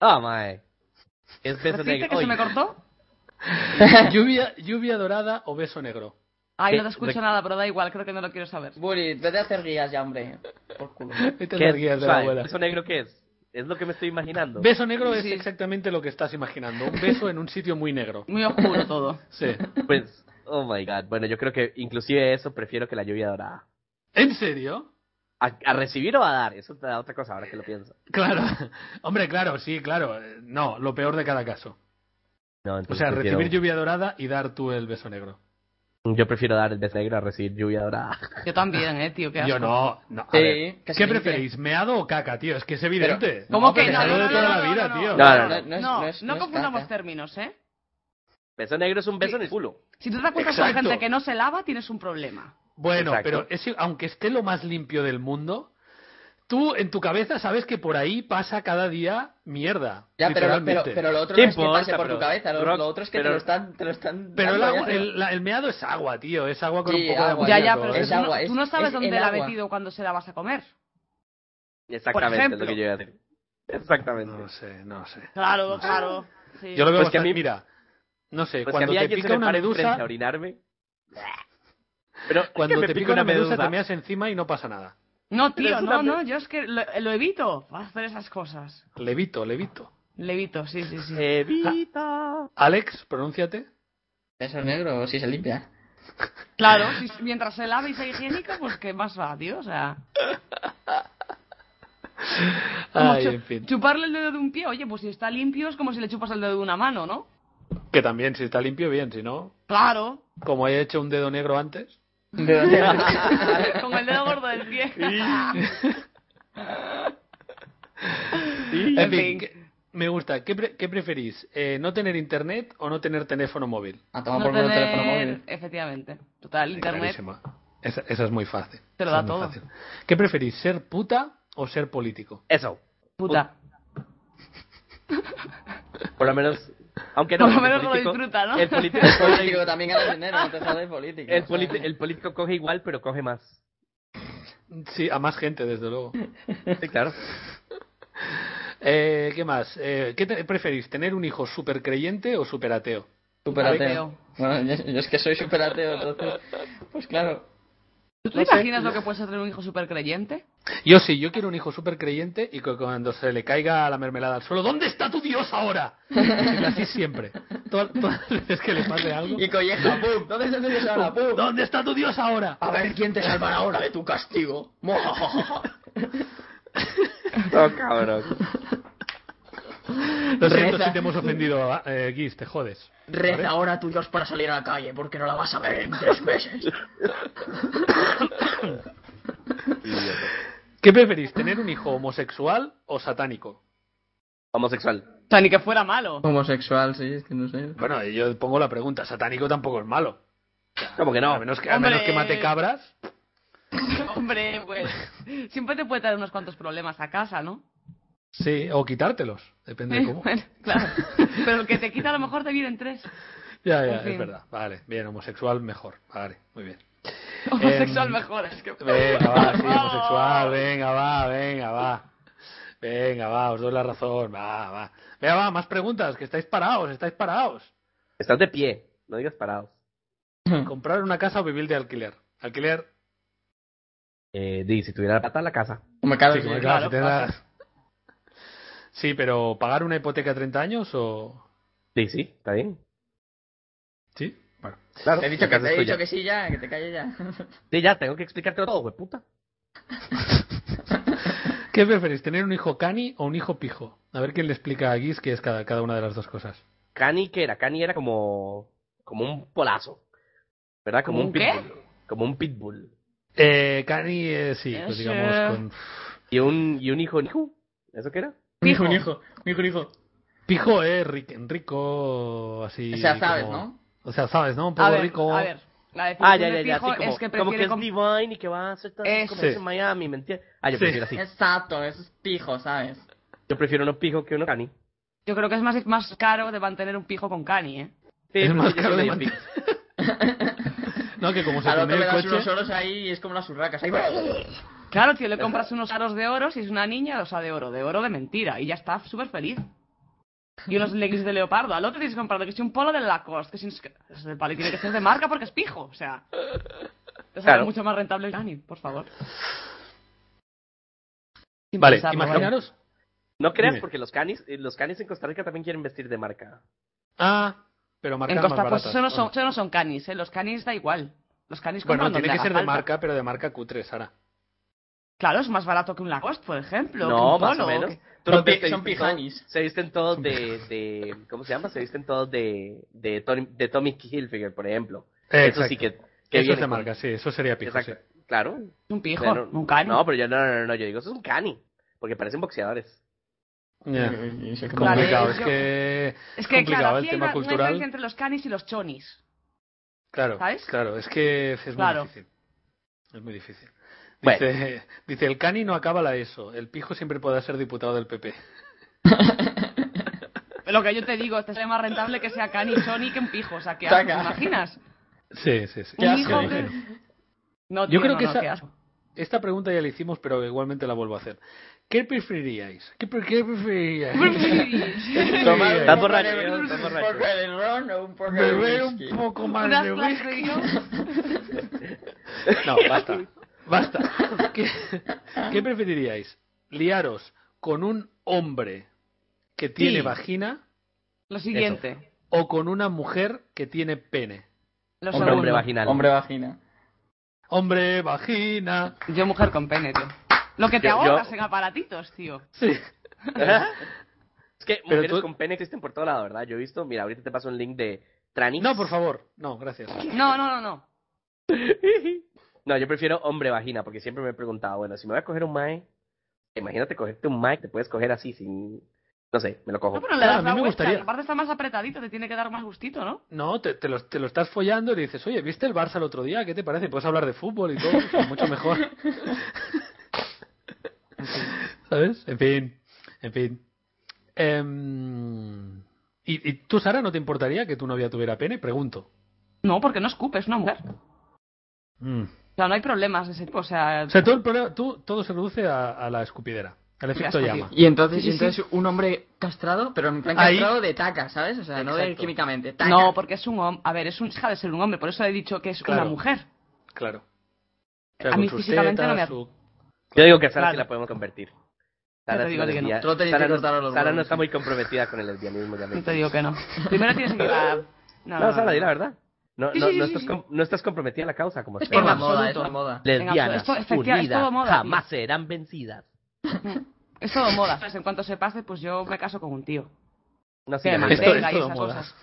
Speaker 3: Ah, mae. Es beso
Speaker 2: ¿Repite
Speaker 3: negro.
Speaker 2: que se me
Speaker 3: Oye,
Speaker 2: cortó?
Speaker 1: ¿Lluvia, lluvia dorada o beso negro?
Speaker 2: Ay, no
Speaker 3: Eh,
Speaker 2: te escucho
Speaker 3: rec-
Speaker 2: nada, pero da igual, creo que no lo quiero saber.
Speaker 4: Bully, vete a hacer guías ya, hombre. Por culo.
Speaker 1: Vete a
Speaker 3: ¿qué
Speaker 1: las
Speaker 3: es?
Speaker 1: guías de la
Speaker 3: Suave,
Speaker 1: abuela.
Speaker 3: ¿Beso negro qué es? Es lo que me estoy imaginando.
Speaker 1: Beso negro es
Speaker 2: Sí.
Speaker 1: exactamente lo que estás imaginando. Un beso en un sitio muy negro.
Speaker 2: Muy oscuro todo.
Speaker 1: Sí.
Speaker 3: Pues, oh my god. Bueno, yo creo que inclusive eso prefiero que la lluvia dorada.
Speaker 1: ¿En serio?
Speaker 3: A, a recibir o a dar, eso te da otra cosa ahora que lo pienso.
Speaker 1: Claro. Hombre, claro, sí, claro. Eh, No, lo peor de cada caso.
Speaker 3: No,
Speaker 1: O
Speaker 2: Pues
Speaker 3: entonces
Speaker 1: sea,
Speaker 3: prefiero-
Speaker 1: recibir lluvia dorada y dar tú el beso negro.
Speaker 3: Yo prefiero dar el beso negro a recibir lluvia dorada.
Speaker 2: Yo también, eh, tío, qué asco. Eh,
Speaker 1: Yo no, no. a
Speaker 4: Sí,
Speaker 1: ver,
Speaker 4: que se
Speaker 1: ¿Qué
Speaker 4: limpie.
Speaker 1: preferís, meado o caca, tío? Es que es evidente.
Speaker 2: ¿Cómo
Speaker 1: No,
Speaker 2: que
Speaker 1: pero
Speaker 2: no?
Speaker 1: salió
Speaker 2: No,
Speaker 1: de
Speaker 2: no,
Speaker 1: toda
Speaker 2: no,
Speaker 1: la
Speaker 2: no,
Speaker 1: vida,
Speaker 2: no,
Speaker 1: tío.
Speaker 2: no.
Speaker 3: No, no, no.
Speaker 4: es-
Speaker 2: No,
Speaker 4: es-
Speaker 2: no
Speaker 4: es
Speaker 2: confundamos
Speaker 4: caca.
Speaker 2: términos, ¿eh?
Speaker 3: Beso negro es un beso en el culo.
Speaker 2: Si tú te acuerdas con
Speaker 1: Exacto.
Speaker 2: gente que no se lava, tienes un problema.
Speaker 1: Bueno,
Speaker 3: Exacto.
Speaker 1: pero es- aunque esté lo más limpio del mundo, tú en tu cabeza sabes que por ahí pasa cada día mierda.
Speaker 4: Ya, pero, pero,
Speaker 1: literalmente.
Speaker 4: pues, pero lo otro
Speaker 3: Sí,
Speaker 4: no es que
Speaker 3: importa,
Speaker 4: pase por
Speaker 3: pero-
Speaker 4: tu cabeza, lo,
Speaker 3: pero-
Speaker 4: lo otro es que
Speaker 3: pero-
Speaker 4: te lo están... Te lo están
Speaker 1: Pero el,
Speaker 4: dando
Speaker 1: agua-
Speaker 4: ya.
Speaker 1: el- la- el meado es agua, tío. Es agua con
Speaker 4: Sí,
Speaker 1: un poco
Speaker 4: agua.
Speaker 1: de
Speaker 2: Ya, ya,
Speaker 1: amoníaco,
Speaker 2: pero
Speaker 1: ¿eh?
Speaker 2: tú,
Speaker 4: es
Speaker 2: no-
Speaker 4: agua,
Speaker 2: tú no
Speaker 4: es-
Speaker 2: sabes
Speaker 4: es
Speaker 2: dónde
Speaker 4: el
Speaker 2: la ha
Speaker 4: agua.
Speaker 2: metido cuando se la vas a comer.
Speaker 3: Exactamente, es
Speaker 2: ejemplo.
Speaker 3: lo que yo iba a decir. Exactamente.
Speaker 1: No sé, no sé.
Speaker 2: Claro, claro. Sí.
Speaker 1: Yo lo veo
Speaker 3: Pues que a
Speaker 1: bastante-
Speaker 3: mí-
Speaker 1: Mira, no sé,
Speaker 3: Pues que a
Speaker 1: cuando
Speaker 3: mí
Speaker 1: te
Speaker 3: alguien se
Speaker 1: pica
Speaker 3: me
Speaker 1: una
Speaker 3: para enfrente a
Speaker 1: medusa,
Speaker 3: orinarme. Pero es que
Speaker 1: cuando
Speaker 3: me
Speaker 1: te pica una medusa te
Speaker 3: medusa
Speaker 1: meas encima y no pasa nada.
Speaker 2: No,
Speaker 3: Pero
Speaker 2: tío,
Speaker 3: eso
Speaker 2: no,
Speaker 3: también-
Speaker 2: no, yo es que lo, lo evito hacer esas cosas.
Speaker 1: Levito, levito.
Speaker 2: Lo evito, sí, sí, sí.
Speaker 3: Evita.
Speaker 1: Alex, pronúnciate.
Speaker 4: Eso es negro, si se limpia.
Speaker 2: Claro, si- mientras se lave y sea higiénico, pues qué más va, tío, o sea... como
Speaker 1: Ay,
Speaker 2: chu-
Speaker 1: en fin.
Speaker 2: Chuparle el dedo de un pie, oye, pues si está limpio es como si le chupas el dedo de una mano, ¿no?
Speaker 1: Que también, si está limpio, bien. Si no,
Speaker 2: Claro,
Speaker 1: como he hecho un dedo negro antes.
Speaker 2: con el dedo gordo del pie.
Speaker 1: En,
Speaker 2: En
Speaker 1: fin,
Speaker 2: fin.
Speaker 1: que- me gusta. ¿Qué, pre- qué preferís? Eh, ¿No tener internet o no tener teléfono móvil?
Speaker 4: A tomar
Speaker 2: No
Speaker 4: por culo el
Speaker 2: tener-
Speaker 4: teléfono móvil.
Speaker 2: Efectivamente. Total, internet.
Speaker 1: Clarísima. Esa, esa es muy fácil.
Speaker 2: Te lo
Speaker 1: Esa
Speaker 2: da
Speaker 1: es muy
Speaker 2: todo.
Speaker 1: fácil. ¿Qué preferís, ser puta o ser político?
Speaker 3: Eso.
Speaker 2: Puta.
Speaker 3: Por lo menos. Aunque no.
Speaker 2: Por lo
Speaker 3: porque
Speaker 2: menos
Speaker 3: el
Speaker 2: lo disfruta, ¿no?
Speaker 3: El político,
Speaker 4: El político también gana dinero, no te jodas el político.
Speaker 3: el,
Speaker 4: o sea.
Speaker 3: politi- el político coge igual, pero coge más.
Speaker 1: Sí, a más gente, desde luego.
Speaker 3: Sí, claro.
Speaker 1: Eh, ¿Qué más? Eh, ¿Qué te- preferís, tener un hijo súper creyente o súper ateo?
Speaker 4: Super
Speaker 2: Ateo.
Speaker 4: ateo. Bueno, yo, yo es que soy super ateo, entonces. Pues claro.
Speaker 2: ¿Tú te imaginas lo que puede ser tener un hijo súper creyente?
Speaker 1: Yo sí, yo quiero un hijo súper creyente y que cuando se le caiga la mermelada al suelo, ¿dónde está tu Dios ahora? Decirle así siempre. Todas, todas las veces que le pase algo.
Speaker 4: Y colleja, pum. ¿Dónde está el Dios ahora? Pum.
Speaker 1: ¿Dónde está tu Dios ahora?
Speaker 4: A ver quién te salvará ahora de tu castigo.
Speaker 3: No, cabrón.
Speaker 1: Lo siento
Speaker 4: Reza.
Speaker 1: si te hemos ofendido, eh, Guis, te jodes. ¿vale?
Speaker 4: Reza ahora a tu Dios para salir a la calle, porque no la vas a ver en tres meses.
Speaker 1: ¿Qué preferís, tener un hijo homosexual o satánico?
Speaker 3: Homosexual.
Speaker 2: O sea, ni que fuera malo.
Speaker 4: Homosexual, sí, es que no sé.
Speaker 1: Bueno, yo pongo la pregunta, satánico tampoco es malo.
Speaker 3: ¿Cómo que
Speaker 1: A
Speaker 3: no?
Speaker 1: menos que, a menos que
Speaker 2: Hombre.
Speaker 1: mate cabras.
Speaker 2: Hombre, pues. Siempre te puede traer unos cuantos problemas a casa, ¿no?
Speaker 1: Sí, o quitártelos, depende de cómo.
Speaker 2: Bueno, claro. Pero el que te quita a lo mejor te vienen tres.
Speaker 1: Ya, ya,
Speaker 2: En
Speaker 1: es
Speaker 2: fin.
Speaker 1: verdad. Vale, bien, homosexual mejor. Vale, muy bien.
Speaker 2: Homosexual
Speaker 1: Em,
Speaker 2: mejor, es que.
Speaker 1: Venga, va, sí, homosexual, venga, va, venga, va. Venga, va, os doy la razón, va, va. Venga, va, más preguntas, que estáis parados, estáis parados.
Speaker 3: Estás de pie. No digas parados.
Speaker 1: ¿Comprar una casa o vivir de alquiler? Alquiler,
Speaker 3: Eh, di, si tuviera la plata, la casa.
Speaker 4: Me cago
Speaker 1: sí,
Speaker 4: en
Speaker 1: claro,
Speaker 4: Dios.
Speaker 1: si te das- Sí, pero ¿pagar una hipoteca a 30 años o...?
Speaker 3: Di, sí, está bien.
Speaker 1: Sí, bueno.
Speaker 3: Claro.
Speaker 4: Te he dicho
Speaker 3: la
Speaker 4: que,
Speaker 3: casa
Speaker 4: te
Speaker 3: es
Speaker 4: he dicho
Speaker 3: tuya.
Speaker 4: que sí ya, que te calles ya.
Speaker 3: Sí, ya, tengo que explicártelo todo, güey, puta.
Speaker 1: ¿Qué preferís, tener un hijo cani o un hijo pijo? A ver quién le explica a Guis qué es cada, cada una de las dos cosas.
Speaker 3: Cani, ¿qué era? Cani era como, como un polazo. ¿Verdad? Como
Speaker 2: ¿Como
Speaker 3: un
Speaker 2: un qué?
Speaker 3: pitbull. Como un pitbull.
Speaker 1: Eh, cani, eh, sí, pues
Speaker 2: Ese-
Speaker 1: digamos con...
Speaker 3: Y un, y un hijo, hijo. ¿Eso qué era?
Speaker 4: Un hijo, un hijo, un hijo, un hijo.
Speaker 1: Pijo es rico, rico, así...
Speaker 4: O sea, sabes,
Speaker 1: como-
Speaker 4: ¿no?
Speaker 1: O sea, sabes, ¿no? Un poco
Speaker 2: A ver,
Speaker 1: rico.
Speaker 2: a ver. La definición
Speaker 3: Ah, ya, ya,
Speaker 2: de
Speaker 3: ya.
Speaker 2: fijo
Speaker 3: Así como,
Speaker 2: es que
Speaker 3: como que
Speaker 2: prefiere
Speaker 3: es
Speaker 2: com-
Speaker 3: divine y que va a ser tan
Speaker 2: Eso.
Speaker 3: como es
Speaker 1: Sí.
Speaker 3: en Miami, ¿me entiendes? Ah, yo
Speaker 1: Sí.
Speaker 3: prefiero así.
Speaker 4: Exacto, es pijo, ¿sabes?
Speaker 3: Yo prefiero unos pijos que unos cani.
Speaker 2: Yo creo que es más, más caro de mantener un pijo con cani, ¿eh?
Speaker 3: Sí,
Speaker 1: es
Speaker 3: porque
Speaker 1: más
Speaker 3: yo
Speaker 1: caro
Speaker 3: soy
Speaker 1: de
Speaker 3: medio
Speaker 1: mantener. no, que como se
Speaker 4: Al
Speaker 1: pone
Speaker 4: otro le
Speaker 1: el
Speaker 4: das unos
Speaker 1: coche.
Speaker 4: oros ahí y es como las urracas. Ahí
Speaker 2: Claro, tío,
Speaker 3: Eh,
Speaker 2: le compras unos aros de oro si es una niña, o sea, de oro, de oro de mentira, y ya está súper feliz. Y unos leggings de leopardo, al otro tienes que comprarle que si un polo de Lacoste, que si un- es pues, el palo, y tiene que ser de marca porque es pijo, o sea. Es
Speaker 3: Claro.
Speaker 2: mucho más rentable el cani, por favor. Sin
Speaker 1: Vale,
Speaker 2: pensarlo,
Speaker 1: imaginaros,
Speaker 3: No creas
Speaker 1: Dime.
Speaker 3: porque los canis, eh, los canis en Costa Rica también quieren vestir de marca.
Speaker 1: Ah, pero marcas
Speaker 2: En Costa,
Speaker 1: más
Speaker 2: pues
Speaker 1: baratas.
Speaker 2: eso no, son,
Speaker 1: Bueno.
Speaker 2: eso no son canis, ¿eh? Los canis da igual. Los canis
Speaker 1: Bueno,
Speaker 2: compran
Speaker 1: tiene
Speaker 2: donde
Speaker 1: que
Speaker 2: haga
Speaker 1: ser de
Speaker 2: falta.
Speaker 1: marca, pero de marca cutre, Sara.
Speaker 2: Claro, es más barato que un Lacoste, por ejemplo. que
Speaker 3: no,
Speaker 2: un
Speaker 3: más o
Speaker 2: polo,
Speaker 3: menos.
Speaker 2: que-
Speaker 3: Tú los
Speaker 4: Son pi-
Speaker 3: ves, se
Speaker 4: son
Speaker 3: visten todos-
Speaker 4: pijanis.
Speaker 3: Se visten todos de, de ¿cómo se llama? Se visten todos de de, Tony- de Tommy Hilfiger, por ejemplo. Eso sí que, que
Speaker 1: Eso es
Speaker 3: viene
Speaker 1: de
Speaker 3: con-
Speaker 1: marca, sí, eso sería pijo,
Speaker 3: Exacto. Claro.
Speaker 2: Un pijo,
Speaker 3: Bueno,
Speaker 2: un cani.
Speaker 3: No, pero yo no, no, no, no, yo digo, eso es un cani, porque parecen boxeadores.
Speaker 1: sí. Ya.
Speaker 4: Y- y se compra-
Speaker 1: Complicado,
Speaker 2: Eh, Vale,
Speaker 1: es
Speaker 2: yo-
Speaker 1: que
Speaker 2: es que,
Speaker 1: complicado
Speaker 2: claro,
Speaker 1: el
Speaker 2: aquí hay
Speaker 1: tema
Speaker 2: una, una
Speaker 1: cultural.
Speaker 2: diferencia entre los canis y los chonis.
Speaker 1: Claro,
Speaker 2: ¿Sabes?
Speaker 1: claro, es que es muy
Speaker 2: Claro.
Speaker 1: difícil. Es muy difícil.
Speaker 3: Bueno.
Speaker 1: Dice, dice, el cani no acaba la ESO, el pijo siempre podrá ser diputado del PP.
Speaker 2: Lo que yo te digo, te sale más rentable que sea cani, choni que un pijo. O sea, ¿qué asco,
Speaker 4: Saca.
Speaker 2: ¿te imaginas?
Speaker 1: Sí, sí, sí.
Speaker 2: Un
Speaker 1: Sí,
Speaker 2: hijo
Speaker 1: sí,
Speaker 2: que-
Speaker 1: sí.
Speaker 2: No,
Speaker 1: Yo
Speaker 2: tío,
Speaker 1: creo
Speaker 2: no,
Speaker 1: que
Speaker 2: no,
Speaker 1: esa-
Speaker 2: qué asco.
Speaker 1: Esta pregunta ya la hicimos, pero igualmente la vuelvo a hacer. ¿Qué preferiríais? ¿Qué, pre- qué
Speaker 2: Pues
Speaker 1: preferiríais?
Speaker 3: Toma,
Speaker 1: Sí.
Speaker 3: estás borracho,
Speaker 4: Un
Speaker 3: estás borracho.
Speaker 4: poco de ron o un poco de
Speaker 1: ¿Beber un
Speaker 4: whisky.
Speaker 1: poco más
Speaker 2: Unas
Speaker 1: de
Speaker 2: clases
Speaker 1: whisky?
Speaker 2: de guión.
Speaker 1: No, basta. Basta. ¿Qué, qué preferiríais? ¿Liaros con un hombre que tiene
Speaker 2: Sí.
Speaker 1: vagina
Speaker 2: Lo siguiente.
Speaker 1: o con una mujer que tiene pene?
Speaker 2: Lo
Speaker 3: Hombre, hombre
Speaker 2: segundo.
Speaker 3: vaginal.
Speaker 4: Hombre vagina.
Speaker 1: Hombre, vagina.
Speaker 2: Yo mujer con pene, tío. Lo que te
Speaker 3: Yo- yo-
Speaker 2: ahorras en aparatitos, tío.
Speaker 1: Sí.
Speaker 3: Es que
Speaker 1: Pero
Speaker 3: mujeres
Speaker 1: tú-
Speaker 3: con pene existen por todo lado, ¿verdad? Yo he visto, mira, ahorita te paso un link de Tranis.
Speaker 1: No, por favor. No, gracias.
Speaker 2: No, no, no, no.
Speaker 3: No, yo prefiero hombre vagina, porque siempre me he preguntado, bueno, si me voy a coger un mae, imagínate cogerte un mae, que te puedes coger así sin... No sé, me lo cojo.
Speaker 2: No, pero le
Speaker 1: Claro,
Speaker 2: das
Speaker 1: a mí
Speaker 2: la
Speaker 1: me
Speaker 2: vuelta.
Speaker 1: gustaría.
Speaker 2: Aparte está más apretadito, te tiene que dar más gustito, ¿no?
Speaker 1: No, te, te lo, te lo estás follando y le dices, oye, ¿viste el Barça el otro día? ¿Qué te parece? Puedes hablar de fútbol y todo. o sea, mucho mejor. ¿Sabes? En fin. En fin. Em, ¿y, y tú, Sara, no te importaría que tu novia tuviera pene? Pregunto.
Speaker 2: No, porque no escupe, es una mujer.
Speaker 1: Mm.
Speaker 2: O sea, no hay problemas de ese tipo. O sea,
Speaker 1: O sea, todo, el problema- tú- todo se reduce a, a la escupidera. Al efecto
Speaker 2: Asco,
Speaker 1: llama.
Speaker 4: Y entonces,
Speaker 2: Sí, sí,
Speaker 4: entonces un hombre castrado, pero en plan
Speaker 1: Ahí.
Speaker 4: castrado de taca, ¿sabes? O sea, no de
Speaker 1: Exacto.
Speaker 4: químicamente. taca.
Speaker 2: no, porque es un hombre. A ver, es un, deja de ser un hombre, por eso he dicho que es
Speaker 1: Claro.
Speaker 2: una mujer.
Speaker 1: Claro. O sea,
Speaker 2: A
Speaker 1: con
Speaker 2: mí
Speaker 1: sus
Speaker 2: físicamente no me-
Speaker 1: su-
Speaker 3: Yo digo que a Sara
Speaker 2: Claro.
Speaker 3: sí la podemos convertir.
Speaker 2: Ya
Speaker 3: Sara,
Speaker 2: te
Speaker 3: sí
Speaker 2: digo
Speaker 3: no
Speaker 2: que no.
Speaker 3: lesbia-
Speaker 4: Solo tenéis que
Speaker 3: Sara no-
Speaker 4: cortaros los
Speaker 3: Sara no
Speaker 4: huevos.
Speaker 3: está muy comprometida con el lesbianismo. Ya me
Speaker 2: No te
Speaker 3: dijiste.
Speaker 2: digo que no. Primero tienes que ir a... No,
Speaker 3: No, Sara, di la verdad. No,
Speaker 2: Sí,
Speaker 3: no,
Speaker 2: sí,
Speaker 3: no
Speaker 2: sí,
Speaker 3: estás
Speaker 2: sí.
Speaker 3: com- no estás comprometida a la causa como
Speaker 2: Es
Speaker 4: Es
Speaker 3: sea.
Speaker 4: la
Speaker 2: En
Speaker 4: moda, es
Speaker 2: absoluto.
Speaker 4: la moda.
Speaker 2: En
Speaker 3: Lesbianas,
Speaker 2: absoluto, pues, esto- efectiva- es
Speaker 3: unidas,
Speaker 2: todo moda,
Speaker 3: jamás
Speaker 2: tío.
Speaker 3: serán vencidas.
Speaker 2: Es todo moda. ¿sabes? En cuanto se pase, pues yo me caso con un tío.
Speaker 3: No, sí,
Speaker 2: Que me
Speaker 3: la
Speaker 1: Esto-
Speaker 3: verdad.
Speaker 2: mantenga y
Speaker 1: esto
Speaker 2: esas
Speaker 1: no mola.
Speaker 2: cosas.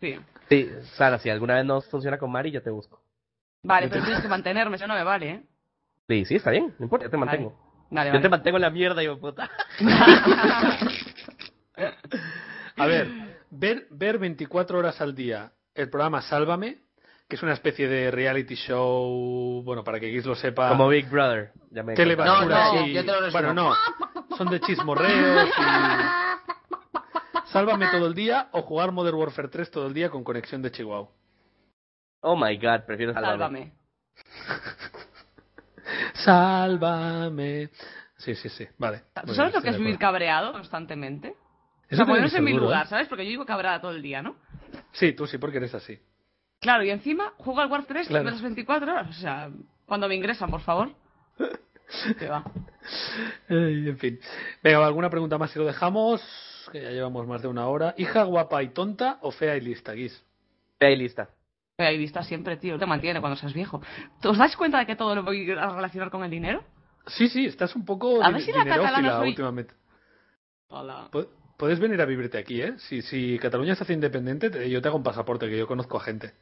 Speaker 2: Sí.
Speaker 3: Sí, Sara, si alguna vez no funciona con Mari, yo te busco.
Speaker 2: Vale, pero tienes que mantenerme, eso no me vale, ¿eh?
Speaker 3: Sí, sí, está bien, no importa, yo te mantengo.
Speaker 2: Vale,
Speaker 3: Yo te
Speaker 2: vale.
Speaker 3: mantengo en la mierda, hijo de puta.
Speaker 1: A ver, ver, ver 24 horas al día el programa Sálvame, que es una especie de reality show, bueno, para que Guis lo
Speaker 2: Ah.
Speaker 1: sepa,
Speaker 3: Como Big Brother. Ya me
Speaker 1: telebasura
Speaker 4: No, no,
Speaker 1: y-
Speaker 4: yo te lo resumo.
Speaker 1: Bueno, no, son de chismorreos y... Sálvame todo el día o jugar Modern Warfare 3 todo el día con conexión de Chihuahua.
Speaker 3: Oh my god, prefiero salvarme.
Speaker 2: Sálvame.
Speaker 1: Sálvame. Sí, sí, sí, vale.
Speaker 2: ¿Sabes
Speaker 1: Muy bien,
Speaker 2: lo
Speaker 1: estoy
Speaker 2: que es
Speaker 1: de
Speaker 2: vivir
Speaker 1: acuerdo.
Speaker 2: cabreado constantemente? O
Speaker 1: Pues Eso tiene
Speaker 2: sea,
Speaker 1: que
Speaker 2: ponerse
Speaker 1: ser
Speaker 2: en mi
Speaker 1: duro, ¿eh?
Speaker 2: lugar, ¿sabes? Porque yo vivo cabreada todo el día, ¿no?
Speaker 1: Sí, tú sí, porque eres así.
Speaker 2: Claro, y encima juego al War 3
Speaker 1: Claro.
Speaker 2: de las 24 horas. O sea, cuando me ingresan, por favor. Que va.
Speaker 1: Ay, en fin. Venga, ¿alguna pregunta más si lo dejamos? Que ya llevamos más de una hora. ¿Hija guapa y tonta o fea y lista, Guis?
Speaker 3: Ve ahí lista.
Speaker 2: Pero ahí vista siempre, tío. Te mantiene cuando seas viejo. ¿Te- ¿Os dais cuenta de que todo lo voy a relacionar con el dinero?
Speaker 1: Sí, sí, estás un poco
Speaker 2: A ver si la
Speaker 1: din- dinerófila
Speaker 2: catalana soy-
Speaker 1: últimamente.
Speaker 2: Hola.
Speaker 1: Po- Puedes venir a vivirte aquí, ¿eh? Si, si Cataluña se hace independiente, te- yo te hago un pasaporte, que yo conozco a gente.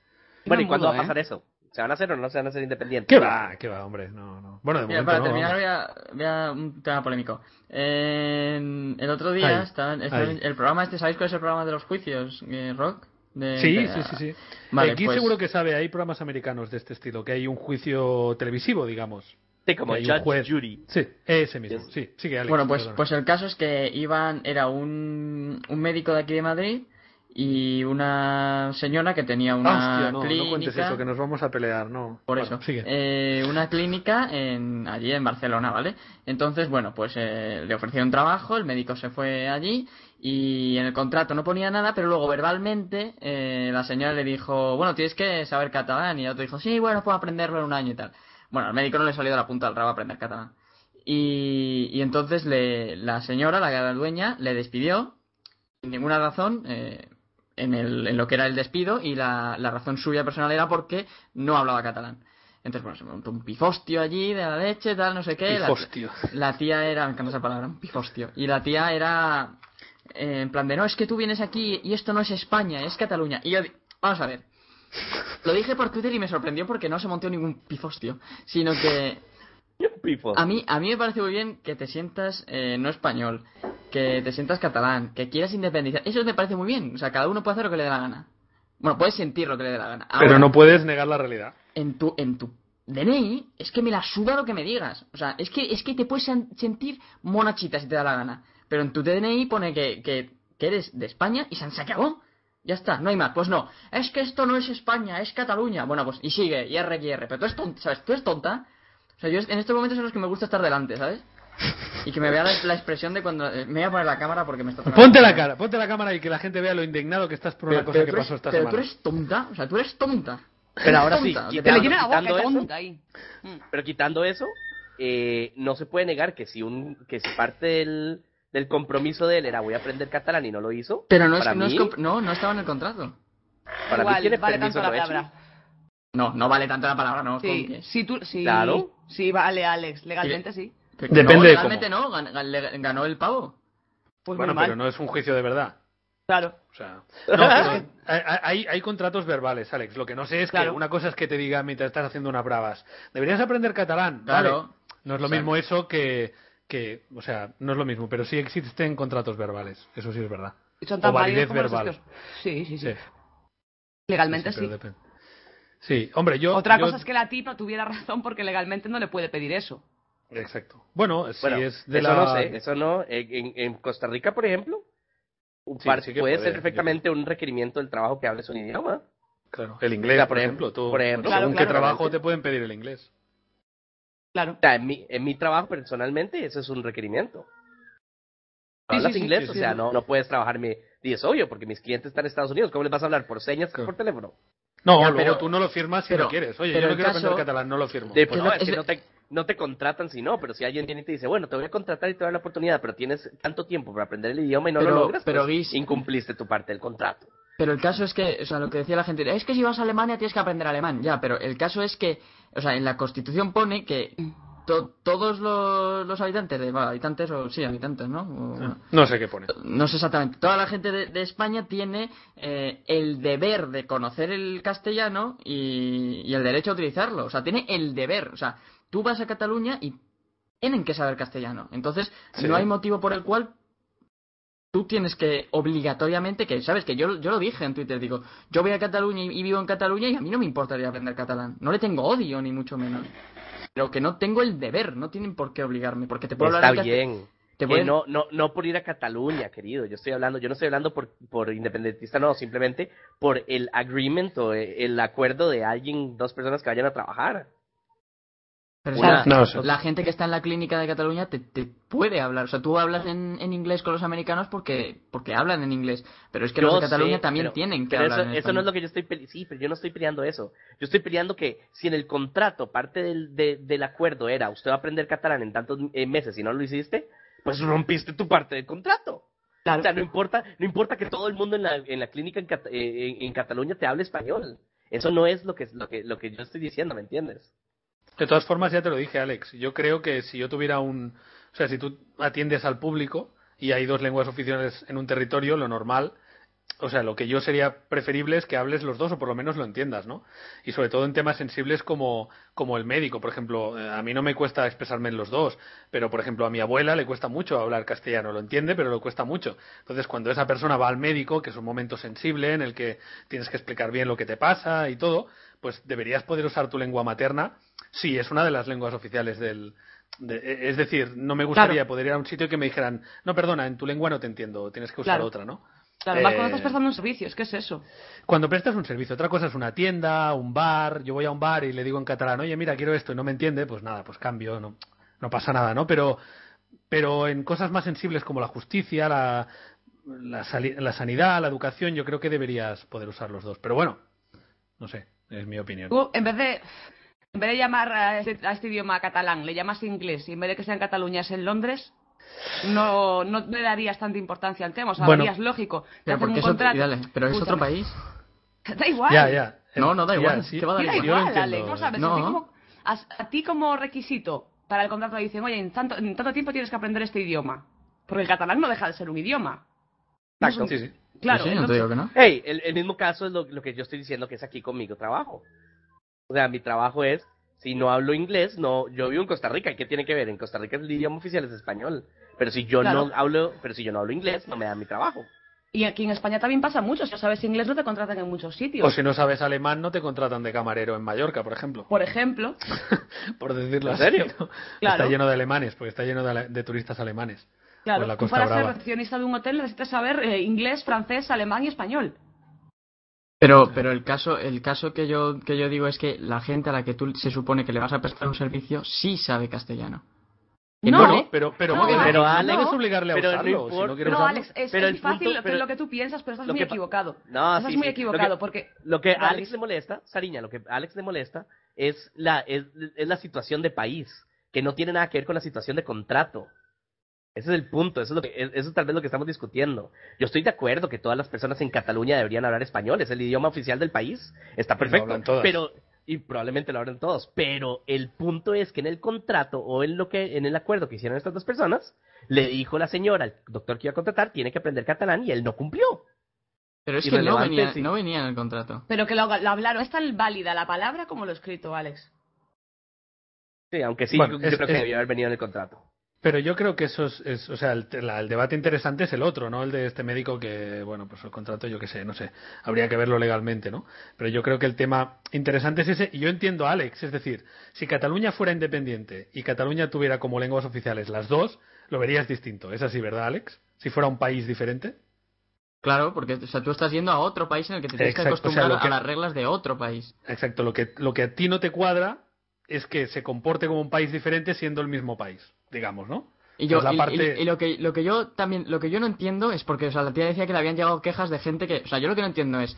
Speaker 3: Bueno,
Speaker 2: me
Speaker 3: ¿y cuándo
Speaker 2: mudo,
Speaker 3: va a pasar
Speaker 2: ¿eh?
Speaker 3: eso? ¿Se van a hacer o no se van a hacer independientes?
Speaker 1: ¿Qué va? ¿Qué va, hombre? No, no. Bueno, de
Speaker 4: Mira,
Speaker 1: momento
Speaker 4: para
Speaker 1: no,
Speaker 4: terminar,
Speaker 1: vamos.
Speaker 4: voy a, voy a un tema polémico. En- el otro día
Speaker 1: Ahí,
Speaker 4: estaban- estaban-
Speaker 1: ahí.
Speaker 4: el programa este, ¿sabéis cuál es el programa de los juicios, eh, Rock? De-
Speaker 1: Sí,
Speaker 4: de-
Speaker 1: sí, sí, sí.
Speaker 4: Vale,
Speaker 1: aquí
Speaker 4: pues-
Speaker 1: seguro que sabe, hay programas americanos de este estilo, que hay un juicio televisivo, digamos.
Speaker 3: Sí, como
Speaker 1: Que hay un
Speaker 3: Judge
Speaker 1: juez.
Speaker 3: Judy.
Speaker 1: Sí, ese mismo. Sí, sí que Alex,
Speaker 4: Bueno, pues,
Speaker 1: perdona.
Speaker 4: pues el caso es que iban, era un, un médico de aquí de Madrid y una señora que tenía una
Speaker 1: Hostia, no,
Speaker 4: clínica.
Speaker 1: no cuentes eso, que nos vamos a pelear, no.
Speaker 4: Por
Speaker 1: Bueno,
Speaker 4: eso.
Speaker 1: sigue.
Speaker 4: Eh, una clínica en, allí en Barcelona, ¿vale? Entonces, bueno, pues eh, le ofrecieron trabajo, el médico se fue allí y en el contrato no ponía nada, pero luego verbalmente eh, la señora le dijo, bueno, tienes que saber catalán y el otro dijo, sí, bueno, puedo aprenderlo en un año y tal. Bueno, al médico no le salió de la punta del rabo aprender catalán. Y, y entonces le, la señora, la, la dueña, le despidió sin ninguna razón eh, en, el- en lo que era el despido y la, la razón suya personal era porque no hablaba catalán. Entonces, bueno, se montó un pifostio allí de la leche, tal, no sé qué. la-
Speaker 1: Hostia.
Speaker 4: la tía era, me encanta esa palabra, un pifostio. Y la tía era eh, en plan de, no, es que tú vienes aquí y esto no es España, es Cataluña. Y yo, di- vamos a ver. Lo dije por Twitter y me sorprendió porque no se montó ningún pifostio, sino que
Speaker 3: Pifo.
Speaker 4: a mí, a mí me parece muy bien que te sientas eh, no español, que te sientas catalán, que quieras independizar. Eso me parece muy bien. O sea, cada uno puede hacer lo que le dé la gana. Bueno, puedes sentir lo que le dé la gana.
Speaker 1: Pero
Speaker 4: Ahora-
Speaker 1: no puedes negar la realidad.
Speaker 4: en tu, en tu DNI, es que me la suda lo que me digas. O sea, es que, es que te puedes sen- sentir monachita si te da la gana. Pero en tu DNI pone que, que, que eres de España y se han sacado. Ya está, no hay más. Pues no, es que esto no es España, es Cataluña. Bueno, pues y sigue, y R, y R. Pero tú eres tonta, ¿sabes? Tú eres tonta. O sea, yo es- en estos momentos son los que me gusta estar delante, ¿sabes? Y que me vea la, la expresión de cuando... eh, me voy a poner la cámara porque me está... tocando
Speaker 1: Ponte la
Speaker 4: cara.
Speaker 1: cara, ponte la cámara y que la gente vea lo indignado que estás por una cosa
Speaker 4: pero
Speaker 1: que
Speaker 4: tú eres-
Speaker 1: pasó esta
Speaker 4: pero
Speaker 1: semana.
Speaker 4: tú eres tonta, o sea, tú eres tonta.
Speaker 3: Pero ahora sí,
Speaker 4: Tonta, o sea,
Speaker 3: quita-
Speaker 4: te
Speaker 2: Te le
Speaker 4: hablo-
Speaker 2: llena la boca,
Speaker 3: quitando eso.
Speaker 2: tonta ahí. Mm.
Speaker 3: Pero quitando eso, eh, no se puede negar que si un que si parte del, del compromiso de él era voy a aprender catalán y no lo hizo,
Speaker 4: Pero no, es,
Speaker 3: para
Speaker 4: no, es
Speaker 3: mí-
Speaker 4: comp- no, no estaba en el contrato.
Speaker 3: para mí
Speaker 2: Igual,
Speaker 3: tiene
Speaker 2: vale
Speaker 3: permiso
Speaker 2: tanto la
Speaker 3: lo hecho.
Speaker 2: palabra.
Speaker 4: No, no vale tanto la palabra, no.
Speaker 2: Sí,
Speaker 4: con que-
Speaker 2: sí, tú, sí,
Speaker 3: Claro.
Speaker 2: sí, vale, Alex, legalmente sí.
Speaker 4: Pero
Speaker 1: Depende
Speaker 4: no,
Speaker 1: de
Speaker 4: legalmente no, gan- gan- le- ganó el pavo.
Speaker 2: Pues
Speaker 1: bueno,
Speaker 2: muy mal,
Speaker 1: pero no es un juicio de verdad.
Speaker 2: claro.
Speaker 1: O sea, no, es que hay, hay- hay contratos verbales, Alex. Lo que no sé es
Speaker 2: Claro.
Speaker 1: que una cosa es que te diga mientras estás haciendo unas bravas, deberías aprender catalán. Vale.
Speaker 4: Claro.
Speaker 1: No es lo
Speaker 4: O sea,
Speaker 1: mismo eso que, que, o sea, no es lo mismo, pero sí existen contratos verbales. Eso sí es verdad.
Speaker 2: Y Son
Speaker 1: O
Speaker 2: tan
Speaker 1: validez
Speaker 2: válidos como los
Speaker 1: verbal.
Speaker 2: nuestros. Sí, sí, sí.
Speaker 1: Sí,
Speaker 2: Legalmente
Speaker 1: sí,
Speaker 2: sí.
Speaker 1: pero depende. Sí, hombre, yo.
Speaker 2: Otra
Speaker 1: yo-
Speaker 2: cosa es que la tipa tuviera razón porque legalmente no le puede pedir eso.
Speaker 1: Exacto. Bueno, si
Speaker 3: Bueno,
Speaker 1: es de
Speaker 3: eso
Speaker 1: la.
Speaker 3: no sé, eso no. En, en- en Costa Rica, por ejemplo, un
Speaker 1: Sí,
Speaker 3: par-
Speaker 1: sí que
Speaker 3: puede
Speaker 1: puede,
Speaker 3: ser perfectamente un requerimiento del trabajo que hables un idioma.
Speaker 1: Claro, el inglés,
Speaker 3: O sea,
Speaker 1: por
Speaker 3: por
Speaker 1: ejemplo.
Speaker 3: ejemplo,
Speaker 1: tú-
Speaker 3: por ejemplo.
Speaker 1: según
Speaker 2: Claro,
Speaker 1: qué
Speaker 2: claro.
Speaker 1: trabajo te pueden pedir el inglés.
Speaker 2: Claro.
Speaker 3: O sea, en mi, en mi trabajo personalmente, eso es un requerimiento.
Speaker 2: Sí,
Speaker 3: Hablas
Speaker 2: sí, sí,
Speaker 3: inglés,
Speaker 1: sí,
Speaker 3: o
Speaker 1: sí.
Speaker 3: sea, no, no puedes trabajar mi. Y es obvio, porque mis clientes están en Estados Unidos. ¿Cómo les vas a hablar? ¿Por señas?
Speaker 1: Claro.
Speaker 3: ¿Por teléfono?
Speaker 1: No,
Speaker 4: Ya,
Speaker 1: luego
Speaker 4: pero-
Speaker 1: tú no lo firmas si
Speaker 4: pero-
Speaker 1: no quieres. Oye,
Speaker 4: pero
Speaker 1: yo no
Speaker 4: el
Speaker 1: quiero aprender
Speaker 4: caso-
Speaker 1: catalán, no lo firmo.
Speaker 3: De-
Speaker 1: Pues
Speaker 3: no,
Speaker 4: lo-
Speaker 1: no.
Speaker 3: es
Speaker 4: es
Speaker 3: que
Speaker 4: lo-
Speaker 3: no te, no te contratan si no, pero si alguien viene y te dice, bueno, te voy a contratar y te voy a dar la oportunidad, pero tienes tanto tiempo para aprender el idioma y no
Speaker 4: Pero-
Speaker 3: lo logras,
Speaker 4: pero,
Speaker 3: pues,
Speaker 4: Guis-
Speaker 3: incumpliste tu parte del contrato.
Speaker 4: Pero el caso es que, o sea, lo que decía la gente, es que si vas a Alemania tienes que aprender alemán, ya, pero el caso es que, o sea, en la Constitución pone que to- todos los, los habitantes, de, bueno, habitantes o sí, habitantes, ¿no? O-
Speaker 1: No sé qué pone.
Speaker 4: no sé exactamente. Toda la gente de, de España tiene eh, el deber de conocer el castellano y, y el derecho a utilizarlo. O sea, tiene el deber. O sea, tú vas a Cataluña y tienen que saber castellano. Entonces,
Speaker 1: Sí.
Speaker 4: no hay motivo por el cual tú tienes que obligatoriamente que sabes que yo yo lo dije en Twitter digo yo voy a Cataluña y, y vivo en Cataluña y a mí no me importaría aprender catalán no le tengo odio ni mucho menos pero que no tengo el deber no tienen por qué obligarme porque te puedo
Speaker 3: Está
Speaker 4: hablar en castell-
Speaker 3: bien.
Speaker 4: te
Speaker 3: Que
Speaker 4: pueden-
Speaker 3: no, no, no por ir a Cataluña, querido. Yo estoy hablando, yo no estoy hablando por, por independentista, no, simplemente por el agreement o eh, el acuerdo de alguien, dos personas que vayan a trabajar.
Speaker 4: Pero
Speaker 3: Una-
Speaker 4: es que
Speaker 1: no sé.
Speaker 4: la gente que está en la clínica de Cataluña te, te puede hablar. O sea, tú hablas en, en inglés con los americanos porque, porque hablan en inglés. Pero es que los
Speaker 3: Yo
Speaker 4: de Cataluña
Speaker 3: sé,
Speaker 4: también
Speaker 3: pero-
Speaker 4: tienen que
Speaker 3: pero
Speaker 4: hablar
Speaker 3: eso,
Speaker 4: en
Speaker 3: eso no es lo
Speaker 4: español.
Speaker 3: que yo estoy pele- sí pero yo no estoy peleando eso yo estoy peleando que si en el contrato parte del, de- del acuerdo era usted va a aprender catalán en tantos eh, meses y no lo hiciste pues rompiste tu parte del contrato
Speaker 2: Claro.
Speaker 3: o sea no importa no importa que todo el mundo en la, en la clínica en, Cata- eh, en- en Cataluña te hable español eso no es lo que lo que lo que yo estoy diciendo me entiendes
Speaker 1: De todas formas, ya te lo dije, Alex. Yo creo que si yo tuviera un. O sea, si tú atiendes al público y hay dos lenguas oficiales en un territorio, lo normal. O sea, lo que yo sería preferible es que hables los dos o por lo menos lo entiendas, ¿no? Y sobre todo en temas sensibles como, como el médico. Por ejemplo, eh, a mí no me cuesta expresarme en los dos, pero por ejemplo a mi abuela le cuesta mucho hablar castellano. Lo entiende, pero le cuesta mucho. Entonces, cuando esa persona va al médico, que es un momento sensible en el que tienes que explicar bien lo que te pasa y todo, pues deberías poder usar tu lengua materna Sí, es una de las lenguas oficiales del. de- e- es decir, no me gustaría
Speaker 2: Claro.
Speaker 1: poder ir a un sitio que me dijeran, no, perdona, en tu lengua no te entiendo, tienes que usar
Speaker 2: Claro.
Speaker 1: otra, ¿no?
Speaker 2: Claro, más
Speaker 1: Eh,
Speaker 2: cuando estás prestando un servicio, es que es eso.
Speaker 1: Cuando prestas un servicio, otra cosa es una tienda, un bar, yo voy a un bar y le digo en catalán, oye, mira, quiero esto y no me entiende, pues nada, pues cambio, no, no pasa nada, ¿no? Pero, pero en cosas más sensibles como la justicia, la, la, sali- la sanidad, la educación, yo creo que deberías poder usar los dos. Pero bueno, no sé, es mi opinión.
Speaker 2: Tú, en vez de. en vez de llamar a este, a este idioma catalán, le llamas inglés y en vez de que sea en Cataluña es en Londres, no, no le darías tanta importancia al tema. O sea,
Speaker 1: Bueno.
Speaker 2: verías lógico. Te
Speaker 4: Pero,
Speaker 2: hacen
Speaker 4: porque
Speaker 2: un
Speaker 4: es otro,
Speaker 2: contrato.
Speaker 4: y dale, pero es otro
Speaker 2: Escúchame.
Speaker 4: país.
Speaker 2: Da igual.
Speaker 1: Ya, ya.
Speaker 4: No, no, da
Speaker 1: Ya,
Speaker 4: igual,
Speaker 1: sí.
Speaker 4: ¿qué va a dar
Speaker 1: Yo
Speaker 2: Da
Speaker 1: lo
Speaker 4: igual?
Speaker 2: igual,
Speaker 1: entiendo.
Speaker 2: Ale, no sabes,
Speaker 4: No.
Speaker 2: a ti como- a, a ti como requisito para el contrato le dicen, oye, en tanto, en tanto tiempo tienes que aprender este idioma. Porque el catalán no deja de ser un idioma.
Speaker 3: Exacto.
Speaker 1: Sí, sí.
Speaker 2: Claro,
Speaker 4: Sí, no te
Speaker 2: entonces-
Speaker 4: digo que no.
Speaker 3: Hey, el, el mismo caso es lo, lo que yo estoy diciendo que es aquí conmigo trabajo. O sea, mi trabajo es, si no hablo inglés, no, yo vivo en Costa Rica, ¿y ¿qué tiene que ver? En Costa Rica el idioma oficial es español. Pero si yo
Speaker 2: Claro.
Speaker 3: no hablo, pero si yo no hablo inglés, no me da mi trabajo.
Speaker 2: Y aquí en España también pasa mucho. Si no sabes inglés, no te contratan en muchos sitios.
Speaker 1: O si no sabes alemán, no te contratan de camarero en Mallorca, por ejemplo.
Speaker 2: Por ejemplo,
Speaker 1: Por decirlo
Speaker 3: ¿En
Speaker 1: así,
Speaker 3: serio?
Speaker 1: ¿no?
Speaker 2: Claro.
Speaker 1: Está lleno de alemanes, porque está lleno de, ale- de turistas alemanes.
Speaker 2: claro,
Speaker 1: Por la
Speaker 2: tú
Speaker 1: Costa
Speaker 2: para ser
Speaker 1: Brava.
Speaker 2: recepcionista de un hotel necesitas saber eh, inglés, francés, alemán y español.
Speaker 4: Pero, pero el caso, el caso que yo, que yo digo es que la gente a la que tú se supone que le vas a prestar un servicio sí sabe castellano.
Speaker 1: Y
Speaker 2: No,
Speaker 1: bueno,
Speaker 2: ¿eh?
Speaker 1: pero, pero,
Speaker 2: No,
Speaker 1: pero,
Speaker 2: pero,
Speaker 1: no
Speaker 2: Alex,
Speaker 1: puedes obligarle a
Speaker 3: pero no
Speaker 1: usarlo. si
Speaker 3: importa.
Speaker 1: no quiere
Speaker 2: No,
Speaker 1: usarlo.
Speaker 2: Alex, es,
Speaker 3: Pero
Speaker 2: es
Speaker 3: el punto-
Speaker 2: fácil
Speaker 3: pero-
Speaker 2: lo que tú piensas, pero estás
Speaker 3: lo
Speaker 2: muy
Speaker 3: que pa-
Speaker 2: equivocado.
Speaker 3: No,
Speaker 2: estás muy
Speaker 3: sí, sí. Lo que-
Speaker 2: equivocado porque
Speaker 3: Lo que a
Speaker 2: Vale.
Speaker 3: Alex le molesta, Sariña, lo que a Alex le molesta es la, es, es la situación de país, que no tiene nada que ver con la situación de contrato. Ese es el punto, eso es, lo que, es- eso es tal vez lo que estamos discutiendo. Yo estoy de acuerdo que todas las personas en Cataluña deberían hablar español, es el idioma oficial del país, está perfecto,
Speaker 1: hablan todas.
Speaker 3: pero y probablemente lo hablan todos, pero el punto es que en el contrato o en lo que en el acuerdo que hicieron estas dos personas, le dijo la señora, el doctor que iba a contratar tiene que aprender catalán y él no cumplió.
Speaker 4: Pero es
Speaker 3: Y
Speaker 4: que no
Speaker 3: relevante,
Speaker 4: venía,
Speaker 3: sí.
Speaker 4: no venía en el contrato.
Speaker 2: pero que lo, lo hablaron, es tan válida la palabra como lo escrito, Alex.
Speaker 3: Sí, aunque sí,
Speaker 1: Bueno,
Speaker 3: yo
Speaker 1: es-
Speaker 3: creo que
Speaker 1: es-
Speaker 3: debió haber venido en el contrato.
Speaker 1: Pero yo creo que eso es, es- o sea, el, te- la- el debate interesante es el otro, ¿no? El de este médico que, bueno, pues el contrato, yo qué sé, no sé, habría que verlo legalmente, ¿no? Pero yo creo que el tema interesante es ese, y yo entiendo a Alex, es decir, si Cataluña fuera independiente y Cataluña tuviera como lenguas oficiales las dos, lo verías distinto, ¿es así, verdad, Alex? Si fuera un país diferente.
Speaker 4: Claro, porque o sea, tú estás yendo a otro país en el que te tienes que
Speaker 1: Exacto, o sea,
Speaker 4: acostumbrar
Speaker 1: lo que-
Speaker 4: a las reglas de otro país.
Speaker 1: Exacto, lo que, lo que a ti no te cuadra es que se comporte como un país diferente siendo el mismo país, digamos, ¿no?
Speaker 4: Y yo
Speaker 1: Es la
Speaker 4: y- y-
Speaker 1: parte-
Speaker 4: y lo que lo que yo también lo que yo no entiendo es porque o sea, la tía decía que le habían llegado quejas de gente que, o sea, yo lo que no entiendo es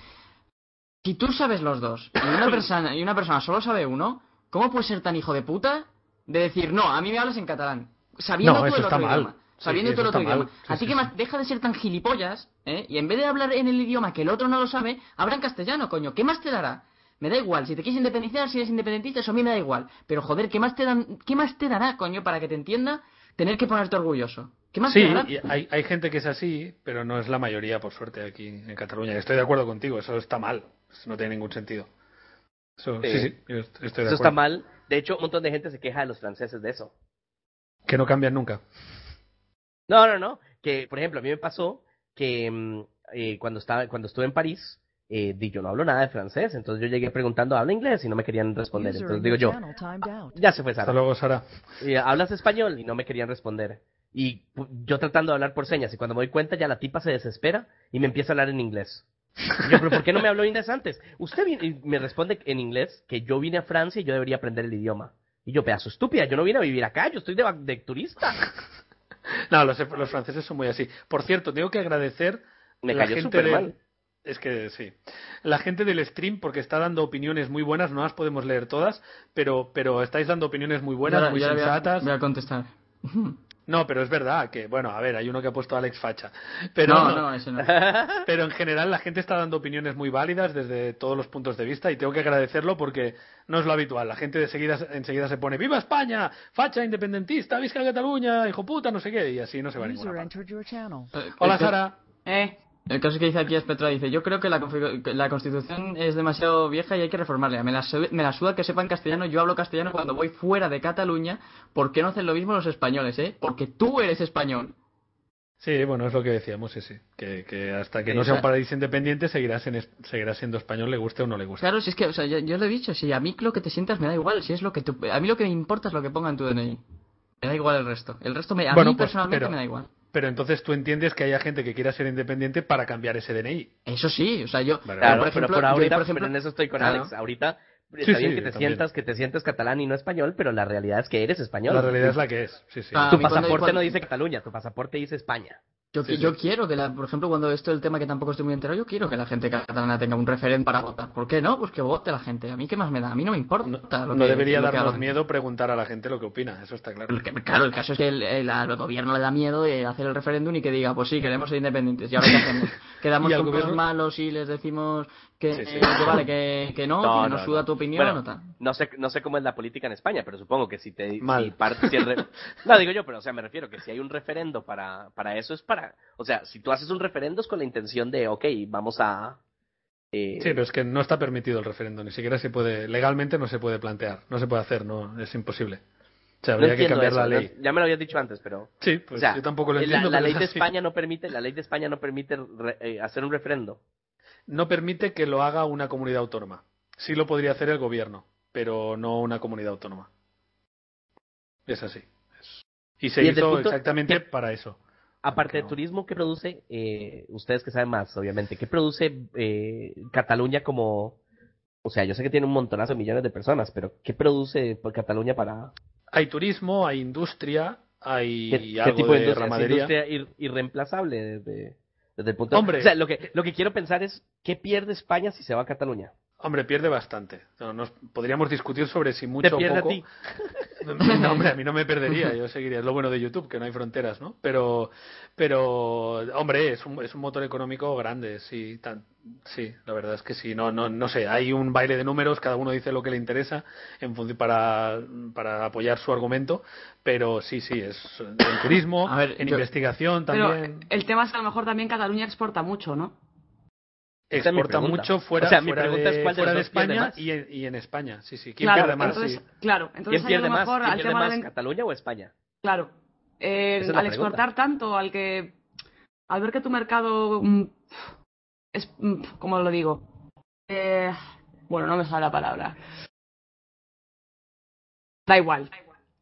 Speaker 4: si tú sabes los dos y una persona y una persona solo sabe uno, ¿cómo puedes ser tan hijo de puta de decir, "No, a mí me hablas en catalán"? Sabiendo
Speaker 1: No,
Speaker 4: tú
Speaker 1: eso
Speaker 4: el
Speaker 1: está
Speaker 4: otro
Speaker 1: mal.
Speaker 4: idioma.
Speaker 1: Sí,
Speaker 4: Sabiendo
Speaker 1: sí,
Speaker 4: tú el
Speaker 1: eso
Speaker 4: otro
Speaker 1: está
Speaker 4: idioma.
Speaker 1: mal. Sí,
Speaker 4: Así
Speaker 1: sí,
Speaker 4: que
Speaker 1: sí.
Speaker 4: más, deja de ser tan gilipollas, ¿eh? Y en vez de hablar en el idioma que el otro no lo sabe, habla en castellano, coño. ¿Qué más te dará? Me da igual, si te quieres independizar, si eres independentista, eso a mí me da igual. Pero joder, ¿qué más te, dan, ¿qué más te dará, coño, para que te entienda tener que ponerte orgulloso? ¿Qué más
Speaker 1: Sí,
Speaker 4: te dará?
Speaker 1: y hay, hay gente que es así, pero no es la mayoría, por suerte, aquí en Cataluña. Estoy de acuerdo contigo, eso está mal. Eso no tiene ningún sentido. Eso, sí,
Speaker 3: Sí.
Speaker 1: sí, yo est- estoy de acuerdo.
Speaker 3: Eso está mal. De hecho, un montón de gente se queja de los franceses de eso.
Speaker 1: Que no cambian nunca.
Speaker 3: No, no, no. Que, por ejemplo, a mí me pasó que mm, eh, cuando estaba, cuando estuve en París, eh, di, yo no hablo nada de francés. Entonces yo llegué preguntando, ¿habla inglés? Y no me querían responder.
Speaker 6: User
Speaker 3: Entonces
Speaker 6: in
Speaker 3: digo
Speaker 6: your
Speaker 3: yo, "Ah,
Speaker 6: channel timed out.
Speaker 3: ya se fue
Speaker 1: Hasta
Speaker 3: Sara.
Speaker 1: luego, Sara.
Speaker 3: Eh, ¿Hablas español? Y no me querían responder. Y pu- yo tratando de hablar por señas. Y cuando me doy cuenta, ya la tipa se desespera y me empieza a hablar en inglés. Y yo, ¿pero por qué no me habló inglés antes? Usted vin- y me responde en inglés que yo vine a Francia y yo debería aprender el idioma. Y yo, pedazo estúpida, yo no vine a vivir acá, yo estoy de, va- de turista.
Speaker 1: No, los, los franceses son muy así. Por cierto, tengo que agradecer
Speaker 3: Me
Speaker 1: la
Speaker 3: cayó
Speaker 1: gente
Speaker 3: súper
Speaker 1: del-
Speaker 3: mal.
Speaker 1: Es que sí. La gente del stream, porque está dando opiniones muy buenas, no las podemos leer todas, pero, pero estáis dando opiniones muy buenas,
Speaker 4: Yo ahora-
Speaker 1: muy
Speaker 4: yo ahora voy a-
Speaker 1: sensatas.
Speaker 4: Voy a, contestar.
Speaker 1: No, pero es verdad que, bueno, a ver, hay uno que ha puesto a Alex Facha. Pero
Speaker 4: no, no, ese no. Eh,
Speaker 1: Pero en general la gente está dando opiniones muy válidas desde todos los puntos de vista y tengo que agradecerlo porque no es lo habitual. La gente de seguida, enseguida se pone ¡Viva España! ¡Facha independentista! ¡Visca Cataluña! ¡Hijo puta! No sé qué. Y así no se va a ninguna
Speaker 6: User
Speaker 1: parte.
Speaker 6: entered your channel.
Speaker 4: Eh,
Speaker 1: Hola
Speaker 4: el ca-
Speaker 1: Sara.
Speaker 2: Eh,
Speaker 4: El caso que dice aquí es Petra, dice, yo creo que la, configu- que la constitución es demasiado vieja y hay que reformarla. Me la, su- me la suda que sepan castellano, yo hablo castellano cuando voy fuera de Cataluña, ¿por qué no hacen lo mismo los españoles, eh? Porque tú eres español.
Speaker 1: Sí, bueno, es lo que decíamos, sí, sí. Que, que hasta que
Speaker 4: Sí,
Speaker 1: no sea
Speaker 4: o
Speaker 1: un
Speaker 4: sea-
Speaker 1: paraíso independiente seguirás, en es- seguirás siendo español, le guste o no le guste.
Speaker 4: Claro, si es que, o sea, yo, yo lo he dicho, si a mí lo que te sientas me da igual, si es lo que tú- a mí lo que me importa es lo que ponga en tu DNI. Me da igual el resto. El resto me, a
Speaker 1: Bueno,
Speaker 4: mí
Speaker 1: pues,
Speaker 4: personalmente
Speaker 1: pero-
Speaker 4: me da igual.
Speaker 1: Pero entonces tú entiendes que haya gente que quiera ser independiente para cambiar ese DNI.
Speaker 4: Eso sí, o sea, yo,
Speaker 1: Vale,
Speaker 3: Claro,
Speaker 1: por
Speaker 3: pero por ahorita,
Speaker 4: yo, por ejemplo-
Speaker 3: pero en eso estoy con
Speaker 4: Claro.
Speaker 3: Alex. Ahorita está
Speaker 1: Sí,
Speaker 3: bien
Speaker 1: sí,
Speaker 3: que te
Speaker 1: también.
Speaker 3: sientas que te sientes catalán y no español, pero la realidad es que eres español.
Speaker 1: La realidad es la que es. Sí, sí.
Speaker 4: Ah,
Speaker 3: Tu
Speaker 4: a mí cuando-
Speaker 3: pasaporte
Speaker 4: cuando-
Speaker 3: no dice Cataluña, tu pasaporte dice España.
Speaker 4: Yo,
Speaker 1: Sí,
Speaker 4: qui-
Speaker 1: sí.
Speaker 4: yo quiero que, la, por ejemplo, cuando esto es el tema que tampoco estoy muy enterado, yo quiero que la gente catalana tenga un referente para votar. ¿Por qué no? Pues que vote la gente. A mí qué más me da, a mí no me importa.
Speaker 1: No,
Speaker 4: lo
Speaker 1: no
Speaker 4: que-
Speaker 1: debería
Speaker 4: lo que haga
Speaker 1: darnos
Speaker 4: la
Speaker 1: miedo preguntar a la gente lo que opina, eso está claro.
Speaker 4: gente. Porque, Claro, el caso es que el, el- al gobierno le da miedo de hacer el referéndum y que diga, pues sí, queremos ser independientes. ¿Y ahora qué hacemos? ¿Quedamos
Speaker 1: Y al
Speaker 4: con los
Speaker 1: gobierno-
Speaker 4: malos y les decimos que,
Speaker 1: Sí, sí.
Speaker 4: eh, que vale, que, que no,
Speaker 3: No,
Speaker 4: que
Speaker 3: no,
Speaker 4: nos suda
Speaker 3: no.
Speaker 4: tu opinión
Speaker 3: Bueno,
Speaker 4: o tal?
Speaker 3: No sé, no sé cómo es la política en España, pero supongo que si te... si
Speaker 1: Mal.
Speaker 3: par- si el re- no, digo yo, pero o sea, me refiero que si hay un referendo para, para eso es para... O sea, si tú haces un referendo es con la intención de, ok, vamos a... eh,
Speaker 1: Sí, pero es que no está permitido el referendo, ni siquiera se puede, legalmente no se puede plantear, no se puede hacer, no, es imposible. O sea,
Speaker 3: no
Speaker 1: habría que
Speaker 3: entiendo
Speaker 1: cambiar
Speaker 3: eso,
Speaker 1: la
Speaker 3: no-
Speaker 1: ley.
Speaker 3: ya me lo habías dicho antes, pero...
Speaker 1: Sí, pues
Speaker 3: o sea,
Speaker 1: yo tampoco lo
Speaker 3: la-
Speaker 1: entiendo.
Speaker 3: la,
Speaker 1: pero
Speaker 3: ley
Speaker 1: es
Speaker 3: de
Speaker 1: así.
Speaker 3: España no permite, la ley de España no permite re- eh, hacer un referendo.
Speaker 1: No permite que lo haga una comunidad autónoma. Sí lo podría hacer el gobierno, pero no una comunidad autónoma. Es así. Es- Y se
Speaker 3: Y desde el
Speaker 1: hizo
Speaker 3: punto-
Speaker 1: exactamente para eso.
Speaker 3: Aparte de
Speaker 1: no.
Speaker 3: turismo, ¿qué produce? eh, ustedes que saben más, obviamente. ¿Qué produce eh, Cataluña como... O sea, yo sé que tiene un montonazo de millones de personas, pero ¿qué produce por Cataluña para...
Speaker 1: Hay turismo, hay industria, hay
Speaker 3: ¿Qué, qué
Speaker 1: algo
Speaker 3: tipo de
Speaker 1: de,
Speaker 3: industria? ¿Es
Speaker 1: ramadería.
Speaker 3: industria ir- irreemplazable desde, desde el punto de-
Speaker 1: Hombre.
Speaker 3: O sea, lo que, lo que quiero pensar es, ¿qué pierde España si se va a Cataluña?
Speaker 1: Hombre, pierde bastante. No, nos- podríamos discutir sobre si
Speaker 3: Te
Speaker 1: mucho o
Speaker 3: pierde
Speaker 1: poco.
Speaker 3: a ti.
Speaker 1: No, hombre, a mí no me perdería, yo seguiría. Es lo bueno de YouTube, que no hay fronteras, ¿no? Pero, pero hombre, es un, es un motor económico grande, sí, tan, sí, la verdad es que sí. No, no, no sé, hay un baile de números, cada uno dice lo que le interesa en función para, para apoyar su argumento, pero sí, sí, es en turismo,
Speaker 4: A ver,
Speaker 1: en
Speaker 4: yo-
Speaker 1: investigación
Speaker 2: Pero
Speaker 1: también,
Speaker 2: el tema es que a lo mejor también Cataluña exporta mucho, ¿no?
Speaker 3: esa es mi
Speaker 1: exporta
Speaker 3: pregunta.
Speaker 1: mucho fuera,
Speaker 3: O sea, mi
Speaker 1: fuera
Speaker 3: pregunta
Speaker 1: de,
Speaker 3: es cuál de
Speaker 1: fuera
Speaker 3: los
Speaker 1: de
Speaker 3: dos pierde
Speaker 1: España
Speaker 3: más.
Speaker 1: y en, y en España, sí, sí. ¿Quién
Speaker 2: claro,
Speaker 1: pierde más?
Speaker 2: entonces,
Speaker 1: Sí.
Speaker 2: claro, entonces
Speaker 3: ¿Quién
Speaker 2: ahí a
Speaker 3: pierde
Speaker 2: lo
Speaker 3: más?
Speaker 2: mejor
Speaker 3: ¿Quién
Speaker 2: al
Speaker 3: pierde
Speaker 2: tema
Speaker 3: más,
Speaker 2: del-
Speaker 3: Cataluña o España?
Speaker 2: Claro. Eh,
Speaker 3: Esa es la
Speaker 2: al
Speaker 3: pregunta.
Speaker 2: exportar tanto, al que. Al ver que tu mercado. mm, es. mm, ¿Cómo lo digo? Eh, bueno, no me sale la palabra. Da igual.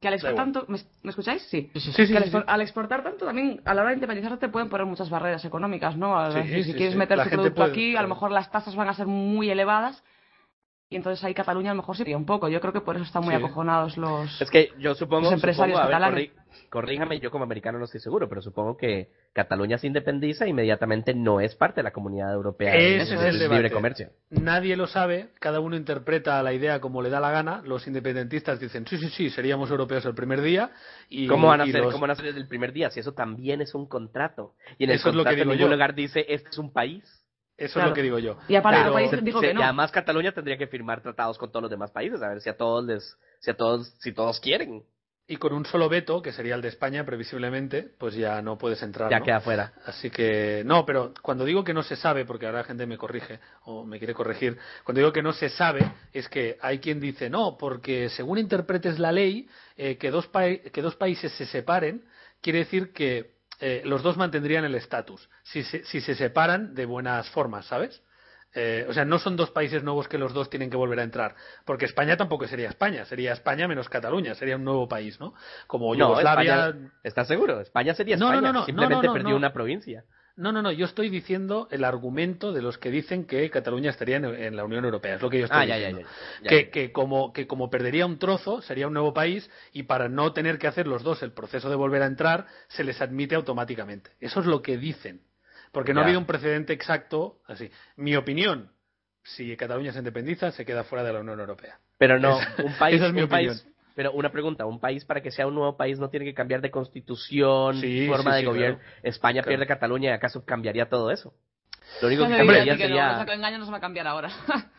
Speaker 2: Que al exportar
Speaker 1: Da igual.
Speaker 2: tanto. ¿Me, me escucháis? Sí.
Speaker 1: Sí, sí, sí,
Speaker 2: Que al,
Speaker 1: sí,
Speaker 2: expor-
Speaker 1: sí.
Speaker 2: al exportar tanto también, a la hora de independizarte te pueden poner muchas barreras económicas, ¿no? A-
Speaker 1: Sí,
Speaker 2: si
Speaker 1: sí,
Speaker 2: quieres
Speaker 1: sí.
Speaker 2: meter
Speaker 1: La
Speaker 2: tu
Speaker 1: gente
Speaker 2: producto
Speaker 1: puede-
Speaker 2: aquí, a lo mejor las tasas van a ser muy elevadas y entonces ahí Cataluña a lo mejor sería un poco. Yo creo que por eso están muy
Speaker 1: Sí.
Speaker 2: acojonados los...
Speaker 3: Es que yo supongo,
Speaker 2: Los empresarios
Speaker 3: supongo, a ver,
Speaker 2: catalanes.
Speaker 3: corrí- corríjame, yo como americano no estoy seguro, pero supongo que Cataluña se independiza e inmediatamente no es parte de la comunidad europea de-
Speaker 1: Ese
Speaker 3: de,
Speaker 1: es
Speaker 3: de
Speaker 1: el
Speaker 3: libre
Speaker 1: debate.
Speaker 3: comercio.
Speaker 1: Nadie lo sabe, cada uno interpreta la idea como le da la gana. Los independentistas dicen, sí, sí, sí, seríamos europeos el primer día. Y,
Speaker 3: ¿Cómo van a
Speaker 1: y
Speaker 3: ser?
Speaker 1: los-
Speaker 3: ¿Cómo van a ser desde el primer día? Si eso también es un contrato. Y en el
Speaker 1: Eso es lo que
Speaker 3: contrato en
Speaker 1: digo
Speaker 3: ningún
Speaker 1: yo.
Speaker 3: lugar dice, este es un país.
Speaker 1: Eso es
Speaker 2: Claro.
Speaker 1: lo que digo yo.
Speaker 2: Y aparte
Speaker 1: Claro.
Speaker 2: los países digo
Speaker 3: Se-
Speaker 2: que no.
Speaker 3: Y además Cataluña tendría que firmar tratados con todos los demás países, a ver si a todos les, si a todos, si todos quieren.
Speaker 1: Y con un solo veto, que sería el de España, previsiblemente, pues ya no puedes entrar.
Speaker 3: Ya
Speaker 1: ¿no?
Speaker 3: queda fuera.
Speaker 1: Así que, no, pero cuando digo que no se sabe, porque ahora la gente me corrige o me quiere corregir, cuando digo que no se sabe es que hay quien dice no, porque según interpretes la ley, eh, que, dos pai- que dos países se separen quiere decir que eh, los dos mantendrían el estatus, si se, si se separan de buenas formas, ¿sabes? Eh, o sea, no son dos países nuevos que los dos tienen que volver a entrar, porque España tampoco sería España, sería España menos Cataluña, sería un nuevo país, ¿no? Como
Speaker 3: No,
Speaker 1: Yugoslavia,
Speaker 3: España- ¿Estás seguro? España sería
Speaker 1: No, no,
Speaker 3: España.
Speaker 1: no, no,
Speaker 3: Simplemente
Speaker 1: no, no,
Speaker 3: perdió
Speaker 1: no.
Speaker 3: una provincia.
Speaker 1: no, no, no, yo estoy diciendo el argumento de los que dicen que Cataluña estaría en, en la Unión Europea, es lo que yo estoy
Speaker 3: Ah, ya, ya,
Speaker 1: diciendo.
Speaker 3: ya. ya,
Speaker 1: que,
Speaker 3: ya.
Speaker 1: que como, que como perdería un trozo, sería un nuevo país y para no tener que hacer los dos el proceso de volver a entrar, se les admite automáticamente. Eso es lo que dicen. Porque no
Speaker 3: Ya.
Speaker 1: ha habido un precedente exacto así. Mi opinión, si Cataluña se independiza, se queda fuera de la Unión Europea.
Speaker 3: Pero no,
Speaker 1: Esa-
Speaker 3: un país,
Speaker 1: esa es mi
Speaker 3: un país-
Speaker 1: opinión.
Speaker 3: pero una pregunta, un país para que sea un nuevo país no tiene que cambiar de constitución,
Speaker 1: Sí,
Speaker 3: forma
Speaker 1: sí,
Speaker 3: de
Speaker 1: sí,
Speaker 3: gobierno. España
Speaker 1: Claro.
Speaker 3: pierde Cataluña y acaso cambiaría todo eso. Lo único
Speaker 2: Ya
Speaker 3: que
Speaker 2: me diría
Speaker 3: cambiaría
Speaker 2: a ti que no,
Speaker 3: sería
Speaker 2: o sea, que el engaño no se va a cambiar ahora.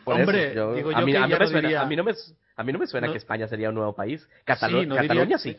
Speaker 3: por
Speaker 1: Hombre,
Speaker 3: eso, yo-
Speaker 1: digo
Speaker 3: a
Speaker 1: yo
Speaker 3: mí,
Speaker 1: que
Speaker 3: a mí
Speaker 1: ya
Speaker 3: me
Speaker 1: no
Speaker 3: suena-
Speaker 1: diría-
Speaker 3: a mí no me su- a mí no me suena
Speaker 1: No.
Speaker 3: que España sería un nuevo país. Catalu-
Speaker 1: Sí, no diría-
Speaker 3: Cataluña sí.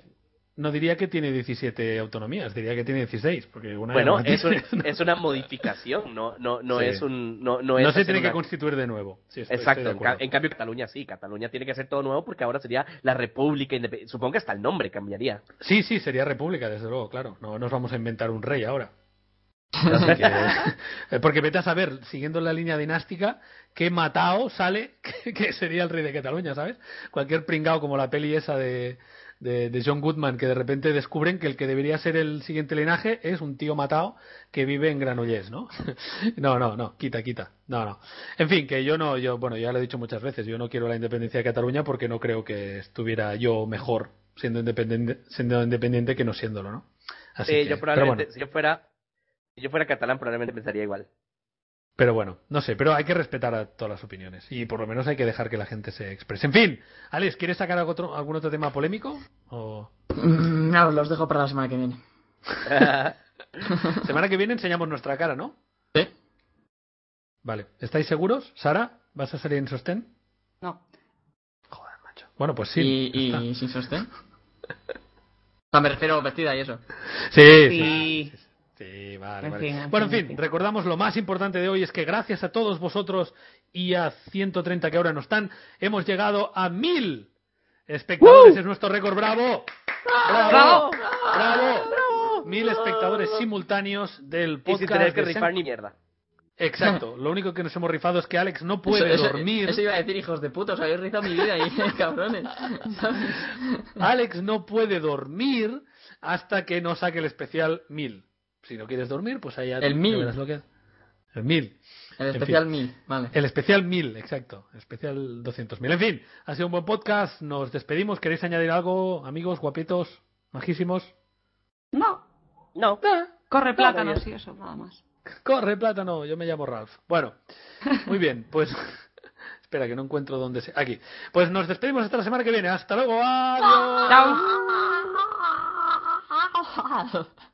Speaker 1: No diría que tiene 17 autonomías, diría que tiene 16. Porque una
Speaker 3: Bueno,
Speaker 1: no
Speaker 3: es, un-
Speaker 1: tiene-
Speaker 3: es una modificación, no no no
Speaker 1: Sí.
Speaker 3: es un no no, es
Speaker 1: no se
Speaker 3: hacer
Speaker 1: tiene que
Speaker 3: una-
Speaker 1: constituir de nuevo. Sí, estoy- estoy
Speaker 3: Exacto,
Speaker 1: de
Speaker 3: en, ca-
Speaker 1: acuerdo.
Speaker 3: en cambio Cataluña sí, Cataluña tiene que hacer todo nuevo porque ahora sería la República Independiente, supongo que hasta el nombre cambiaría.
Speaker 1: Sí, sí, sería república, desde luego, claro. No nos vamos a inventar un rey ahora.
Speaker 3: Así que-
Speaker 1: Eh, Porque vete a saber, siguiendo la línea dinástica, qué matao sale que, que sería el rey de Cataluña, ¿sabes? Cualquier pringao como la peli esa de, de, de John Goodman, que de repente descubren que el que debería ser el siguiente linaje es un tío matao que vive en Granollers, ¿no? no, no, no, quita, quita. No, no. En fin, que yo no, yo, bueno, ya lo he dicho muchas veces, yo no quiero la independencia de Cataluña porque no creo que estuviera yo mejor siendo independiente, siendo independiente que no siéndolo, ¿no? Así
Speaker 3: Eh,
Speaker 1: que-
Speaker 3: yo
Speaker 1: Ah, pero bueno.
Speaker 3: probablemente, si yo fuera Si yo fuera catalán, probablemente pensaría igual.
Speaker 1: Pero bueno, no sé, pero hay que respetar a todas las opiniones y por lo menos hay que dejar que la gente se exprese. En fin, Alex, ¿quieres sacar algo otro- algún otro tema polémico? O...
Speaker 4: Mm, No, los dejo para la semana que viene.
Speaker 1: Semana que viene enseñamos nuestra cara, ¿no?
Speaker 4: ¿Sí?
Speaker 1: Vale, ¿estáis seguros? Sara, ¿vas a salir en sostén?
Speaker 2: No.
Speaker 1: Joder, macho. Bueno, pues sí.
Speaker 4: y,
Speaker 1: ya
Speaker 4: y sin sostén. O sea, me refiero vestida y eso.
Speaker 1: está. Sí, sí,
Speaker 2: Sí.
Speaker 1: Sí, vale,
Speaker 2: En
Speaker 1: vale.
Speaker 2: fin, en
Speaker 1: bueno, en
Speaker 2: fin, en
Speaker 1: fin,
Speaker 2: fin.
Speaker 1: recordamos lo más importante de hoy es que gracias a todos vosotros y a 130 que ahora nos están, hemos llegado a mil espectadores. Es nuestro récord, bravo. Bravo, bravo, Mil espectadores simultáneos del
Speaker 3: Y
Speaker 1: podcast.
Speaker 3: sin tener que
Speaker 1: de Sen-
Speaker 3: rifar ni mierda.
Speaker 1: Exacto. Lo único que nos hemos rifado es que Alex no puede
Speaker 4: Eso- eso-
Speaker 1: dormir.
Speaker 4: Eso iba a decir, hijos de puta, os habéis rizado mi vida y cabrones. ¿sabes?
Speaker 1: Alex no puede dormir hasta que no saque el especial 1000. Si no quieres dormir, pues allá
Speaker 4: El 1000.
Speaker 1: lo que El 1000.
Speaker 4: El
Speaker 1: En
Speaker 4: especial
Speaker 1: fin.
Speaker 4: 1000, vale.
Speaker 1: El especial 1000, exacto. El especial 200.000. En fin, ha sido un buen podcast. Nos despedimos. ¿Queréis añadir algo, amigos, guapitos, majísimos?
Speaker 2: No.
Speaker 3: No.
Speaker 1: Ah.
Speaker 2: Corre plátanos y eso, nada más.
Speaker 1: Corre, plátano. Yo me llamo Ralph. Bueno, muy bien. Pues. Espera, que no encuentro dónde se. Aquí. Pues nos despedimos hasta la semana que viene. Hasta luego. Adiós.
Speaker 2: Chao.
Speaker 5: ¡Chao!